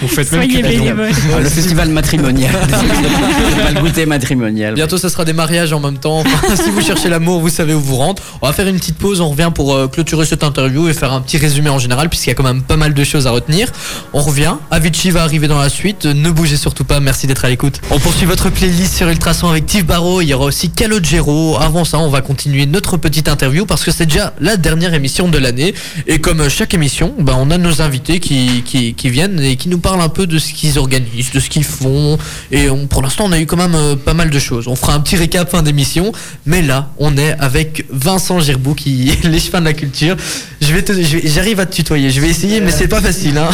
S1: Vous faites même
S10: Soyez
S1: que des
S10: bénévoles.
S1: liens.
S10: Le festival matrimonial. C'est pas le goûter matrimonial.
S1: Bientôt, ça sera des mariages en même temps. Enfin, si vous cherchez l'amour, vous savez où vous rentrez. On va faire une petite pause. On revient pour euh, clôturer cette interview et faire un petit résumé en général, puisqu'il y a quand même pas mal de choses à retenir. On revient. Avicii va arriver dans la suite. Euh, Ne bougez surtout pas. Merci d'être à l'écoute. On poursuit votre playlist sur Ultrason avec Steve Barrow. Il y aura aussi Calogero. Avant ça, on va continuer notre petite interview parce que c'est déjà la dernière émission de l'année. Et comme euh, chaque émission, ben, on a nos invités qui, qui, qui viennent et qui nous parlent un peu de ce qu'ils organisent, de ce qu'ils font. Et on, pour l'instant, on a eu quand même euh, pas mal de choses. On fera un petit récap fin d'émission. Mais là, on est avec Vincent Girbou qui est les chemins de la culture. Je vais te- je vais- j'arrive à te tutoyer. Je vais essayer, mais c'est pas facile. Hein.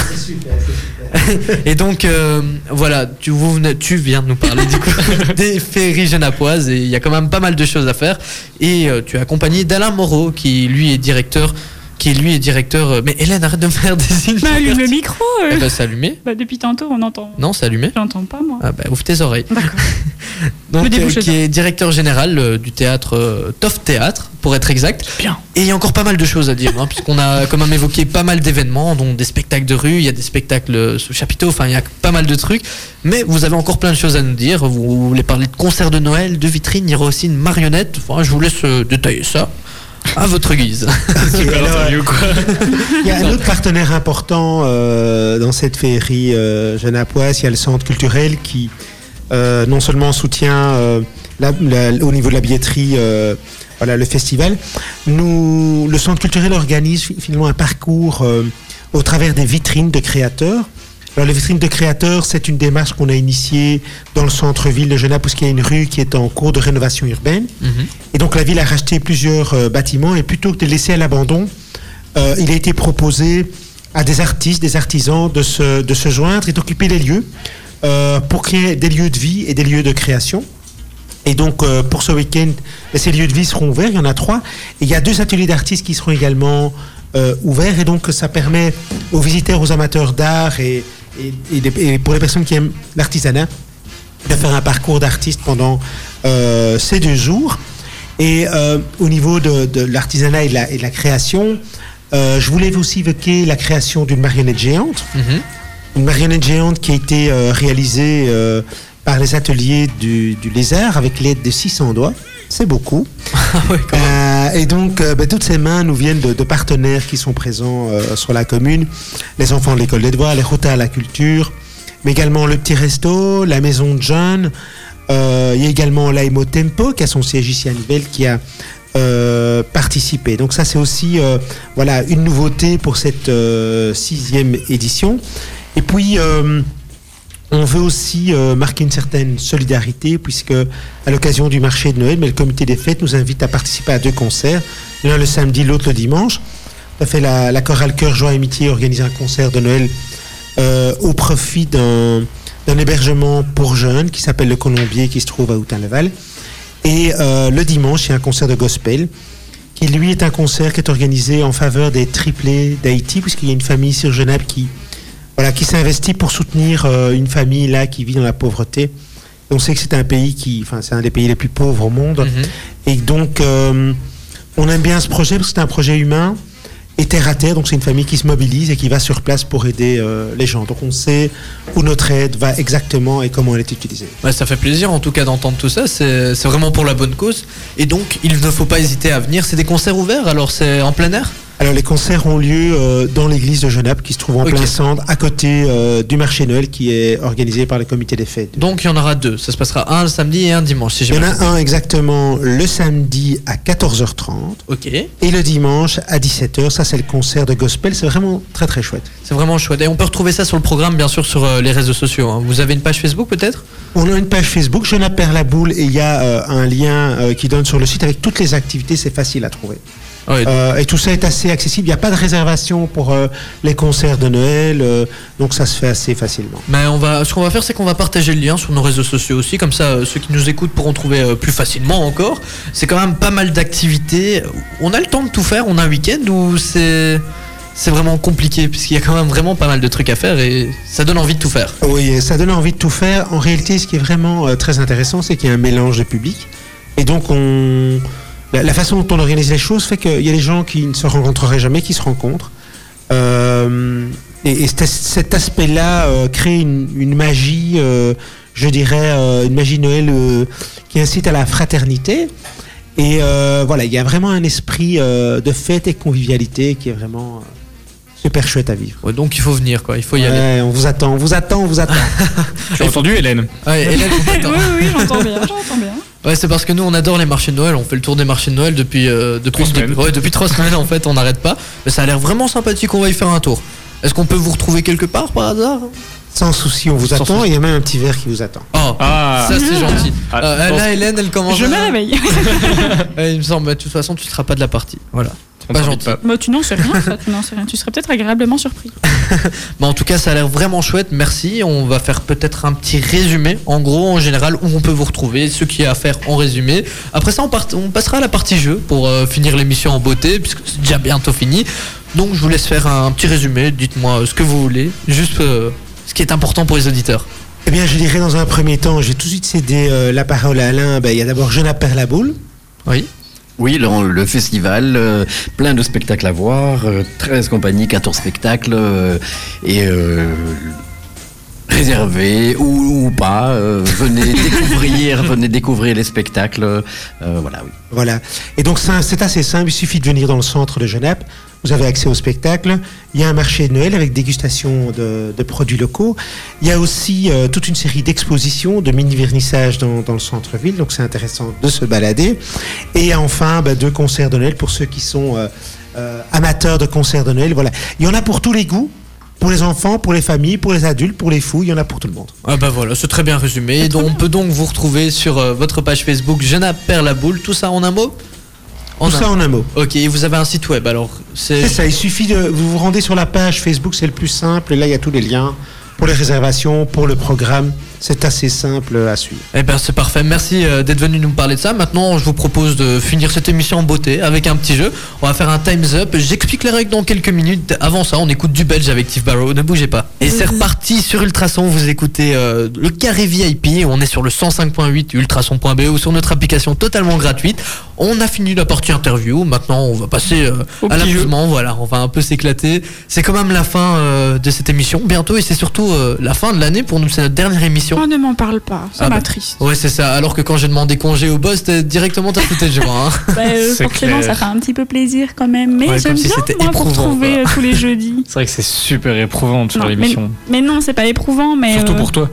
S1: Et donc, euh, voilà, tu, vous venez- tu viens de nous parler du coup des féeries genapoises et il y a quand même pas mal de choses à faire. Et euh, tu es accompagné d'Alain Moreau qui lui est directeur. Qui lui est directeur. euh, Mais Hélène, arrête de me faire des signes.
S2: Bah, allume le micro. euh.
S1: Eh ben, c'est allumé
S2: Bah, depuis tantôt, on entend.
S1: Non, c'est allumé
S2: J'entends pas, moi.
S1: Ah bah, ouvre tes oreilles. Donc,
S2: Me
S1: euh,
S2: débouchez
S1: qui
S2: ça.
S1: est directeur général euh, du théâtre euh, Toff Théâtre, pour être exact.
S2: Bien.
S1: Et il y a encore pas mal de choses à dire, hein, puisqu'on a quand même évoqué pas mal d'événements, dont des spectacles de rue, il y a des spectacles sous chapiteau, enfin il y a pas mal de trucs. Mais vous avez encore plein de choses à nous dire. Vous voulez parler de concerts de Noël, de vitrines, il y aura aussi une marionnette. Enfin, je vous laisse euh, détailler ça à votre guise.
S11: Super interview,
S3: quoi.
S11: Il y a un autre partenaire important euh, dans cette féerie euh, genapoise, il y a le centre culturel qui euh, non seulement soutient euh, la- la- au niveau de la billetterie euh, voilà, le festival, nous, le centre culturel organise fi- finalement un parcours euh, au travers des vitrines de créateurs. Alors, les vitrines de créateurs, c'est une démarche qu'on a initiée dans le centre-ville de Genappe, parce qu'il y a une rue qui est en cours de rénovation urbaine. Et donc la ville a racheté plusieurs euh, bâtiments et plutôt que de les laisser à l'abandon, euh, il a été proposé à des artistes, des artisans de se, de se joindre et d'occuper les lieux euh, pour créer des lieux de vie et des lieux de création. Et donc euh, pour ce week-end, ces lieux de vie seront ouverts, il y en a trois. Et il y a deux ateliers d'artistes qui seront également euh, ouverts et donc ça permet aux visiteurs, aux amateurs d'art et, et- et des- et pour les personnes qui aiment l'artisanat de faire un parcours d'artiste pendant euh, ces deux jours. Et euh, au niveau de, de l'artisanat et, de la- et de la création, Euh, je voulais aussi évoquer la création d'une marionnette géante.
S1: Mhm.
S11: Une marionnette géante qui a été euh, réalisée euh, par les ateliers du, du lézard avec l'aide de 600 doigts. C'est beaucoup. Euh, et donc, euh, bah, toutes ces mains nous viennent de, de partenaires qui sont présents euh, sur la commune. Les enfants de l'école des devoirs, les rotas à la culture, mais également le petit resto, la maison de jeunes. Euh, il y a également l'AIMO Tempo qui a son siège ici à Nivelles qui a euh, participé. Donc ça c'est aussi euh, voilà une nouveauté pour cette euh, sixième édition. Et puis euh, on veut aussi euh, marquer une certaine solidarité puisque à l'occasion du marché de Noël, mais le comité des fêtes nous invite à participer à deux concerts, l'un le samedi, l'autre le dimanche. On a fait la, la chorale Cœur Joie et Amitié organiser un concert de Noël euh, au profit d'un d'un hébergement pour jeunes qui s'appelle le Colombier qui se trouve à Outin-Laval. Et euh, le dimanche, il y a un concert de gospel qui lui est un concert qui est organisé en faveur des triplés d'Haïti puisqu'il y a une famille sur Genève qui voilà, qui s'investit pour soutenir euh, une famille là qui vit dans la pauvreté. Et on sait que c'est un pays qui, enfin, c'est un des pays les plus pauvres au monde. Et donc, euh, on aime bien ce projet parce que c'est un projet humain et terre à terre. Donc, c'est une famille qui se mobilise et qui va sur place pour aider euh, les gens. Donc, on sait où notre aide va exactement et comment elle est utilisée.
S1: Bah, ça fait plaisir en tout cas d'entendre tout ça, c'est c'est vraiment pour la bonne cause. Et donc il ne faut pas hésiter à venir, c'est des concerts ouverts, alors c'est en plein air
S11: Alors les concerts ont lieu euh, dans l'église de Genappe qui se trouve en
S1: Ok.
S11: plein centre, à côté euh, du marché Noël qui est organisé par le comité des fêtes.
S1: Donc il y en aura deux, ça se passera un le samedi et un dimanche si j'ai
S11: Il y en
S1: bien
S11: a
S1: compris.
S11: un exactement le samedi à 14h30
S1: Ok,
S11: et le dimanche à 17h. Ça, c'est le concert de gospel. C'est vraiment très très chouette.
S1: c'est vraiment chouette. Et on peut retrouver ça sur le programme bien sûr sur euh, les réseaux sociaux. hein. Vous avez une page Facebook peut-être
S11: On a une page Facebook, Je n'appelle la boule, et il y a euh, un lien euh, qui donne sur le site avec toutes les activités. C'est facile à trouver. Euh, et tout ça est assez accessible. Il n'y a pas de réservation pour euh, les concerts de Noël, euh, donc ça se fait assez facilement.
S1: Mais on va, ce qu'on va faire, c'est qu'on va partager le lien sur nos réseaux sociaux aussi, comme ça euh, ceux qui nous écoutent pourront trouver euh, plus facilement encore. C'est quand même pas mal d'activités. On a le temps de tout faire, on a un week-end où c'est c'est vraiment compliqué, puisqu'il y a quand même vraiment pas mal de trucs à faire et ça donne envie de tout faire.
S11: Oui, et ça donne envie de tout faire. En réalité, ce qui est vraiment euh, très intéressant, c'est qu'il y a un mélange de public. Et donc, on... la, la façon dont on organise les choses fait qu'il y a des gens qui ne se rencontreraient jamais, qui se rencontrent. Euh, et et cet, as- cet aspect-là euh, crée une, une magie, euh, je dirais, euh, une magie Noël euh, qui incite à la fraternité. Et euh, voilà, il y a vraiment un esprit euh, de fête et de convivialité qui est vraiment euh, super chouette à vivre.
S1: Ouais, donc il faut venir, quoi. Il faut y aller.
S11: Ouais, on vous attend, on vous attend, on vous attend.
S3: J'ai entendu Hélène.
S1: Ouais, Hélène, on t'attend.
S2: Oui, j'entends bien, j'entends bien.
S1: Ouais, c'est parce que nous on adore les marchés de Noël, on fait le tour des marchés de Noël depuis euh, depuis, le début- ouais, depuis trois semaines en fait, on n'arrête pas. Mais ça a l'air vraiment sympathique, on va y faire un tour. Est-ce qu'on peut vous retrouver quelque part par hasard
S11: Sans souci, on vous
S1: Sans
S11: attend.
S1: souci.
S11: Il y a même un petit verre qui vous attend.
S1: Oh,
S3: Ah.
S1: ça c'est gentil.
S3: Ah,
S1: Euh,
S3: je pense-
S1: là, Hélène, elle commence.
S2: Je me réveille.
S1: Ouais, il me semble, mais de toute façon, tu seras pas de la partie. Voilà.
S3: On
S1: Pas
S3: t'invite
S1: gentil.
S3: pas.
S2: Moi, Bah, tu n'en sais rien, en fait. Tu n'en sais rien. Tu serais peut-être agréablement surpris.
S1: Mais Bah, en tout cas, ça a l'air vraiment chouette. Merci. On va faire peut-être un petit résumé, en gros, en général, où on peut vous retrouver, ce qu'il y a à faire en résumé. Après ça, on, part- on passera à la partie jeu pour euh, finir l'émission en beauté, puisque c'est déjà bientôt fini. Donc, je vous laisse faire un petit résumé. Dites-moi euh, ce que vous voulez, juste euh, ce qui est important pour les auditeurs.
S11: Eh bien, je dirais dans un premier temps, je vais tout de suite céder euh, la parole à Alain. Ben, il y a d'abord Jeune à la boule.
S1: Oui.
S10: Oui, le, le festival, euh, plein de spectacles à voir, euh, 13 compagnies, 14 spectacles, euh, et euh, réservés ou, ou pas, euh, venez découvrir, venez découvrir les spectacles, euh, voilà, oui.
S11: Voilà. Et donc, ça, c'est assez simple. Il suffit de venir dans le centre de Genappe. Vous avez accès au spectacle. Il y a un marché de Noël avec dégustation de, de produits locaux. Il y a aussi euh, toute une série d'expositions, de mini-vernissages dans, dans le centre-ville. Donc, c'est intéressant de se balader. Et enfin, ben, deux concerts de Noël pour ceux qui sont euh, euh, amateurs de concerts de Noël. Voilà. Il y en a pour tous les goûts. Pour les enfants, pour les familles, pour les adultes, pour les fous, il y en a pour tout le monde.
S1: Ah bah voilà, c'est très bien résumé. Donc, on peut donc vous retrouver sur euh, votre page Facebook Jeuna Père la Boule. Tout ça en un mot
S11: Tout ça en un mot.
S1: Ok, et vous avez un site web alors
S11: C'est ça, il suffit de. Vous vous rendez sur la page Facebook, c'est le plus simple. Et là, il y a tous les liens pour les réservations, pour le programme. c'est assez simple à suivre.
S1: Eh bien, c'est parfait. Merci euh, d'être venu nous parler de ça. Maintenant, je vous propose de finir cette émission en beauté avec un petit jeu. On va faire un time's up. J'explique les règles dans quelques minutes. Avant ça, on écoute du belge avec Steve Barrow. Ne bougez pas. Et c'est reparti sur Ultrason. Vous écoutez euh, le carré VIP. On est sur le 105.8 ultrason.be ou sur notre application totalement gratuite. On a fini la partie interview. Maintenant, on va passer euh, à l'amusement. Voilà, on va un peu s'éclater. C'est quand même la fin euh, de cette émission bientôt et c'est surtout euh, la fin de l'année pour nous. C'est notre dernière émission.
S2: On Oh, ne m'en parle pas, ça
S1: Ah bah.
S2: m'attriste.
S1: Ouais, c'est ça. Alors que quand j'ai demandé congé au boss, t'as directement t'as foutu de joie. Hein.
S2: Bah, euh, forcément, ça fait un petit peu plaisir quand même, mais
S3: Ouais,
S2: j'aime
S3: comme si
S2: bien
S3: c'était
S2: moi pour
S3: éprouvant,
S2: retrouver
S3: quoi.
S2: euh, tous les jeudis.
S3: C'est vrai que c'est super éprouvant de faire
S2: Non, mais,
S3: l'émission.
S2: mais non, c'est pas éprouvant, mais.
S3: Surtout
S2: euh,
S3: pour toi.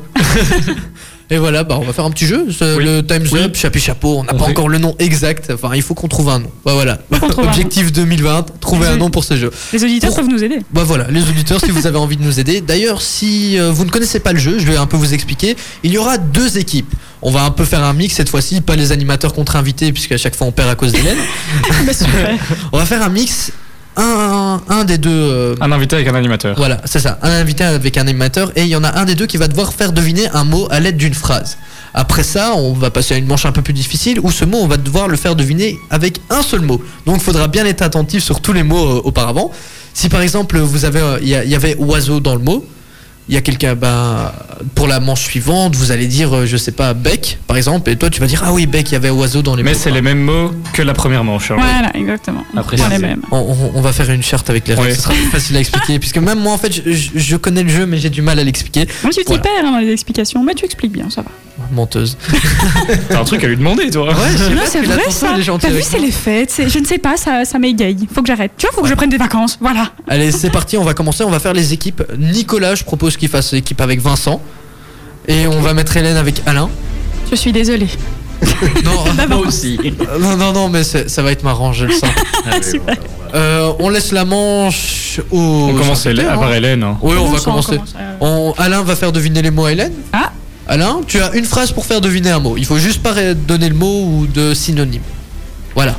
S1: Et voilà, bah, on va faire un petit jeu. c'est Le Time's Up, chapeau chapeau. On n'a pas
S3: Oui.
S1: encore le nom exact. Enfin, il faut qu'on trouve un nom. Bah voilà.
S2: qu'on trouve un nom.
S1: Objectif 2020, trouver un nom pour ce jeu.
S2: Les auditeurs
S1: Pour-
S2: peuvent nous aider.
S1: Bah voilà, les auditeurs, si vous avez envie de nous aider. D'ailleurs, si euh, vous ne connaissez pas le jeu, je vais un peu vous expliquer. Il y aura deux équipes. On va un peu faire un mix cette fois-ci, pas les animateurs contre invités, puisqu'à chaque fois on perd à cause d'Hélène. on va faire un mix. Un, un des deux. euh,
S3: Un invité avec un animateur.
S1: voilà, c'est ça. Un invité avec un animateur et il y en a un des deux qui va devoir faire deviner un mot à l'aide d'une phrase. Après ça, on va passer à une manche un peu plus difficile où ce mot, on va devoir le faire deviner avec un seul mot. Donc, il faudra bien être attentif sur tous les mots euh, auparavant. Si par exemple, vous avez, euh, il y, a- il y avait oiseau dans le mot, il y a quelqu'un, ben, pour la manche suivante, vous allez dire, euh, je sais pas, bec, par exemple, et toi, tu vas dire, ah oui, bec, il y avait oiseau dans les mots.
S3: Mais c'est les mêmes mots que la première manche. hein.
S2: Voilà, exactement.
S3: À
S2: On prend les
S3: préciser.
S2: mêmes.
S1: On, on- on va faire une charte avec les règles,
S3: Ouais.
S1: ce sera plus facile à expliquer, puisque même moi en fait je, je- je connais le jeu mais j'ai du mal à l'expliquer.
S2: Moi, tu t'y
S1: Voilà.
S2: perds hein, dans les explications, mais tu expliques bien, ça va.
S1: Menteuse.
S3: T'as un truc à lui demander, toi.
S2: Non, c'est vrai ça. T'as vu, c'est les fêtes. c'est- Je ne sais pas, ça, ça m'égaye. Faut que j'arrête. Tu vois, faut que je prenne des vacances. Voilà.
S1: Allez, c'est parti, on va commencer, on va faire les équipes. Nicolas, je propose qu'il fasse équipe avec Vincent. Et on va mettre Hélène avec Alain.
S2: Je suis désolée.
S1: Non,
S2: D'avance.
S1: euh, non, non, non, mais c'est- ça va être marrant, je le sens.
S2: Ah, Super.
S1: Euh, on laisse la manche au.
S3: On commence à Hélène-
S1: hein.
S3: par Hélène. hein.
S1: Oui, on va
S2: Commençons,
S1: commencer.
S2: commençons,
S1: On-
S2: euh.
S1: Alain va faire deviner les mots à Hélène.
S2: Ah.
S1: Alain, tu as une phrase pour faire deviner un mot. Il faut juste pas ré- donner le mot ou de synonyme. Voilà.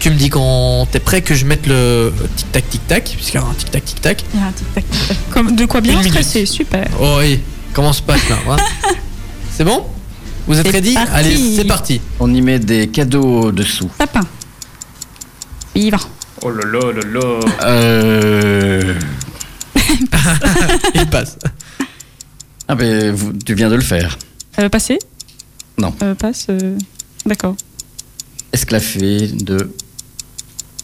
S1: Tu me dis quand t'es prêt que je mette le tic-tac tic-tac, puisqu'il y a un tic-tac tic-tac.
S2: Il y a un tic-tac, tic-tac. Comme- De quoi bien
S1: Une minute.
S2: stresser. Super.
S1: Oh oui, commence pas là. hein c'est bon Vous êtes
S2: C'est
S1: ready
S2: parti.
S1: Allez, c'est parti.
S10: On y met des cadeaux dessous.
S2: Tapin. Vivre.
S3: Oh là là là là.
S10: Euh...
S1: Il passe.
S10: Ah ben, vous- tu viens de le faire.
S2: Euh, passer
S10: Non.
S2: Euh, passe. euh, D'accord.
S10: Esclaffé de...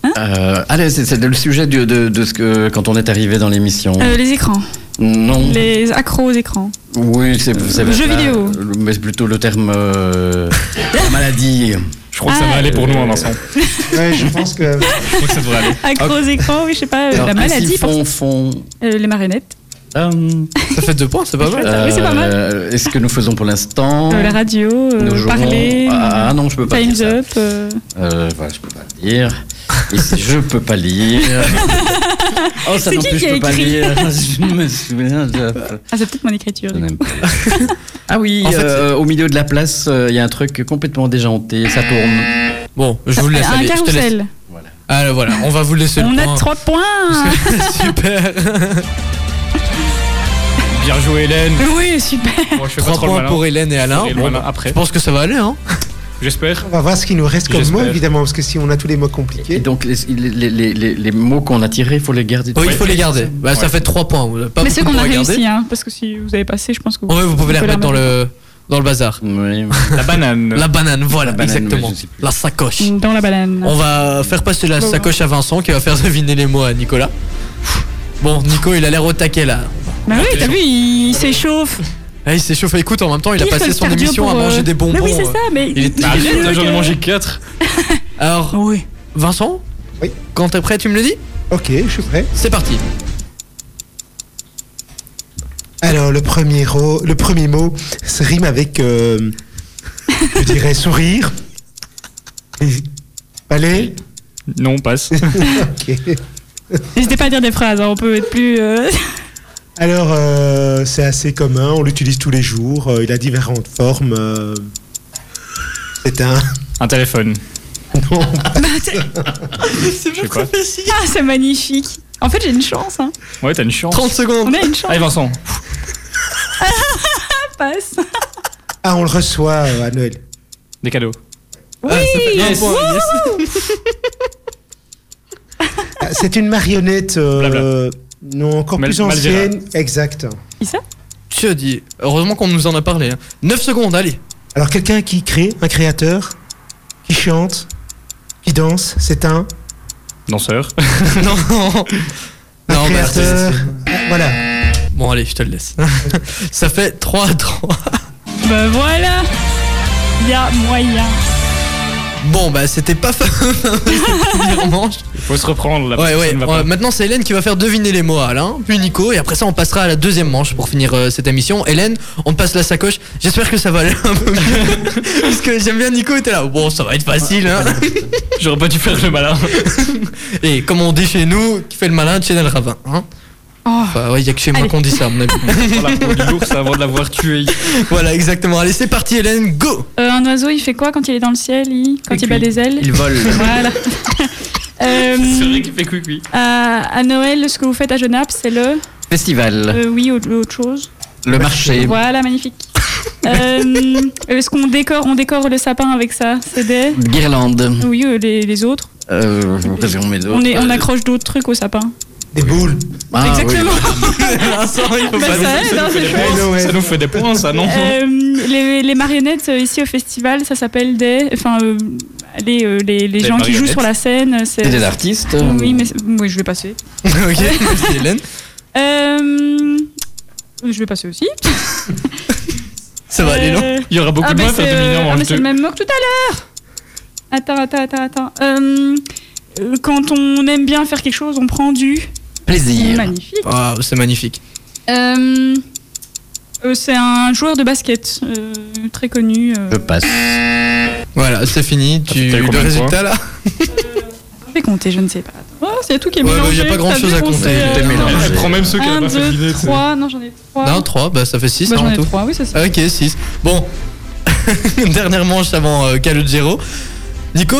S2: Hein
S10: Euh, allez, c'est c'est le sujet du- de, de ce que quand on est arrivé dans l'émission.
S2: Euh, les écrans.
S10: non.
S2: Les accros aux écrans.
S10: Oui, c'est c'est-
S2: Jeux vidéo.
S10: le- Mais c'est plutôt le terme euh, maladie.
S3: Je crois que ça va
S2: Ah.
S3: aller pour nous, hein, Vincent.
S11: Ouais, je pense que
S3: Je crois que ça devrait aller.
S2: Accros aux écrans, oui, je sais pas. euh,
S10: Alors,
S2: la
S10: un
S2: maladie.
S10: siphon, fond.
S2: pour- euh, les marionnettes.
S10: Hum.
S1: Ça fait deux points, c'est pas mal.
S2: Ah oui, c'est pas mal.
S10: Euh, Est-ce que nous faisons pour l'instant
S2: euh, la radio. euh,
S10: Nous jouons-
S2: parler. euh,
S10: Ah, ah, non, je peux pas.
S2: Time's
S10: dire ça.
S2: up. euh,
S10: Euh, voilà, je peux pas le dire. Et si je peux pas lire. Oh, ça
S2: C'est
S10: non
S2: qui
S10: plus,
S2: qui
S10: je
S2: a
S10: peux pas
S2: écrit
S10: lire. Je me souviens. de-
S2: Ah, c'est peut-être mon écriture.
S10: je n'aime pas. Ah oui,
S1: En fait,
S10: euh, au milieu de la place, euh, il y a un truc complètement déjanté, ça tourne.
S1: Bon, je
S2: Ça
S1: vous
S2: fait
S1: laisse
S2: un
S1: aller. Je te laisse.
S2: carrousel.
S1: Alors voilà, on va vous laisser
S2: On
S1: le
S2: a
S1: point.
S2: trois hein. points.
S1: Super.
S3: Bien joué, Hélène.
S2: Oui, super.
S3: Moi, je fais pas
S1: Trois
S3: trop le
S1: points
S3: malin.
S1: pour Hélène et Alain.
S3: Et le
S1: Bon,
S3: malin après,
S1: Je pense que ça va aller, hein
S3: j'espère.
S11: on va voir ce qu'il nous reste comme
S3: J'espère.
S11: mot, évidemment, parce que si on a tous les mots
S10: Et
S11: compliqués,
S10: donc, les, les- les- les- les mots qu'on a tirés, il faut les garder.
S1: Oui, il faut les garder. Bah, Ça
S3: Ouais.
S1: fait 3 points. vous avez Pas
S2: Mais ceux
S1: beaucoup
S2: qu'on a
S1: pour regarder.
S2: réussi, hein, parce que si vous avez passé, je pense que vous,
S1: Ouais, vous pouvez les remettre dans le, dans le bazar.
S10: Oui, oui.
S3: La banane.
S1: La banane, voilà,
S10: La banane,
S1: exactement.
S10: ouais, je sais plus.
S1: la sacoche.
S2: mettre Dans la banane.
S1: On va faire passer la
S2: Bon.
S1: sacoche à Vincent qui va faire deviner les mots à Nicolas. Bon, Nico, il a l'air au taquet là.
S2: Bah oui, t'as vu, il s'échauffe.
S1: Ah, il s'est chauffé. Écoute, en même temps, il a
S2: Pif,
S1: passé
S2: le
S1: son
S2: cardio
S1: émission à
S2: pour, euh,
S1: manger des bonbons.
S2: Mais oui, c'est
S1: euh.
S2: ça, mais.
S1: Il est-
S3: Bah,
S1: Il est-
S3: arrête, t'as déjà
S2: que-
S3: mangé 4.
S1: Alors,
S2: Oui.
S1: Vincent
S11: Oui.
S1: Quand t'es prêt, tu me le dis
S11: ok, je suis prêt.
S1: C'est parti.
S11: Alors, le premier, ro- le premier mot se rime avec, euh, je dirais, sourire. Allez
S3: Non, passe.
S11: Ok.
S2: N'hésitez pas à dire des phrases, hein, on peut être plus. euh,
S11: Alors, euh, c'est assez commun, on l'utilise tous les jours, euh, il a différentes formes. euh, c'est un.
S3: Un téléphone.
S11: Non,
S3: Je sais pas.
S2: Bah, Ah, c'est magnifique. En fait, j'ai une chance. Hein.
S3: Ouais, t'as une chance.
S1: 30 secondes.
S2: On a une chance.
S3: Allez, Vincent.
S2: passe.
S11: Ah, on le reçoit euh, à Noël.
S3: Des cadeaux.
S2: Oui,
S1: Ah,
S3: yes.
S2: wouhou.
S11: Ah, C'est une marionnette. euh, Non, encore
S1: Mal-
S11: plus
S1: Malvera.
S11: ancienne. Exact.
S1: Je dis, heureusement qu'on nous en a parlé. 9 secondes, allez.
S11: Alors, quelqu'un qui crée, un créateur, qui chante, qui danse, c'est un.
S3: Danseur.
S1: non.
S3: bah,
S1: Non, bah, mais
S11: créateur. Ah, Voilà.
S1: Bon, allez, je te le laisse. Ça fait 3 à 3.
S2: Ben voilà. Il y a moyen.
S1: Bon, bah, c'était pas fameux.
S3: Il faut se reprendre. La
S1: Ouais, ouais.
S3: personne
S1: Ouais,
S3: va prendre.
S1: maintenant, c'est Hélène qui va faire deviner les mots à Alain, puis Nico, et après ça, on passera à la deuxième manche pour finir euh, cette émission. Hélène, on te passe la sacoche. J'espère que ça va aller un peu mieux. Parce que j'aime bien Nico, était là. Bon, ça va être facile, hein.
S3: J'aurais pas dû faire le malin.
S1: et comme on dit chez nous, qui fait le malin, tienne le ravin, hein.
S2: Oh.
S1: Enfin, ouais, il y a que chez moi
S2: Allez.
S1: qu'on dit ça, à mon avis.
S3: Voilà, pour du lourd, ça avant de l'avoir tué.
S1: voilà, exactement. Allez, c'est parti, Hélène, go
S2: Euh, un oiseau, il fait quoi quand il est dans le ciel il- Quand
S1: Et
S2: il bat
S1: puis,
S2: des ailes
S1: il vole.
S2: Voilà. Euh,
S3: C'est vrai qu'il fait cuicui.
S2: à, à Noël, ce que vous faites à Genappe, c'est le.
S10: Festival.
S2: Euh, oui, autre, autre chose.
S10: le marché.
S2: Voilà, magnifique. Euh, Est-ce qu'on décore, on décore le sapin avec ça C'est des.
S10: Guirlande.
S2: Oui, euh, les, les autres.
S10: Euh, parce qu'on met d'autres.
S2: On, est, on accroche d'autres trucs au sapin.
S11: Des boules.
S10: Ah, oui.
S2: Exactement.
S1: Vincent, il faut
S2: Bah,
S1: pas-
S2: ça aide, hein, c'est chouette.
S3: Ça nous fait des points, ça, non
S2: Euh, les, les marionnettes euh, ici au festival, ça s'appelle des. Enfin, euh, les, euh, les, les
S10: Des
S2: gens qui jouent
S10: marionnettes.
S2: sur la scène.
S10: C'est des artistes.
S2: Oui, mais oui, je vais passer.
S1: ok, merci, Hélène.
S2: Euh, je vais passer aussi.
S1: Ça va aller, non
S3: Il y aura beaucoup
S2: ah,
S3: de
S2: mais
S3: mots à faire
S2: c'est,
S3: deviner en
S2: euh,
S3: E.
S2: ah,
S3: manche
S2: mais c'est
S3: deux.
S2: le même mot que tout à l'heure. Attends, attends, attends, attends. Euh, euh, quand on aime bien faire quelque chose, on prend du.
S1: Plaisir.
S2: Magnifique.
S1: Ah, c'est magnifique.
S2: Euh, euh, c'est un joueur de basket euh, très connu. euh.
S10: passe.
S1: Voilà, c'est fini. Tu
S3: t'as eu
S1: le
S3: combien de
S1: résultat
S3: points
S1: là
S2: Fais compter, je ne sais pas. Oh, c'est tout qui est
S1: Ouais,
S2: mélangé.
S1: bah, y a pas grand
S2: t'as
S1: chose
S2: vu,
S1: à
S2: on
S1: compter.
S2: sait, euh,
S1: T'es mélangé.
S3: Elle prend même ceux qu'elle a
S2: un,
S3: pas fait
S2: deux,
S3: dîner, tu sais.
S2: trois. Non, j'en ai trois.
S1: Non, 3, bah ça Ah fait 6
S2: Bah, j'en
S1: en
S2: ai
S1: tout.
S2: trois, oui, ça c'est.
S1: Ok, 6. Bon, dernière manche avant euh, Calogero. Nico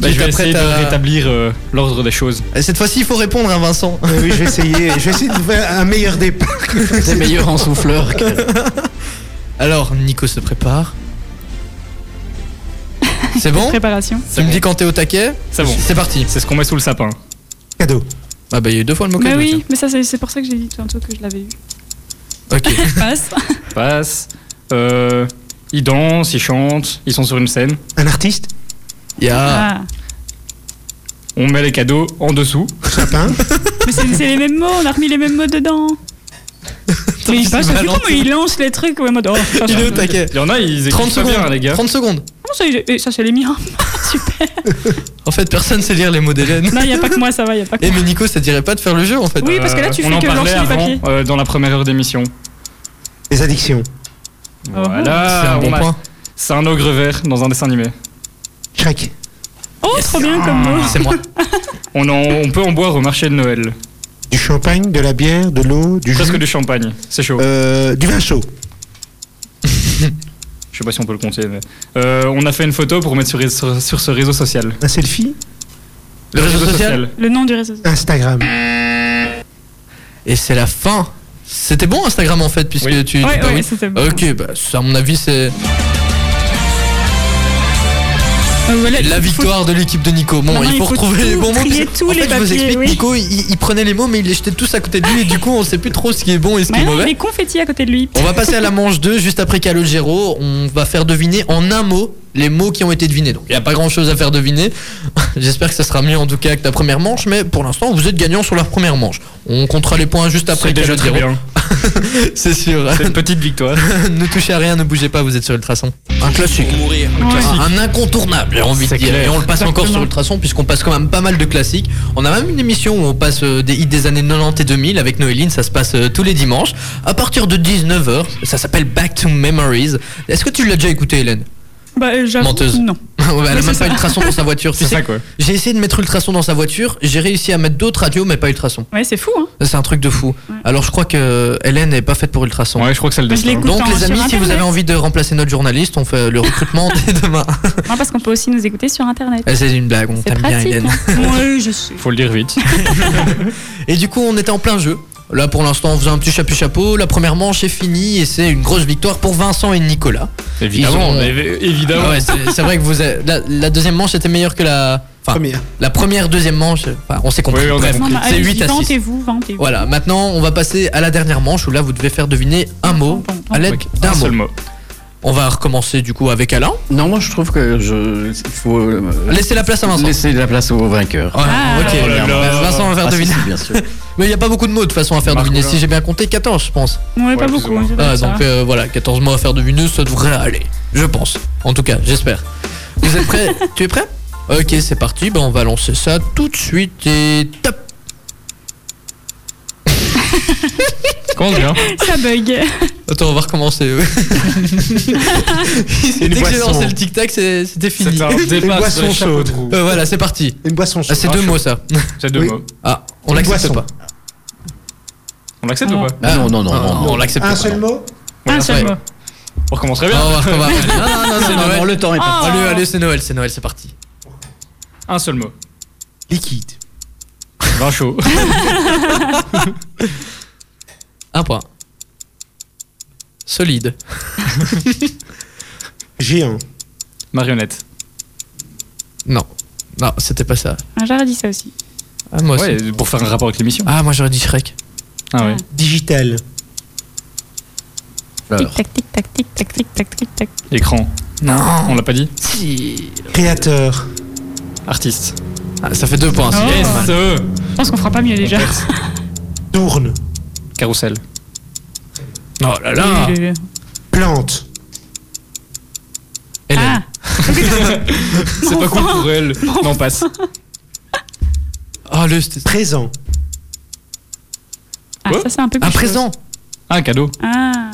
S3: Bah,
S1: tu
S3: je vais
S1: t'apprêtes
S3: essayer
S1: à-
S3: de rétablir euh, l'ordre des choses.
S1: Et Cette fois-ci, il faut répondre à Vincent.
S11: Euh, oui, je vais essayer. Je vais essayer de faire un meilleur départ.
S10: C'est meilleur en souffleur que.
S1: Alors, Nico se prépare. C'est bon
S2: Préparation.
S1: Tu me dis quand t'es au taquet
S3: C'est bon.
S1: C'est parti.
S3: C'est ce qu'on met sous le sapin.
S11: Cadeau.
S1: Ah bah il y a eu deux fois le mot
S2: Bah
S1: cadeau,
S2: oui, mais ça c'est c'est pour ça que j'ai dit tantôt que je l'avais eu.
S1: tiens. hein. Ok.
S2: Passe.
S3: Passe. Euh, ils dansent, ils chantent, ils sont sur une scène.
S11: Un artiste.
S1: Il y a...
S2: Ah.
S3: On met les cadeaux en dessous.
S11: Sapin.
S2: Mais c'est c'est les mêmes mots, on a remis les mêmes mots dedans. Mais il passe, je sais plus
S1: Valence.
S2: comment il lance les trucs ouais, en mode. Oh, ça,
S1: Il
S2: ça-
S1: est au taquet.
S3: Il y en a, ils
S1: 30
S3: écrivent pas
S1: secondes.
S3: bien, les gars.
S1: 30 secondes.
S2: Comment ça, il- eh, ça c'est les miens. Super.
S1: En fait, personne sait lire les mots d'Hélène.
S2: Non, il n'y Bah, a pas que moi, ça va, il n'y a pas que
S1: Eh
S2: moi.
S1: mais Nico, ça te dirait pas de faire le jeu en fait
S2: Oui, parce que là, tu
S3: on
S2: fais
S3: en
S2: que
S3: parlait
S2: lancer les papiers.
S3: avant, euh, dans la première heure d'émission.
S11: Des addictions.
S2: Oh.
S1: C'est
S3: Voilà,
S1: un bon
S3: Ah, on a-
S1: point.
S3: c'est un ogre vert dans un dessin animé.
S11: Shrek.
S2: Oh, trop bien comme mot.
S1: C'est moi.
S3: On, en- on peut en boire au marché de Noël.
S11: Du champagne, de la bière, de l'eau, du jus.
S3: Presque du champagne, c'est chaud.
S11: Euh, du vin chaud.
S3: Je sais pas si on peut le compter. Mais... Euh, on a fait une photo pour mettre sur, sur- sur ce réseau social.
S11: Un selfie.
S1: Le réseau social
S2: Le nom du réseau.
S11: Instagram.
S3: Ah.
S1: Et c'est la fin. C'était bon Instagram en fait, puisque
S3: Oui.
S1: tu.
S2: Ouais,
S1: bah
S2: ouais,
S1: oui.
S2: c'était bon.
S1: Ok, bah ça, à mon avis, c'est
S2: Euh, voilà,
S1: la
S2: il faut-
S1: victoire de l'équipe de Nico. Bon,
S2: Maintenant,
S1: il faut,
S2: il faut
S1: retrouver
S2: tout
S1: les bons mots.
S2: trier
S1: puisque-
S2: tous
S1: en fait,
S2: les
S1: je vous
S2: papiers,
S1: explique,
S2: oui.
S1: Nico, il, il prenait les mots, mais il les jetait tous à côté de lui, et du coup, on sait plus trop ce qui est bon et ce qui est
S2: Maintenant, il
S1: mauvais. Oh,
S2: est confetti à côté de lui.
S1: On va passer à la manche 2 juste après Calogero. On va faire deviner en un mot les mots qui ont été devinés. Donc il n'y a pas grand chose à faire deviner. J'espère que ça sera mieux en tout cas que la première manche. Mais pour l'instant, vous êtes gagnant sur la première manche. On comptera les points juste après
S3: C'est déjà très
S1: Calogero.
S3: bien.
S1: C'est sûr.
S3: C'est une petite victoire.
S1: ne touchez à rien, ne bougez pas, vous êtes sur Ultrason. Un classique.
S2: Ouais.
S1: Un- Un incontournable, j'ai envie de
S3: C'est
S1: dire.
S3: clair.
S1: Et on le passe encore sur
S2: Exactement.
S1: Ultrason, puisqu'on passe quand même pas mal de classiques. On a même une émission où on passe euh, des hits des années 90 et 2000 avec Noéline, ça se passe euh, tous les dimanches. À partir de 19h, ça s'appelle Back to Memories. Est-ce que tu l'as déjà écouté, Hélène
S2: Bah, euh, j'avoue,
S1: Menteuse.
S2: Non.
S1: Ouais, Elle a même
S2: c'est
S1: pas
S2: ça.
S1: Ultrason dans sa voiture. Tu
S3: C'est
S1: sais,
S3: ça quoi.
S1: j'ai essayé de mettre Ultrason dans sa voiture, j'ai réussi à mettre d'autres radios, mais pas Ultrason.
S2: Ouais, c'est fou, hein.
S1: C'est un truc de fou.
S2: Ouais.
S1: Alors je crois que euh, Hélène n'est pas faite pour Ultrason.
S3: Ouais, je crois que c'est le
S2: Bah, je
S3: destin.
S2: l'écoute.
S1: Donc
S2: Écoute,
S1: les
S2: en-
S1: amis,
S2: sur
S1: si vous
S2: Internet.
S1: avez envie de remplacer notre journaliste, on fait le recrutement dès demain.
S2: Non, parce qu'on peut aussi nous écouter sur internet.
S1: Eh, C'est une blague, on
S2: C'est
S1: t'aime bien
S2: pratique.
S1: Hélène.
S2: hein. Ouais, je sais.
S3: Faut le dire vite.
S1: Et du coup, on était en plein jeu. Là, pour l'instant, on faisait un petit chapeau-chapeau. La première manche est finie et c'est une grosse victoire pour Vincent et Nicolas.
S3: Évidemment,
S1: Ils ont-
S3: évi- évidemment.
S1: Ah ouais, c'est c'est vrai que vous avez- la, la deuxième manche était meilleure que la enfin,
S11: Première.
S1: La première, deuxième manche. Enfin, on s'est compris.
S3: Oui, on a
S1: Bref,
S2: Vraiment,
S1: C'est
S2: allez-y,
S1: 8 à 6.
S2: Vantez-vous, vantez-vous.
S1: Voilà, maintenant on va passer à la dernière manche où là vous devez faire deviner un mot à l'aide
S3: Ok,
S1: d'un
S3: un seul
S1: mot.
S3: mot.
S1: On va recommencer du coup avec Alain.
S10: Non, moi je trouve que je il faut euh,
S1: Laissez la place à Vincent.
S10: laisser la place au vainqueur.
S1: Ouais,
S2: Ah.
S1: ok,
S3: Oh là là.
S1: Vincent va faire
S10: Ah, si,
S1: deviner.
S10: si, bien sûr.
S1: Mais il n'y a pas beaucoup de mots de toute façon à faire
S3: Marco,
S1: deviner.
S3: là.
S1: Si j'ai bien compté, 14 je pense.
S2: On est pas
S3: plus ou
S2: beaucoup.
S3: moins.
S2: c'est
S1: Ah,
S2: pas ça.
S1: donc euh, voilà, 14 mots à faire deviner, ça devrait aller. Je pense. En tout cas, j'espère. Vous êtes prêts Tu es prêt Ok, c'est parti. Ben, on va lancer ça tout de suite et top.
S3: Commence bien.
S2: Ça bug.
S1: Attends, on va recommencer. c'est
S3: Une
S1: excellent,
S3: boisson.
S1: c'est le tic-tac, c'est- c'était fini.
S3: C'est un
S11: Une
S3: débat
S11: boisson
S3: sur chapeau
S11: chaude.
S3: de roue.
S1: Euh, voilà, c'est parti.
S11: Une boisson
S1: Ah, c'est
S11: chaude.
S1: deux mots ça.
S3: C'est deux
S11: Oui.
S3: mots.
S1: Ah, on
S11: Une
S1: l'accepte
S11: boisson.
S1: pas.
S3: On l'accepte ou
S2: Non.
S3: pas
S10: Ah, non, non, non,
S1: Ah,
S10: non,
S1: on
S10: non.
S1: l'accepte
S11: Un
S1: pas.
S11: seul mot
S2: Un seul
S1: ouais.
S2: mot.
S3: On recommencerait
S1: Ah,
S3: bien.
S1: on va recommencer. Non, non, non, c'est
S10: Non, non,
S1: Noël.
S10: le temps est
S2: Ah.
S10: parti.
S1: Allez, allez, c'est Noël, c'est Noël, c'est parti.
S3: Un seul mot.
S11: Liquide.
S3: Vin chaud.
S1: Un point. Solide.
S11: Géant.
S3: Marionnette.
S1: Non, non, c'était pas ça.
S2: Ah, J'aurais dit ça aussi.
S1: Ah, moi aussi.
S3: Ouais, pour faire un rapport avec l'émission.
S1: Ah, moi j'aurais dit Shrek.
S3: Ah ouais.
S11: Digital.
S10: Fleur.
S2: Tic tac tic tac tic tac tic tac tic tac.
S3: Écran.
S1: Non.
S3: On l'a pas dit
S1: Si.
S11: Créateur.
S3: Artiste.
S1: Ah, ça fait deux points. c'est
S2: Oh.
S1: pas mal.
S3: SE.
S2: Je pense qu'on fera pas mieux déjà.
S11: Tourne.
S3: Carousel.
S1: Oh là là.
S2: Le- le- le-
S11: Plante.
S1: Hélène.
S2: Ah,
S3: C'est pas cool pour elle. Non, passe.
S1: Ah, le. c'était-
S11: Présent.
S2: Ah,
S3: Quoi
S2: ça c'est un peu plus
S1: Un
S2: chaud.
S1: présent.
S3: Ah, un cadeau.
S2: Ah,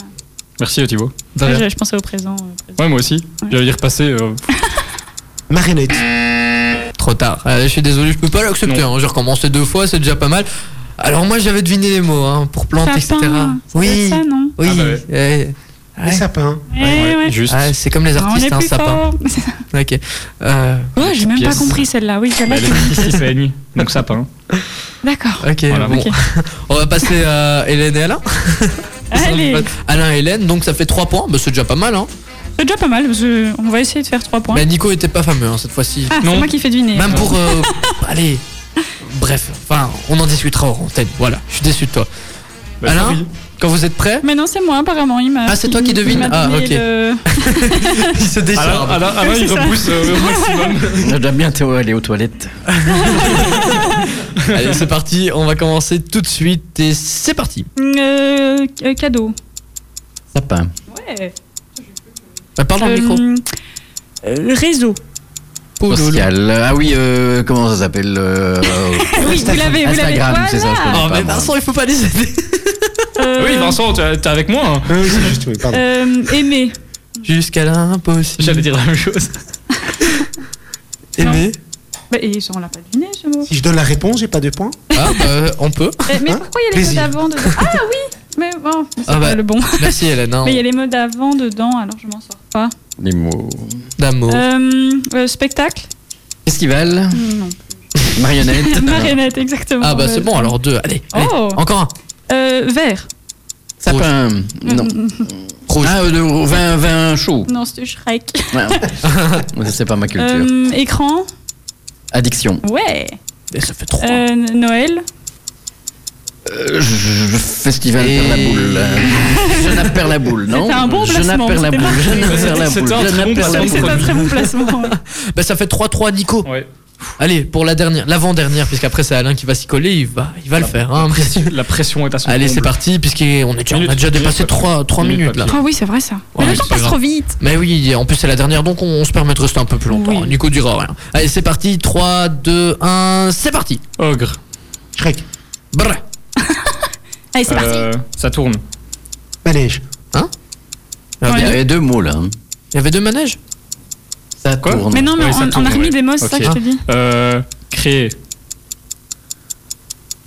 S3: Merci Thibaut.
S2: je, je pensais au présent. euh, présent.
S3: Ouais, moi aussi. J'allais y repasser. euh,
S11: Marionnette.
S1: Trop tard. Euh, je suis désolé, je peux pas l'accepter.
S3: Non.
S1: hein. J'ai recommencé deux fois, c'est déjà pas mal. Alors moi j'avais deviné les mots hein, pour planter, etc.
S2: Sapin, ça doit être
S1: Oui,
S2: ça, non
S1: oui.
S3: Ah bah ouais.
S1: eh,
S11: Les
S1: ouais.
S11: sapins.
S2: Eh ouais.
S3: Juste.
S1: Ah, c'est comme les
S2: Ah, on
S1: artistes,
S2: est
S1: un
S2: plus
S1: sapin.
S2: fort.
S1: Ok. Euh,
S2: Ouais, j'ai même pas
S3: pièce.
S2: compris celle-là. Oui, celle-là.
S3: Bah, L'électricité, c'est la nuit. Donc hein. sapin.
S2: je- D'accord.
S1: ok.
S3: Voilà.
S1: bon.
S2: Ok.
S1: On va passer à Hélène et Alain.
S2: Allez,
S1: Alain et Hélène, donc ça fait 3 points. Bah, c'est déjà pas mal. Hein.
S2: c'est déjà pas mal. parce que On va essayer de faire 3 points.
S1: Mais Nico était pas fameux hein, cette fois-ci.
S2: Ah,
S3: non.
S2: c'est moi qui fais deviner.
S1: Même pour. euh, allez. Bref, enfin, on en discutera hors antenne. Voilà, je suis déçu de toi.
S3: Bah,
S1: Alain,
S3: oui.
S1: quand vous êtes prêts,
S2: Mais non, c'est moi apparemment. Il m'a-
S1: Ah, c'est toi qui
S2: il- il
S1: devine
S2: m'a
S1: Ah,
S2: donné
S1: ok.
S2: le-
S1: il se déchire.
S3: Alain, Alain- Alain,
S2: Oui,
S3: il
S2: c'est ça.
S3: repousse euh, au maximum.
S10: J'aime bien Théo aller aux toilettes.
S1: Allez, c'est parti, on va commencer tout de suite et c'est parti.
S2: Euh, euh, cadeau.
S10: Sapin.
S2: Ouais.
S1: Bah, parle dans le
S2: Euh,
S1: micro.
S2: euh, réseau.
S1: Pouloulou.
S10: Social. Ah oui, euh, comment ça s'appelle euh,
S1: Ah,
S2: Oui, vous l'avez, vous l'avez.
S10: Instagram, c'est ça. je
S2: Voilà.
S1: Oh,
S10: connais pas,
S1: mais
S10: moi.
S1: Vincent, il faut pas les aider.
S2: Euh,
S3: Oui, Vincent, t'es t'es avec moi. hein.
S11: Ah oui, c'est juste, oui, pardon.
S2: euh, aimer.
S1: Jusqu'à l'impossible.
S3: J'allais dire la même chose.
S1: Aimer.
S2: Bah, et ça, on l'a pas deviné ce mot.
S11: Si je donne la réponse, j'ai pas de points.
S1: Ah, bah, on peut.
S2: Eh, mais
S11: Hein
S2: pourquoi il y a les
S11: Plaisir.
S2: mots d'avant dedans Ah oui Mais bon, mais c'est
S1: Ah bah.
S2: pas le bon.
S1: Merci, Hélène. hein,
S2: Mais il y a les mots d'avant dedans, alors je m'en sors pas.
S10: Les mots.
S1: D'amour.
S2: Euh, euh, spectacle
S10: Festival.
S2: Non.
S10: Marionnette.
S2: Marionnette, exactement.
S1: Ah, bah,
S2: Euh,
S1: c'est bon, alors deux. Allez, allez.
S2: Oh
S1: Encore un.
S2: euh, Vert.
S10: Sapin. Non.
S1: Rouge.
S10: Ah, euh, le vin, vin chaud.
S2: Non, c'était Shrek.
S10: Ouais. c'est pas ma culture.
S2: Euh, écran
S10: Addiction.
S2: Ouais.
S1: Et ça fait trois.
S2: Euh, Noël
S10: Euh, je- je- je- festival
S1: Et-
S10: perd la boule. euh, Jeuna perd la boule, non
S2: C'était un bon placement,
S10: Je la
S2: c'était
S10: boule.
S2: marqué.
S10: Jeuna perd la
S3: C'était
S10: boule.
S3: un
S10: Jeuna
S3: très bon
S10: perd la
S3: placement.
S2: C'est
S10: boule.
S2: pas très bon placement.
S1: Bah, ça fait 3-3, Nico.
S3: Ouais.
S1: Allez, pour la dernière, l'avant-dernière, puisqu'après c'est Alain qui va s'y coller, il va, il va le faire. hein.
S3: La pression est à son
S1: Allez, c'est
S3: comble.
S1: parti, puisqu'on est déjà, on a
S3: Minute,
S1: déjà
S3: minute,
S1: dépassé
S3: papier.
S1: 3,
S3: Minute,
S1: minutes là.
S3: papier.
S2: oui, c'est vrai ça.
S1: Ouais, c'est grave.
S2: vite.
S1: Mais oui, en plus c'est la dernière, donc on, on se permet de rester un peu plus longtemps.
S2: Oui.
S1: Nico dira rien. Allez, c'est parti, 3, 2, 1, c'est parti.
S3: Ogre.
S11: Shrek.
S1: Brr.
S2: Allez, c'est parti.
S3: Euh, ça tourne.
S11: Manège.
S1: Ah,
S10: Il y
S1: bien.
S10: avait deux mots là. hein.
S1: Il y avait deux manèges
S10: Ça
S3: Quoi
S10: tourne.
S2: Mais non, mais
S3: Ouais, ça
S2: on, on
S3: tourne,
S2: a remis
S3: ouais.
S2: des mots, c'est ça
S3: Ok.
S2: que je te dis.
S3: Euh, créer.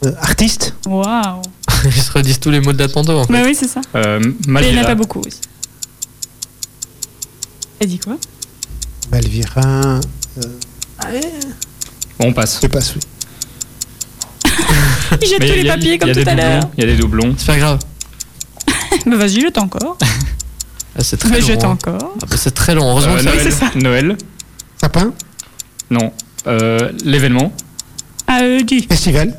S11: Euh, artiste.
S2: Waouh.
S1: Ils se redisent tous les mots de la tantôt. en fait.
S2: Bah oui, c'est ça.
S3: Euh,
S2: Mais il n'y en a
S3: Malvira.
S2: pas beaucoup aussi. Elle dit quoi
S11: Malvira. Euh,
S3: Bon, on passe.
S11: je passe, oui.
S2: Il jette
S3: Mais
S2: tous
S3: il
S2: les
S3: y a-
S2: papiers
S3: il y
S2: comme
S3: a
S2: tout
S3: des
S2: à l'heure.
S3: doublons, Il y a des doublons.
S1: C'est pas grave.
S2: Bah vas-y, jette encore.
S1: c'est
S2: Mais
S1: très long.
S2: jette
S1: hein.
S2: encore.
S1: Ah bah, c'est très long. Heureusement
S3: Euh,
S1: que ça-
S3: Noël, Noël.
S11: Sapin
S3: Non. Euh, L'événement.
S2: AED.
S11: Festival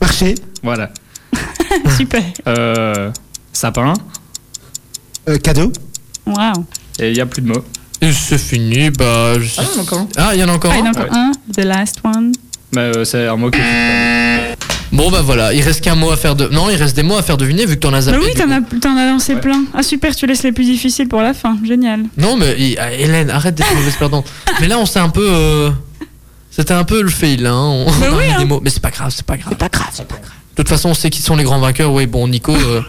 S11: Marché
S3: Voilà.
S2: Super.
S3: Euh, sapin.
S11: Euh, Cadeau
S2: Waouh.
S3: Et il n'y a plus de mots.
S1: Et c'est fini. Bah, je-
S3: Ah, il y en a encore un.
S1: Ah, il y en a encore
S2: Ah, il y en a
S1: un
S2: encore
S3: Ouais.
S2: un. The last one.
S3: Mais euh, c'est un mot que.
S1: Bon, bah voilà. Il reste qu'un mot à faire de. Non, il reste des mots à faire deviner vu que t'en as
S2: Bah
S1: zappé.
S2: oui,
S1: du
S2: t'en
S1: coup.
S2: as, t'en as lancé
S3: Ouais.
S2: plein. Ah super, tu laisses les plus difficiles pour la fin. Génial.
S1: Non, mais il- ah, Hélène, arrête d'être mauvaise perdante. Mais là, on s'est un peu. euh, C'était un peu le fail, hein. On,
S2: Bah
S1: on a
S2: oui,
S1: mis des
S2: hein.
S1: mots. Mais c'est pas grave, c'est pas grave.
S2: Pas grave, c'est pas grave.
S1: De toute façon, on sait qui sont les grands vainqueurs. Oui, bon, Nico. euh,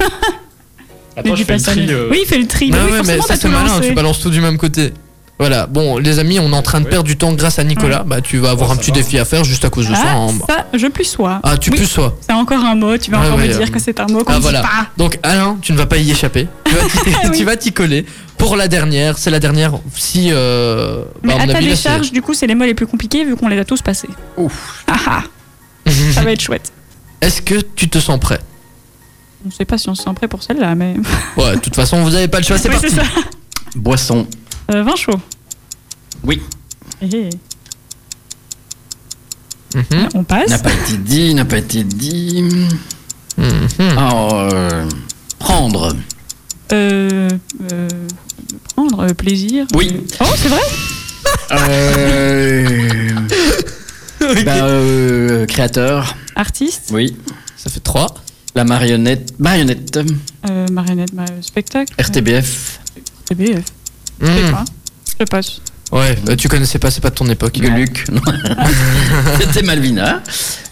S3: Attends, je fais le tri. euh,
S2: Oui, fais le tri.
S1: bah
S2: Bah oui,
S1: ouais, mais
S2: forcément,
S1: ça
S2: t'as
S1: c'est
S2: tout
S1: malin,
S2: lancé.
S1: tu balances tout du même côté. Voilà, bon, les amis, on est en train de
S3: Ouais.
S1: perdre du temps grâce à Nicolas. Bah, tu vas avoir
S3: Ouais,
S1: un
S3: ça
S1: petit
S3: va.
S1: défi à faire juste à cause de ça.
S2: Ah,
S1: hein.
S2: ça, je plus sois.
S1: Ah, tu
S2: Oui.
S1: plus sois.
S2: C'est encore un mot, tu vas
S1: Ouais,
S2: encore
S1: ouais,
S2: me dire
S1: euh,
S2: que c'est un mot qu'on
S1: Ah
S2: dit
S1: voilà.
S2: pas.
S1: Donc Alain, tu ne vas pas y échapper. Tu vas t'y-
S2: Ah oui.
S1: tu vas t'y coller. Pour la dernière, c'est la dernière. Si. Euh,
S2: Mais
S1: bah, à
S2: à
S1: mon
S2: ta
S1: avis, là, c'est-
S2: décharge, du coup, c'est les mots les plus compliqués vu qu'on les a tous passés. Ouf. Ah ah, ça va être chouette.
S1: Est-ce que tu te sens prêt
S2: On sait pas si on se sent prêt pour celle-là, mais.
S1: Ouais, de toute façon, vous n'avez pas le choix, Bah, c'est
S2: Oui,
S1: parti.
S2: ça.
S10: Boisson.
S2: Euh, vin chaud.
S10: Oui.
S2: Eh,
S1: Mhm,
S2: Hein, On
S10: N'a
S2: passe.
S10: pas été dit, n'a pas été dit.
S1: mhm.
S10: Alors, euh, prendre.
S2: Euh, euh, prendre euh, plaisir.
S10: Oui.
S2: Oh, c'est vrai
S10: Euh, bah, euh, créateur.
S2: Artiste,
S10: Oui.
S1: Ça fait 3.
S10: La marionnette. Marionnette.
S2: euh, marionnette, mar- spectacle.
S10: RTBF.
S2: euh, TBF, je
S1: Hmm.
S2: sais pas. Je passe.
S1: Mhm. Ouais, bah, tu connaissais pas, c'est pas de ton époque.
S10: Gueuluc. Non. C'était Malvina.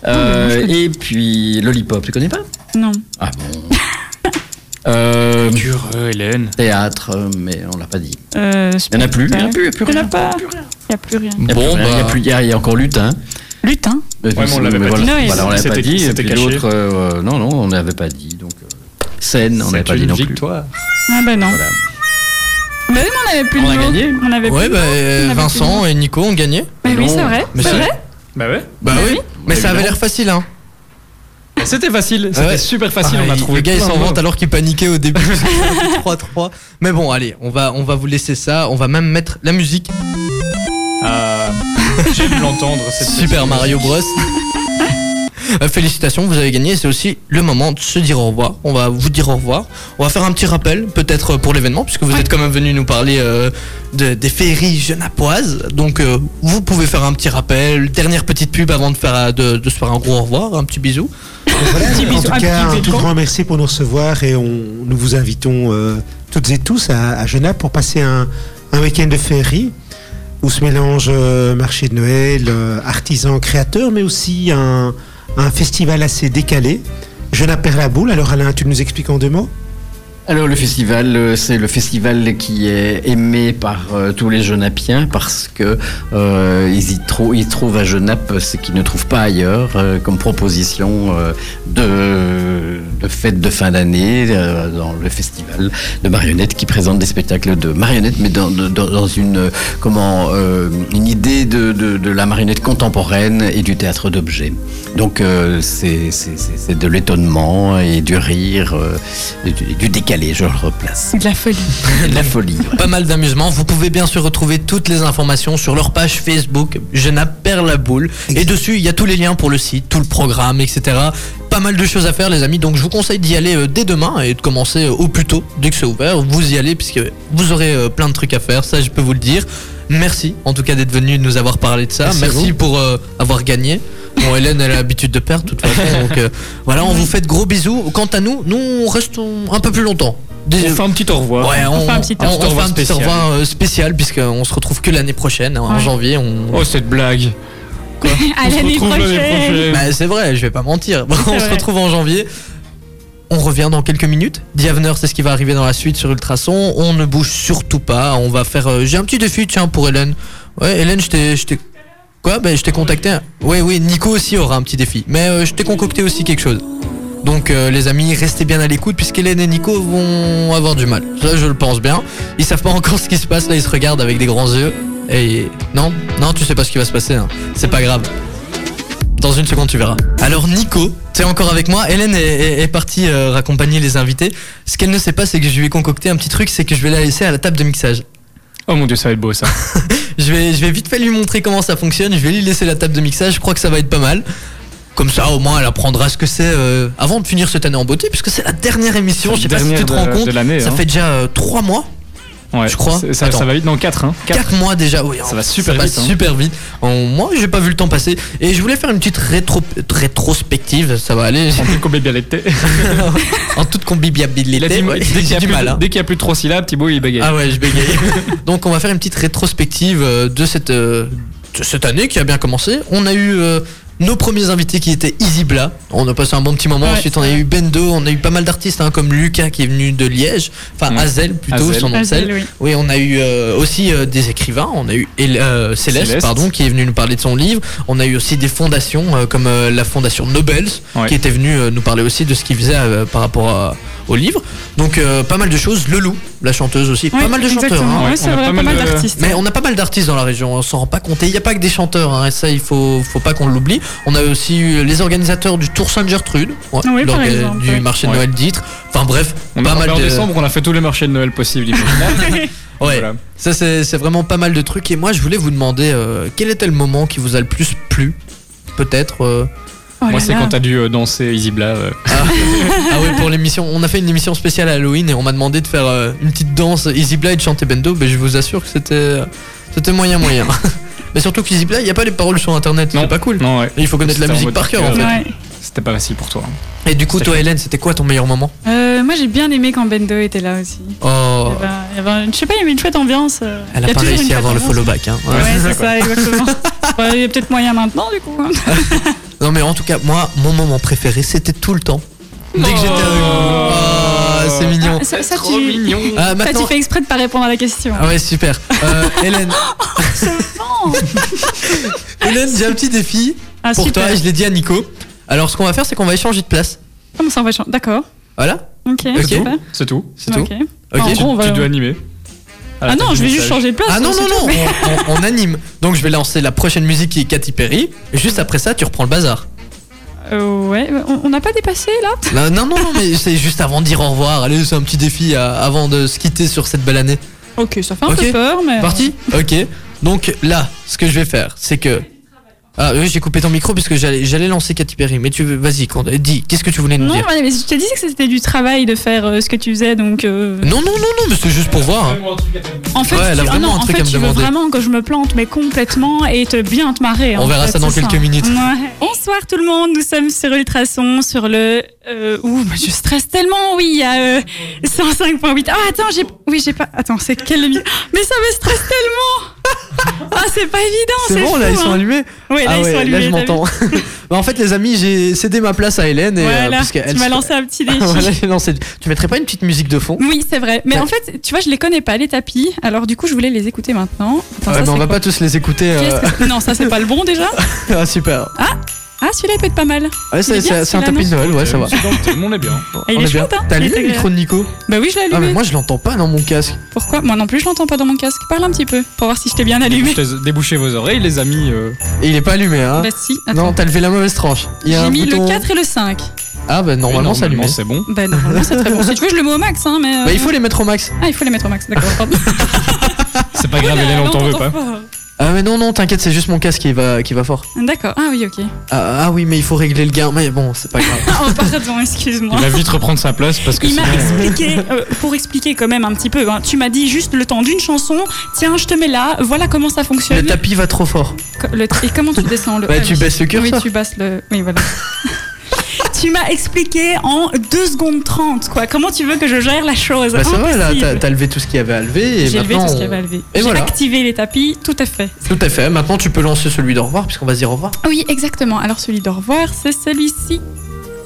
S10: Euh,
S2: Non, mais moi, je
S10: et puis Lollipop, tu connais pas
S2: Non.
S10: Ah bon. Euh,
S3: Dur, euh, Hélène.
S10: théâtre, euh, mais on l'a pas dit.
S2: Euh,
S10: Il y en a plus. Il y en a plus.
S2: Il y en a pas. Il y a plus rien.
S10: Il y a plus
S1: Bon,
S10: rien, il y a
S1: bah.
S10: plus- il y a- il y a encore lutin.
S2: Lutin.
S10: Ouais,
S3: mais on l'avait pas
S10: voilà,
S2: dit. Non,
S10: voilà, on l'avait pas
S3: c'était-
S10: dit. Et
S3: c'était
S10: puis
S3: caché.
S10: l'autre, euh, euh, non, non, on l'avait pas dit. Donc, euh, scène, on l'avait pas
S3: C'est
S10: dit
S3: une
S10: non plus.
S3: victoire.
S2: Ah bah non.
S10: Voilà.
S2: Bah oui, mais on avait plus
S10: On
S2: le
S10: a
S2: mot.
S10: gagné.
S2: On avait
S1: Ouais,
S2: plus.
S1: bah, euh,
S2: On avait
S1: Vincent et Nico ont gagné.
S2: Mais oui,
S10: Non.
S2: c'est vrai.
S1: Mais
S2: C'est
S1: c'est-
S2: vrai.
S3: Bah ouais.
S1: Bah
S2: Bah
S1: oui.
S2: oui.
S1: Mais ça avait
S3: Évidemment.
S1: l'air facile, hein.
S3: Ah, C'était facile. C'était
S1: ouais.
S3: super facile.
S1: Ah,
S3: on a
S1: il-
S3: trouvé.
S1: Le gars, il
S3: plein de
S1: s'en
S3: mots.
S1: vante alors qu'il paniquait au début. 3-3. Mais bon, allez, on va, on va vous laisser ça. On va même mettre la musique.
S3: Ah, J'ai dû l'entendre. cette
S1: Super
S3: petite
S1: Mario Bros. Euh, Félicitations, vous avez gagné. C'est aussi le moment de se dire au revoir. On va vous dire au revoir. On va faire un petit rappel, peut-être euh, pour l'événement, puisque vous êtes quand même venu nous parler euh, de- des féeries genapoises. Donc, euh, vous pouvez faire un petit rappel. Dernière petite pub avant de, faire, euh, de, de se faire un gros au revoir, un petit bisou.
S11: Voilà,
S2: Petit
S11: en
S2: bisou,
S11: tout
S2: un
S11: cas,
S2: petit
S11: un
S2: bisou.
S11: tout grand merci pour nous recevoir et on, nous vous invitons euh, toutes et tous à, à Genève pour passer un, un week-end de féerie où se mélangent euh, marché de Noël, euh, artisans, créateurs, mais aussi un, un festival assez décalé. Genappe perd la boule. Alors Alain, tu nous expliques en deux mots
S10: Alors le festival, euh, c'est le festival qui est aimé par euh, tous les Genapiens parce que euh, ils, y trou- ils trouvent à Genappe ce qu'ils ne trouvent pas ailleurs euh, comme proposition euh, de, de fête de fin d'année euh, dans le festival de marionnettes qui présente des spectacles de marionnettes mais dans, dans- dans une euh, comment euh, une idée de, de- de la marionnette contemporaine et du théâtre d'objets. Donc euh, c'est c'est- c'est- c'est de l'étonnement et du rire. euh, et du, du décalé, je le replace.
S2: C'est de la folie.
S10: De la folie. ouais.
S1: Pas mal d'amusement. Vous pouvez bien sûr retrouver toutes les informations sur leur page Facebook, Jena perd la boule. Et dessus, il y a tous les liens pour le site, tout le programme, etc. Pas mal de choses à faire, les amis. Donc, je vous conseille d'y aller euh, dès demain et de commencer euh, au plus tôt, dès que c'est ouvert. Vous y allez, puisque vous aurez euh, plein de trucs à faire. Ça, je peux vous le dire. Merci, en tout cas, d'être venu nous avoir parlé de ça.
S10: Merci
S1: Merci,
S10: à vous.
S1: pour euh, avoir gagné. Bon, Hélène, elle a l'habitude de perdre, de toute façon. Donc, euh, voilà, on vous fait de gros bisous. Quant à nous, nous, on reste on- un peu plus longtemps. Des-
S3: On fait un petit au revoir.
S1: Ouais, on,
S2: fait un petit
S1: on- on
S3: au revoir
S1: fait un petit au
S3: spécial.
S1: revoir euh, spécial, puisqu'on se retrouve que l'année prochaine, hein, en
S2: Ouais.
S1: janvier. On...
S3: Oh cette blague.
S2: à
S3: on se
S2: l'année
S3: retrouve l'année
S2: prochaine.
S3: prochaine.
S1: Bah, c'est vrai, je vais pas mentir. Bon,
S2: C'est
S1: on se
S2: vrai.
S1: retrouve en janvier. On revient dans quelques minutes. Diavener, c'est ce qui va arriver dans la suite sur Ultrason. On ne bouge surtout pas. On va faire. euh, J'ai un petit défi, tiens, pour Hélène. Ouais, Hélène, je t'ai. je t'ai- Quoi Ben, je t'ai contacté. Oui, oui, Nico aussi aura un petit défi. Mais euh, je t'ai concocté aussi quelque chose. Donc, euh, les amis, restez bien à l'écoute, puisqu'Hélène et Nico vont avoir du mal. Ça, je le pense bien. Ils savent pas encore ce qui se passe. Là, ils se regardent avec des grands yeux. Et. Non, non, tu sais pas ce qui va se passer. hein. C'est pas grave. Dans une seconde, tu verras. Alors, Nico, C'est encore avec moi. Hélène est, est- est partie euh, raccompagner les invités. Ce qu'elle ne sait pas, c'est que je lui ai concocté un petit truc, c'est que je vais la laisser à la table de mixage.
S3: Oh mon dieu, ça va être beau ça.
S1: je, vais, je vais vite fait lui montrer comment ça fonctionne. Je vais lui laisser la table de mixage. Je crois que ça va être pas mal. Comme ça, au moins, elle apprendra ce que c'est euh, avant de finir cette année en beauté, puisque c'est la dernière émission.
S3: La
S1: Je sais pas si
S3: dernière
S1: tu te
S3: de-
S1: rends compte.
S3: de l'année,
S1: ça
S3: hein.
S1: fait déjà euh, trois mois.
S3: Ouais,
S1: je crois.
S3: c'est- Ça,
S1: Attends.
S3: ça va vite dans 4 hein. Quatre.
S1: 4 mois déjà, oui.
S3: Ça va super
S1: passe
S3: vite, hein.
S1: super vite. En- moi, j'ai pas vu le temps passer. Et je voulais faire une petite rétro, rétrospective, ça va aller. En
S3: toute combiabilité.
S1: en toute combiabilité.
S3: Il a dit-
S1: ouais,
S3: dès qu'il y
S1: j'ai
S3: a
S1: du
S3: plus-
S1: mal. hein.
S3: dès qu'il y a plus de 3 syllabes, Thibaut il bégaye.
S1: Ah ouais, je bégaye. Donc, on va faire une petite rétrospective euh, de cette, euh, de cette année qui a bien commencé. On a eu. euh, nos premiers invités qui étaient Easy Bla, on a passé un bon petit moment.
S2: Ouais.
S1: Ensuite, on a eu Bendo, on a eu pas mal d'artistes hein, comme Lucas qui est venu de Liège, enfin
S3: Ouais.
S1: Azel plutôt,
S3: Azel.
S1: son nom de
S2: Azel,
S1: scène.
S2: oui.
S1: Oui, on a eu euh, aussi euh, des écrivains. On a eu Hel- euh, Céleste,
S3: Céleste.
S1: pardon, qui est venue nous parler de son livre. On a eu aussi des fondations euh, comme euh, la fondation Nobels,
S3: Ouais.
S1: qui était venue euh, nous parler aussi de ce qu'ils faisaient euh, par rapport à- au livre. Donc euh, pas mal de choses. Le Loup, la chanteuse aussi.
S2: Oui,
S1: pas mal de chanteurs.
S2: exactement.
S1: hein.
S2: Ouais, Ouais, c'est on a vrai, pas pas mal mal de- d'artistes.
S1: Mais on a pas mal d'artistes dans la région. On s'en rend pas compte. Et Il n'y a pas que des chanteurs. hein, et ça, il faut, faut pas qu'on l'oublie. On a aussi eu les organisateurs du Tour Sainte Gertrude, ouais,
S2: Oui, par
S1: l'orga-
S2: exemple,
S1: du
S2: ouais.
S1: marché de
S3: Ouais.
S1: Noël d'Itre. Enfin bref,
S3: On
S1: pas
S3: a,
S1: mal
S3: en
S1: de.
S3: décembre, on a fait tous les marchés de Noël possibles. il faut.
S1: Ouais, Oh
S3: Voilà.
S1: ça c'est c'est vraiment pas mal de trucs. Et moi, je voulais vous demander euh, quel était le moment qui vous a le plus plu Peut-être. euh,
S2: Oh
S3: Moi,
S2: là
S3: c'est
S2: là.
S3: quand t'as dû euh, danser Easy Bla. euh.
S1: Ah, ah ouais, pour l'émission. On a fait une émission spéciale à Halloween et on m'a demandé de faire euh, une petite danse Easy Bly de chanter Bendo. Mais je vous assure que c'était euh, c'était moyen moyen. Mais surtout qu'Easy Bly, il n'y a pas les paroles sur internet.
S3: Non.
S1: C'est pas cool.
S3: Non, ouais.
S1: Il faut connaître la
S3: C'était en
S1: musique
S3: mode
S1: par cœur en fait.
S2: Ouais.
S3: C'était pas facile pour toi. hein.
S1: Et du coup,
S3: C'était
S1: toi, Hélène, c'était quoi ton meilleur moment
S2: Euh, moi j'ai bien aimé quand Bendo était là aussi.
S1: Oh,
S2: Il y avait- il y avait- je sais pas, il y avait une chouette ambiance. euh.
S1: elle
S2: Il Eh ben, y
S1: a pas
S2: toujours
S1: réussi
S2: une
S1: à avoir le
S2: chouette ambiance.
S1: follow-back. Hein.
S2: Ouais,
S3: Ouais,
S2: c'est
S3: c'est
S2: ça, exactement. Ouais, Il y a peut-être moyen maintenant, du coup. hein.
S1: Non mais en tout cas moi mon moment préféré c'était tout le temps. Dès que j'étais avec vous. Oh, c'est mignon.
S2: Ah, ça, ça, tu...
S1: Ah,
S2: ça, tu
S1: maintenant
S2: fais exprès de pas répondre à la question.
S1: Ah ouais super. Euh,
S2: Oh,
S1: Hélène, Hélène j'ai un petit défi
S2: Ah,
S1: pour
S2: super.
S1: toi et je l'ai dit à Nico. Alors ce qu'on va faire c'est qu'on va échanger de place.
S2: Comment ça, on va changer D'accord.
S1: Voilà,
S2: Ok,
S1: Ok.
S2: super.
S3: C'est tout.
S1: c'est tout. Ah,
S2: Ok.
S1: Ok,
S2: Enfin, en
S1: tu-
S2: gros, on va-
S3: Tu dois animer. À la
S2: Ah
S3: tête
S2: non,
S3: du
S2: je vais juste
S3: mixage.
S2: changer de place.
S1: Ah non
S2: c'est
S1: non
S2: tout.
S1: non, on, on- on anime. Donc je vais lancer la prochaine musique qui est Katy Perry et juste après ça tu reprends le bazar.
S2: Euh, ouais, on on n'a pas dépassé là
S1: Non non non, non, mais c'est juste avant de dire au revoir. Allez c'est un petit défi à- avant de se quitter sur cette belle année.
S2: Ok, ça fait un
S1: Ok.
S2: peu peur, mais.
S1: Parti Ok. Donc là, ce que je vais faire, c'est que. Ah oui, j'ai coupé ton micro parce que j'allais j'allais lancer Katy Perry. Mais tu veux, vas-y, quand- dis, qu'est-ce que tu voulais nous
S2: Non,
S1: dire
S2: ouais, mais je te disais que c'était du travail de faire euh, ce que tu faisais, donc. euh,
S1: Non, non, non, non, mais c'est juste pour voir. hein.
S2: En fait,
S1: Ouais, elle a
S2: tu, ah
S1: vraiment
S2: non,
S1: un
S2: en
S1: truc
S2: fait,
S1: à me
S2: tu veux
S1: demander.
S2: vraiment que je me plante, mais complètement, et te bien te marrer.
S1: On
S2: en
S1: verra
S2: fait,
S1: ça dans
S2: c'est
S1: quelques minutes.
S2: Ouais. Bonsoir tout le monde, nous sommes sur Ultrason, sur le... Euh, ouh, bah, je stresse tellement, oui, il y a euh, 105.8. Ah, attends, j'ai... Oui, j'ai pas... Attends, c'est quelle... émi- Mais ça me stresse tellement Ah, c'est pas évident, c'est
S1: C'est bon, là,
S2: fou,
S1: ils sont
S2: hein.
S1: allumés.
S2: Ouais, là,
S1: ah
S2: ils
S1: ouais,
S2: sont allumés,
S1: là, je
S2: t'as vu
S1: m'entends. Bah, en fait, les amis, j'ai cédé ma place à Hélène. Et, euh,
S2: Voilà,
S1: parce qu'elle
S2: tu m'as
S1: se-
S2: lancé un petit défi.
S1: Voilà, j'ai lancé- Tu mettrais pas une petite musique de fond
S2: Oui, c'est vrai. Mais
S1: Ouais.
S2: en fait, tu vois, je les connais pas, les tapis. Alors, du coup, je voulais les écouter maintenant. Attends,
S1: Ouais,
S2: ça,
S1: mais
S2: c'est
S1: on va
S2: quoi
S1: pas tous les écouter. euh,
S2: Qu'est-ce que c'est Non, ça, c'est pas le bon déjà.
S1: ah, super.
S2: Ah, celui-là, il peut être pas mal.
S1: Ouais,
S2: Il
S1: c'est
S2: est bien,
S1: c'est- c'est un
S2: celui-là,
S1: tapis de Noël, ouais, ça va.
S3: Tout le monde est bien.
S2: il
S1: On
S2: est
S1: est bien.
S2: chouette, hein,
S1: T'as
S2: il est
S1: allumé le
S2: agréable.
S1: micro de Nico
S2: Bah oui, je l'ai
S1: Ah, mais
S2: allumé.
S1: moi, je l'entends pas dans mon casque.
S2: Pourquoi Moi non plus, je l'entends pas dans mon casque. Parle un petit peu pour voir si je t'ai bien allumé.
S3: Débouchez- Débouchez vos oreilles, les amis. euh.
S1: Et il est pas allumé, hein.
S2: Bah si,
S1: Non,
S2: attends.
S1: t'as levé la mauvaise tranche. Il y a
S2: J'ai
S1: un
S2: mis
S1: bouton-
S2: le 4 et le 5.
S1: Ah bah normalement
S3: Et
S1: ça allume.
S3: C'est bon.
S2: Bah normalement, c'est très bon. Si tu veux, je le mets au max, hein, mais. euh,
S1: Bah il faut les mettre au max.
S2: Ah, il faut les mettre au max, d'accord. pardon.
S3: C'est pas grave,
S2: Ah,
S3: Hélène, on t'en veut pas.
S1: Ah mais non non t'inquiète c'est juste mon casque qui va qui va fort.
S2: D'accord, ah oui, ok.
S1: Ah, ah oui mais il faut régler le gain mais bon c'est pas grave.
S2: Oh, pardon, excuse-moi.
S3: Il va vite reprendre sa place parce que
S2: Il
S3: sinon,
S2: m'a expliqué, euh, pour expliquer quand même un petit peu, hein, tu m'as dit juste le temps d'une chanson, tiens, je te mets là, voilà comment ça
S1: le
S2: fonctionne.
S1: tapis va trop fort.
S2: Co- le- et comment tu descends le
S1: Bah,
S2: ah
S1: tu
S2: oui.
S1: baisses le
S2: Oui,
S1: curseur.
S2: tu baisses le. Oui, voilà. tu m'as expliqué en 2 secondes 30, quoi. Comment tu veux que je gère la chose
S1: Bah ça va là
S2: Impossible.
S1: t'as- t'as levé tout ce qu'il y avait à lever et
S2: J'ai levé
S1: maintenant.
S2: tout ce qu'il y
S1: on-
S2: avait à lever.
S1: Et
S2: J'ai
S1: voilà.
S2: activé les tapis, tout à fait.
S1: Tout à fait. Maintenant tu peux lancer celui d'au revoir puisqu'on va se dire au revoir.
S2: Oui, exactement. Alors celui d'au revoir, c'est celui-ci.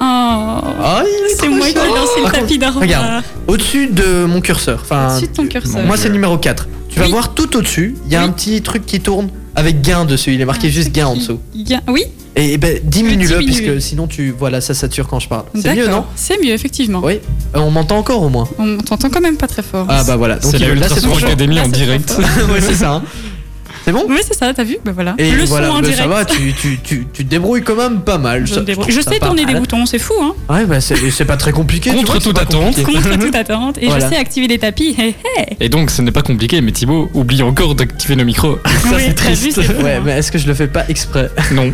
S2: Oh,
S1: Ah il est
S2: c'est
S1: trop
S2: moi qui ai
S1: chouette.
S2: lancé le
S1: Par contre,
S2: tapis d'au revoir.
S1: Regarde au-dessus de mon curseur. Enfin
S2: Au-dessus de ton curseur.
S1: moi c'est numéro 4 Tu vas
S2: Oui.
S1: voir tout au-dessus il y a
S2: Oui.
S1: un petit truc qui tourne avec gain dessus il est marqué
S2: Un
S1: juste
S2: truc
S1: gain en
S2: qui-
S1: dessous.
S2: Gain- Oui,
S1: Et, et ben diminue-le
S2: diminuer.
S1: puisque sinon tu voilà ça sature quand je parle. C'est mieux
S2: d'accord.
S1: non
S2: C'est mieux, effectivement.
S1: Oui. Euh, On m'entend encore au moins.
S2: On t'entend quand même pas très fort.
S1: Ah bah voilà. Donc
S3: c'est la
S1: là
S3: Ultra
S1: c'est trop
S3: Sport
S1: chaud.
S3: Academy
S2: Là,
S3: en
S2: Ah, c'est trop
S3: direct.
S2: fort.
S1: ouais, c'est ça. hein. C'est bon
S2: Oui, c'est ça, t'as vu Ben voilà.
S1: Et
S2: le
S1: voilà,
S2: son en
S1: ben
S2: direct.
S1: ça va, tu, tu, tu, tu te débrouilles quand même pas mal.
S2: Je,
S1: Ça-
S2: me débrouille.
S1: trouve
S2: Je
S1: ça
S2: sais
S1: pas
S2: tourner des
S1: mal.
S2: boutons, c'est fou, hein
S1: Ouais, bah c'est c'est pas très compliqué. tu
S3: Contre
S1: vois, c'est
S3: toute
S1: pas
S3: attente.
S1: compliqué.
S2: Contre toute attente. Et
S3: Voilà.
S2: je sais activer les tapis. Hé, hé.
S3: Et donc, ce n'est pas compliqué, mais Thibaut oublie encore d'activer nos micros.
S2: Ça, Oui, c'est t'as vu, triste. c'est fou,
S1: Ouais,
S2: hein.
S1: mais est-ce que je le fais pas exprès
S3: Non,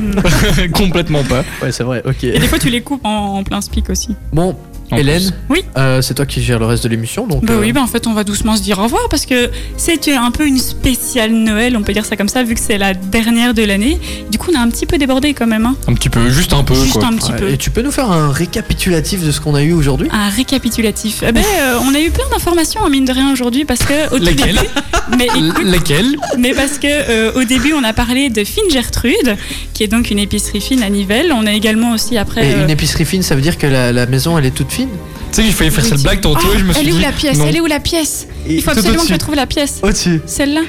S3: complètement pas.
S1: Ouais, c'est vrai, ok.
S2: Et des fois, tu les coupes en, en plein speak aussi.
S1: Bon,
S3: En
S1: Hélène,
S2: Oui.
S1: euh, c'est toi qui gères le reste de l'émission, donc.
S2: Bah
S1: euh,
S2: oui, bah en fait, on va doucement se dire au revoir parce que c'est un peu une spéciale Noël, on peut dire ça comme ça, vu que c'est la dernière de l'année. Du coup, on a un petit peu débordé quand même. hein.
S3: Un petit peu, juste un peu.
S2: Juste
S3: quoi.
S2: un petit
S1: ouais,
S2: peu.
S1: Et tu peux nous faire un récapitulatif de ce qu'on a eu aujourd'hui
S2: Un récapitulatif. Eh ben, euh, on a eu plein d'informations, hein, mine de rien, aujourd'hui, parce que au tout
S3: Lesquelles
S2: début. Mais écoute,
S3: Lesquels
S2: Mais parce que euh, au début, on a parlé de Fine Gertrude, qui est donc une épicerie fine à Nivelles. On a également aussi après.
S1: Et
S2: euh,
S1: une épicerie fine, ça veut dire que la, la maison elle est toute fine
S3: Tu sais que j'ai failli faire cette
S2: Gauthier.
S3: blague tantôt
S2: Oh,
S3: et je me suis
S2: elle est où
S3: dit,
S2: la pièce
S3: non.
S2: Elle est où la pièce Il faut
S3: Tout
S2: absolument que
S3: au-dessus.
S2: je trouve la pièce.
S1: Au-dessus
S2: Celle-là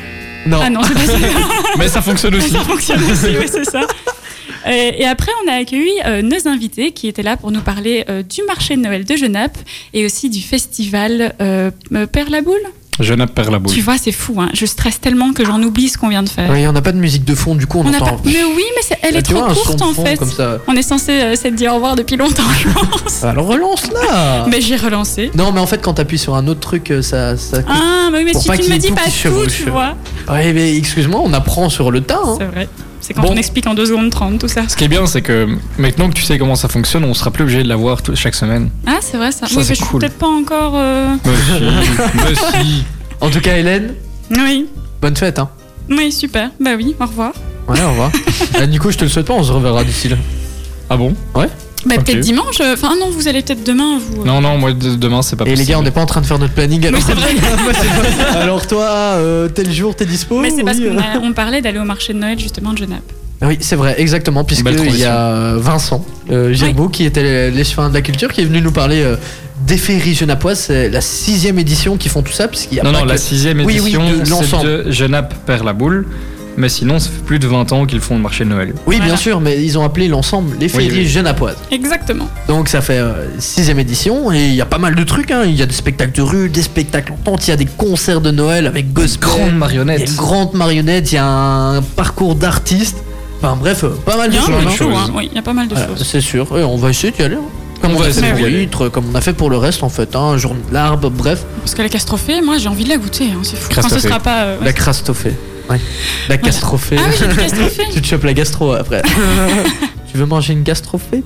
S1: Non.
S2: Ah non, c'est pas celle-là.
S3: Mais ça fonctionne aussi.
S2: Ça fonctionne aussi, oui, c'est ça. Euh, et après, on a accueilli euh, nos invités qui étaient là pour nous parler euh, du marché de Noël de Genappe et aussi du festival euh, euh, Père la Boule.
S3: Je n'appelle la boule.
S2: Tu vois, c'est fou, hein. je stresse tellement que j'en oublie ce qu'on vient de faire.
S1: Oui, on n'a pas de musique de fond, du coup on,
S2: On n'a
S1: entend. Bah,
S2: pas- Mais oui, mais c'est- elle est
S1: Tu
S2: trop
S1: vois, un son
S2: courte
S1: de
S2: en
S1: fond
S2: fait.
S1: comme ça.
S2: On est censé euh, s'être dit au revoir depuis longtemps, je pense.
S1: Bah, Alors relance là
S2: Mais j'ai relancé.
S1: Non, mais en fait, quand t'appuies sur un autre truc, euh, ça. ça...
S2: Ah, mais, mais
S1: Pour
S2: si
S1: pas
S2: tu
S1: qu'il y
S2: ne me
S1: ait
S2: dis
S1: tout
S2: pas
S1: qui
S2: tout,
S1: chevauche.
S2: tu vois.
S1: Ouais, mais excuse-moi, on apprend sur le tas. hein.
S2: C'est vrai. C'est quand
S1: Bon.
S2: on explique en 2 secondes 30 tout ça.
S3: Ce qui est bien, c'est que maintenant que tu sais comment ça fonctionne, on sera plus obligé de la voir tout- chaque semaine.
S2: Ah, c'est vrai ça.
S3: Ça,
S2: oui,
S3: c'est
S2: mais je suis
S3: cool.
S2: peut-être pas encore. euh,
S3: Monsieur, monsieur.
S1: En tout cas, Hélène,
S2: Oui.
S1: bonne fête. Hein.
S2: Oui, super. Bah oui, au revoir.
S1: Ouais, au revoir. Ah, Nico, je te le souhaite pas, on se reverra d'ici là.
S3: Ah bon
S2: Bah
S3: Ok.
S2: peut-être dimanche. euh, Enfin non, vous allez peut-être demain vous. euh.
S3: Non, non, moi de- demain, c'est
S1: Et
S3: pas possible.
S1: les gars, on n'est pas en train de faire notre planning. Alors,
S2: Oui, c'est vrai.
S1: alors toi, euh, tel jour, t'es dispo
S2: Mais c'est
S1: oui,
S2: parce
S1: euh.
S2: qu'on a- on parlait d'aller au marché de Noël justement de Genappe.
S1: Ah Oui, c'est vrai, exactement, puisque
S3: Belle
S1: il y
S3: transition.
S1: a euh, Vincent euh, Gerbeau, qui était l'échevin de la culture, qui est venu nous parler euh, des féeries genapoises. C'est la sixième édition qui font tout ça, puisqu'il y a
S3: Non,
S1: pas
S3: non,
S1: Bah, que-
S3: la sixième
S1: Oui, oui,
S3: édition,
S1: de l'ensemble.
S3: c'est de Genappe perd la boule. Mais sinon, ça fait plus de 20 ans qu'ils font le marché de Noël.
S1: Oui, bien
S2: Voilà.
S1: sûr, mais ils ont appelé l'ensemble les
S3: Oui,
S1: féeries
S3: oui.
S1: genapoises.
S2: Exactement.
S1: Donc ça fait euh, sixième édition et il y a pas mal de trucs. hein. Il y a des spectacles de rue, des spectacles en tente, il y a des concerts de Noël avec gospel.
S3: Grande
S1: Il y a
S3: marionnette.
S1: une grande marionnette, il y a un parcours d'artistes. Enfin bref, euh, pas mal
S2: Il
S1: de
S2: y a
S1: choses.
S2: un peu de
S1: hein.
S2: choses, hein. Oui, il y a pas mal de
S1: Voilà,
S2: choses.
S1: Ah, c'est sûr, Et on va essayer d'y aller. hein. Comme
S3: On
S1: on,
S3: va
S1: a
S3: essayer
S1: fait
S3: d'y
S1: pour
S3: aller.
S1: l'huître, comme on a fait pour le reste en fait, hein, journée de l'arbre, bref,
S2: Parce que la castrophée, moi j'ai envie de la goûter. hein, C'est fou. Quand ce
S3: Castrophée.
S2: sera pas. euh, ouais.
S1: la crastophée. Ouais. La castrophée.
S2: Ah oui, j'ai dit castrophée.
S1: tu te chopes la gastro après. tu veux manger une gastrophée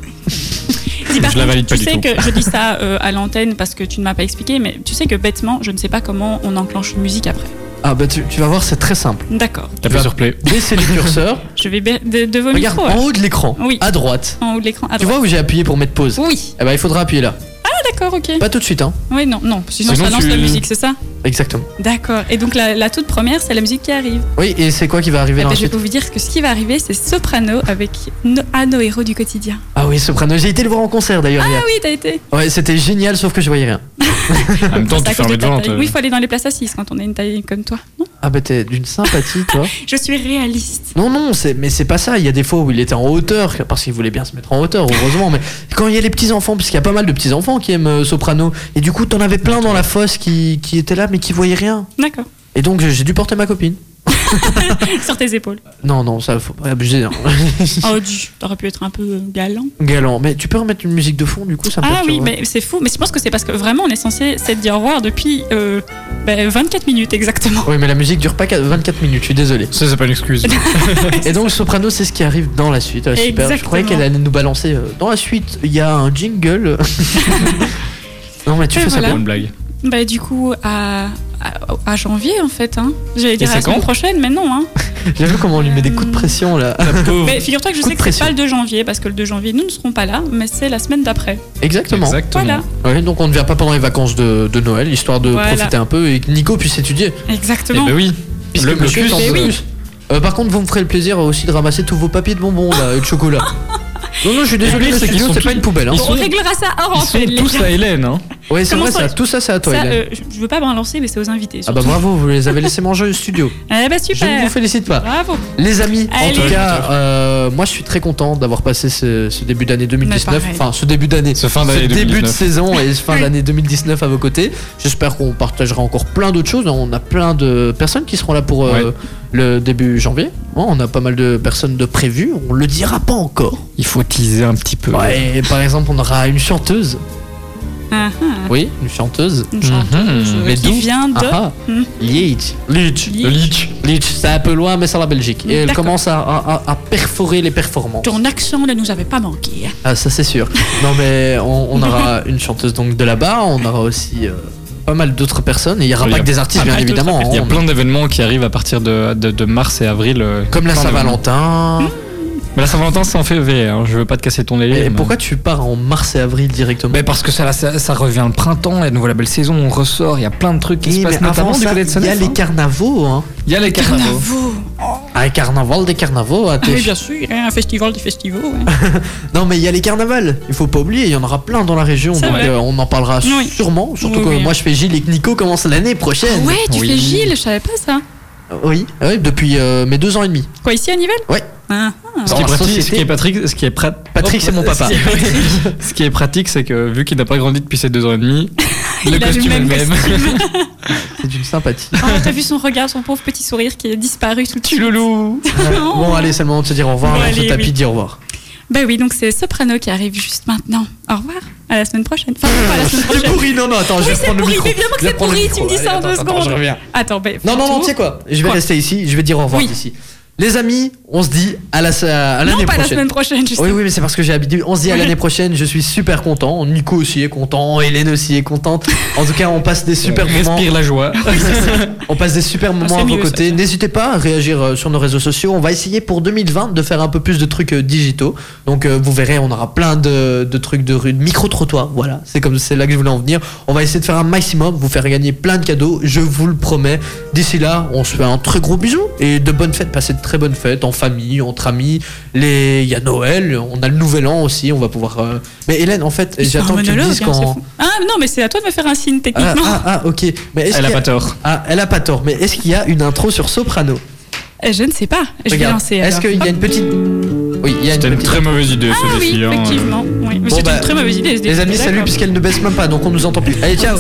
S2: Dis, par
S3: Je la
S2: contre,
S3: valide pas
S2: tu
S3: du
S2: sais
S3: tout.
S2: que je dis ça euh, à l'antenne parce que tu ne m'as pas expliqué, mais tu sais que bêtement, je ne sais pas comment on enclenche une musique après.
S1: Ah bah tu, tu vas voir, c'est très simple.
S2: D'accord.
S3: T'as sur play.
S1: Baissez le curseur,
S2: Je vais ba- de, de vos
S1: regarde
S2: micros,
S1: en
S2: alors.
S1: haut de l'écran,
S2: Oui.
S1: à droite.
S2: en haut de l'écran. à
S1: Tu
S2: droite.
S1: vois où j'ai appuyé pour mettre pause
S2: Oui.
S1: Eh ben il faudra appuyer là.
S2: Ah d'accord, ok.
S1: Pas tout de suite hein.
S2: Oui, non, non. Sinon,
S3: Sinon,
S2: ça lance
S3: tu-
S2: la musique, c'est ça
S1: Exactement.
S2: D'accord. Et donc la, la toute première, c'est la musique qui arrive.
S1: Oui et c'est quoi qui va arriver
S2: Eh
S1: dans
S2: ben,
S1: la
S2: je
S1: suite
S2: peux vous dire que ce qui va arriver, c'est Soprano avec No- à nos héros du quotidien.
S1: Ah oui Soprano, j'ai été le voir en concert d'ailleurs
S2: Ah
S1: hier.
S2: oui, t'as été.
S1: Ouais c'était génial sauf que je voyais rien.
S3: En même temps,
S2: C'est
S3: tu
S2: à cause
S3: fermes
S2: de
S3: les
S2: ta
S3: devant.
S2: taille. Oui, il faut aller dans les places assises quand on a une taille comme toi. Non
S1: Ah bah t'es d'une sympathie toi.
S2: Je suis réaliste.
S1: Non non c'est mais c'est pas ça. Il y a des fois où il était en hauteur parce qu'il voulait bien se mettre en hauteur heureusement mais quand il y a les petits enfants puisqu'il y a pas mal de petits enfants qui aiment euh, Soprano et du coup t'en avais plein dans la fosse qui qui étaient là mais qui voyaient rien.
S2: D'accord.
S1: Et donc j'ai dû porter ma copine.
S2: Sur tes épaules.
S1: Non non ça faut pas abuser. hein.
S2: Oh, tu t'aurais pu être un peu euh, galant.
S1: Galant mais tu peux remettre une musique de fond du coup ça me
S2: Ah
S1: perturbe.
S2: oui, mais c'est fou. Mais je pense que c'est parce que vraiment, on est censé s'être dit au revoir depuis euh, ben, 24 minutes exactement.
S1: Oui, mais la musique dure pas 4- 24 minutes, je suis désolé.
S3: Ça, c'est pas une excuse.
S1: Et donc, Soprano, c'est ce qui arrive dans la suite. Ouais, super. Je
S2: Exactement.
S1: croyais qu'elle allait nous balancer. euh, Dans la suite, il y a un jingle. non, mais tu
S2: Et
S1: fais
S2: voilà.
S1: ça
S3: Bonne blague.
S2: Bah, du coup, à, à, à janvier en fait. Hein. J'allais dire
S3: Et
S2: à la
S3: c'est quand
S2: semaine prochaine, mais non. Hein.
S1: bien. J'ai vu comment on lui met des coups de pression là.
S3: Pauvre.
S2: Mais figure-toi que je
S1: Coup
S2: sais
S1: de
S2: que c'est
S1: pression.
S2: pas le 2 janvier parce que le 2 janvier, nous ne serons pas là, mais c'est la semaine d'après.
S1: Exactement.
S3: Exactement.
S2: Voilà.
S1: Ouais, donc on ne vient pas pendant les vacances de, de Noël, histoire de
S2: Voilà.
S1: profiter un peu et que Nico puisse étudier.
S3: Eh
S2: Exactement.
S3: ben oui.
S1: puisque
S3: Le
S1: monsieur
S3: blocus.
S1: est en
S2: Mais oui.
S1: blocus. Euh, par contre, vous me ferez le plaisir aussi de ramasser tous vos papiers de bonbons là, et de chocolat. Non, non, je suis désolé,
S3: pire,
S1: le
S3: c'est qu'ils
S1: studio,
S3: sont
S1: c'est pas
S3: tous-
S1: une poubelle. Hein.
S3: ils
S2: Bon,
S3: sont-
S2: on réglera ça hors
S3: Ils
S2: antenne,
S1: Oh,
S3: sont
S2: les
S3: tous
S2: gars.
S3: à Hélène. Hein.
S1: Ouais, c'est
S2: Comment
S1: vrai,
S2: ça-
S1: ça, tout ça, c'est à toi,
S2: Ça,
S1: Hélène.
S2: euh, je je veux pas balancer, mais c'est aux invités.
S1: Ah bah
S2: surtout.
S1: bravo, vous les avez laissés manger au studio.
S2: Eh bah
S1: Je ne
S2: super.
S1: vous félicite pas.
S2: Bravo.
S1: Les amis,
S2: Allez.
S1: en tout cas, euh, moi je suis très content d'avoir passé ce, ce début d'année 2019,
S2: Mais pareil.
S1: enfin ce début d'année,
S3: Ce fin d'année
S1: début de
S3: 2019.
S1: saison et ce fin d'année 2019 à vos côtés. J'espère qu'on partagera encore plein d'autres choses. On a plein de personnes qui seront là pour euh,
S3: Ouais.
S1: le début janvier. Bon, on a pas mal de personnes de prévues. On le dira pas encore.
S12: Il faut teaser un petit peu.
S1: Ouais, et par exemple, on aura une chanteuse.
S2: Uh-huh.
S1: Oui, une chanteuse.
S2: Une chanteuse,
S3: Mm-hmm.
S1: Mhm.
S2: euh,
S1: Mais
S2: qui
S1: d'où
S2: vient de-
S1: Ah, ah.
S2: Mhm.
S1: Leeds. Leeds.
S2: Le
S1: Leeds. C'est un peu loin, mais c'est la Belgique. Et elle
S2: D'accord.
S1: commence à, à- à- à perforer les performances.
S2: Ton accent ne nous avait pas manqué.
S1: Ah, ça c'est sûr. Non, mais on, on aura une chanteuse donc de là-bas. On aura aussi euh, pas mal d'autres personnes. Et il n'y aura
S3: Il y
S1: pas
S3: a-
S1: que des artistes,
S3: Ah,
S1: bien
S3: mais
S1: évidemment.
S3: Il y a
S1: hein.
S3: plein d'événements qui arrivent à partir de, de- de mars et avril. euh,
S1: Comme la
S3: plein d'événements.
S1: Saint-Valentin.
S3: Mais la Saint-Valentin, c'est en février. hein, Je veux pas te casser ton délire.
S1: Et
S3: mais-
S1: pourquoi tu pars en mars et avril directement
S3: Mais parce que ça, ça, ça revient le printemps, la nouvelle belle saison, on ressort, il y a plein de trucs qui
S1: Eh,
S3: se
S1: mais
S3: passent, notamment
S1: avant
S3: du
S1: ça,
S3: côté de
S1: Il y a
S3: Senef,
S1: les
S3: hein.
S1: carnavaux. hein.
S3: Il y a les carnavaux.
S1: Ah, carnaval des carnavaux. ah, t'es-
S2: Oui, bien sûr, hein, un festival des festivals. hein.
S1: Non mais il y a les carnavals, il faut pas oublier, il y en aura plein dans la région,
S2: C'est
S1: donc
S2: vrai.
S1: euh, on en parlera
S2: Oui.
S1: sûrement, surtout
S2: Oui,
S1: que
S2: oui.
S1: moi je fais Gilles et que Nico commence l'année prochaine.
S2: Ah
S3: Ah
S2: Ouais, tu
S1: Oui.
S2: fais Gilles, je savais pas ça.
S1: Oui, oui, depuis euh, mes deux ans et demi.
S2: Quoi, ici à Nivelles
S1: Ouais.
S2: Ah, ah.
S3: Ce qui, est
S1: Dans la
S3: pratique, ce
S1: société-
S3: qui est Patrick, ce qui est pra-
S1: Patrick,
S3: Oh,
S1: c'est mon
S3: bah,
S1: papa.
S3: ce qui est pratique, c'est que vu qu'il n'a pas grandi depuis ses deux ans et demi, le
S2: Il a le
S3: costume est le
S2: même
S3: même.
S1: C'est d'une sympathie.
S2: Oh, T'as vu son regard, son pauvre petit sourire qui est disparu tout de suite.
S3: Loulou.
S1: bon allez, c'est le moment de se dire au revoir,
S2: Bon,
S1: on se
S2: allez,
S1: tapis,
S2: oui.
S1: dit au revoir.
S2: Ben oui, donc c'est Soprano qui arrive juste maintenant. Au revoir, à la semaine prochaine. Enfin, pas à la semaine
S1: C'est
S2: prochaine.
S1: pourri, non non, attends, je
S2: Oui,
S1: vais
S2: c'est
S1: prendre le
S2: pourri,
S1: micro.
S2: mais bien
S1: Je
S2: que
S1: vais
S2: c'est
S1: prendre le
S2: pourri, tu me
S1: micro.
S2: dis ça en
S1: Allez,
S2: deux
S1: attends, attends,
S2: secondes.
S1: je reviens.
S2: Attends, ben,
S1: Non, non, non,
S2: tout.
S1: tu sais quoi Je vais
S2: Quoi
S1: rester ici, je vais dire au revoir
S2: Oui.
S1: d'ici. Les amis, on se dit à la à l'année
S2: Non, pas
S1: prochaine.
S2: la semaine prochaine, justement.
S1: Oui, oui, mais c'est parce que j'ai habitué. On se dit à
S2: Oui.
S1: l'année prochaine, je suis super content. Nico aussi est content, Hélène aussi est contente. En tout cas, on passe des super moments.
S3: Respire la joie.
S1: On passe des super
S2: Ah,
S1: moments
S3: c'est
S1: à vos
S3: mieux,
S1: côtés. N'hésitez pas à réagir euh, sur nos réseaux sociaux. On va essayer pour 2020 de faire un peu plus de trucs euh, digitaux. Donc euh, vous verrez, on aura plein de, de trucs de rue, de micro-trottoirs. Voilà, c'est comme c'est là que je voulais en venir. On va essayer de faire un maximum, vous faire gagner plein de cadeaux, je vous le promets. D'ici là, on se fait un très gros bisou et de bonnes fêtes. Passez de très bonnes fêtes en famille, entre amis. Les... Il y a Noël, on a le Nouvel An aussi. On va pouvoir. euh, Mais Hélène, en fait,
S2: Ils sont
S1: j'attends
S2: en
S1: que tu me
S2: monologue,
S1: dises
S2: hein, c'est
S1: quand.
S2: fou. Ah non, mais c'est à toi de me faire un signe
S1: Ah,
S2: techniquement.
S1: ah, ah, ok. Mais est-ce
S3: Elle a
S1: qu'il y
S3: pas tort.
S1: Ah, elle a pas tort. Mais est-ce qu'il y a une intro sur Soprano
S2: Euh, Je ne sais pas. Je vais
S1: ah. Regarde.
S2: lancer.
S1: Est-ce
S2: alors.
S1: qu'il y a une petite. Oui, il y a une
S3: C'était une
S1: petite-
S3: très mauvaise idée,
S2: Ah
S3: ce
S2: oui,
S3: défi. hein.
S2: effectivement. Oui. Mais
S1: Bon,
S2: c'est
S1: bah,
S2: une très mauvaise idée. ce
S1: Les
S2: défi,
S1: amis, salut,
S2: d'accord.
S1: puisqu'elle ne baisse même pas, donc on nous entend plus. Allez, ciao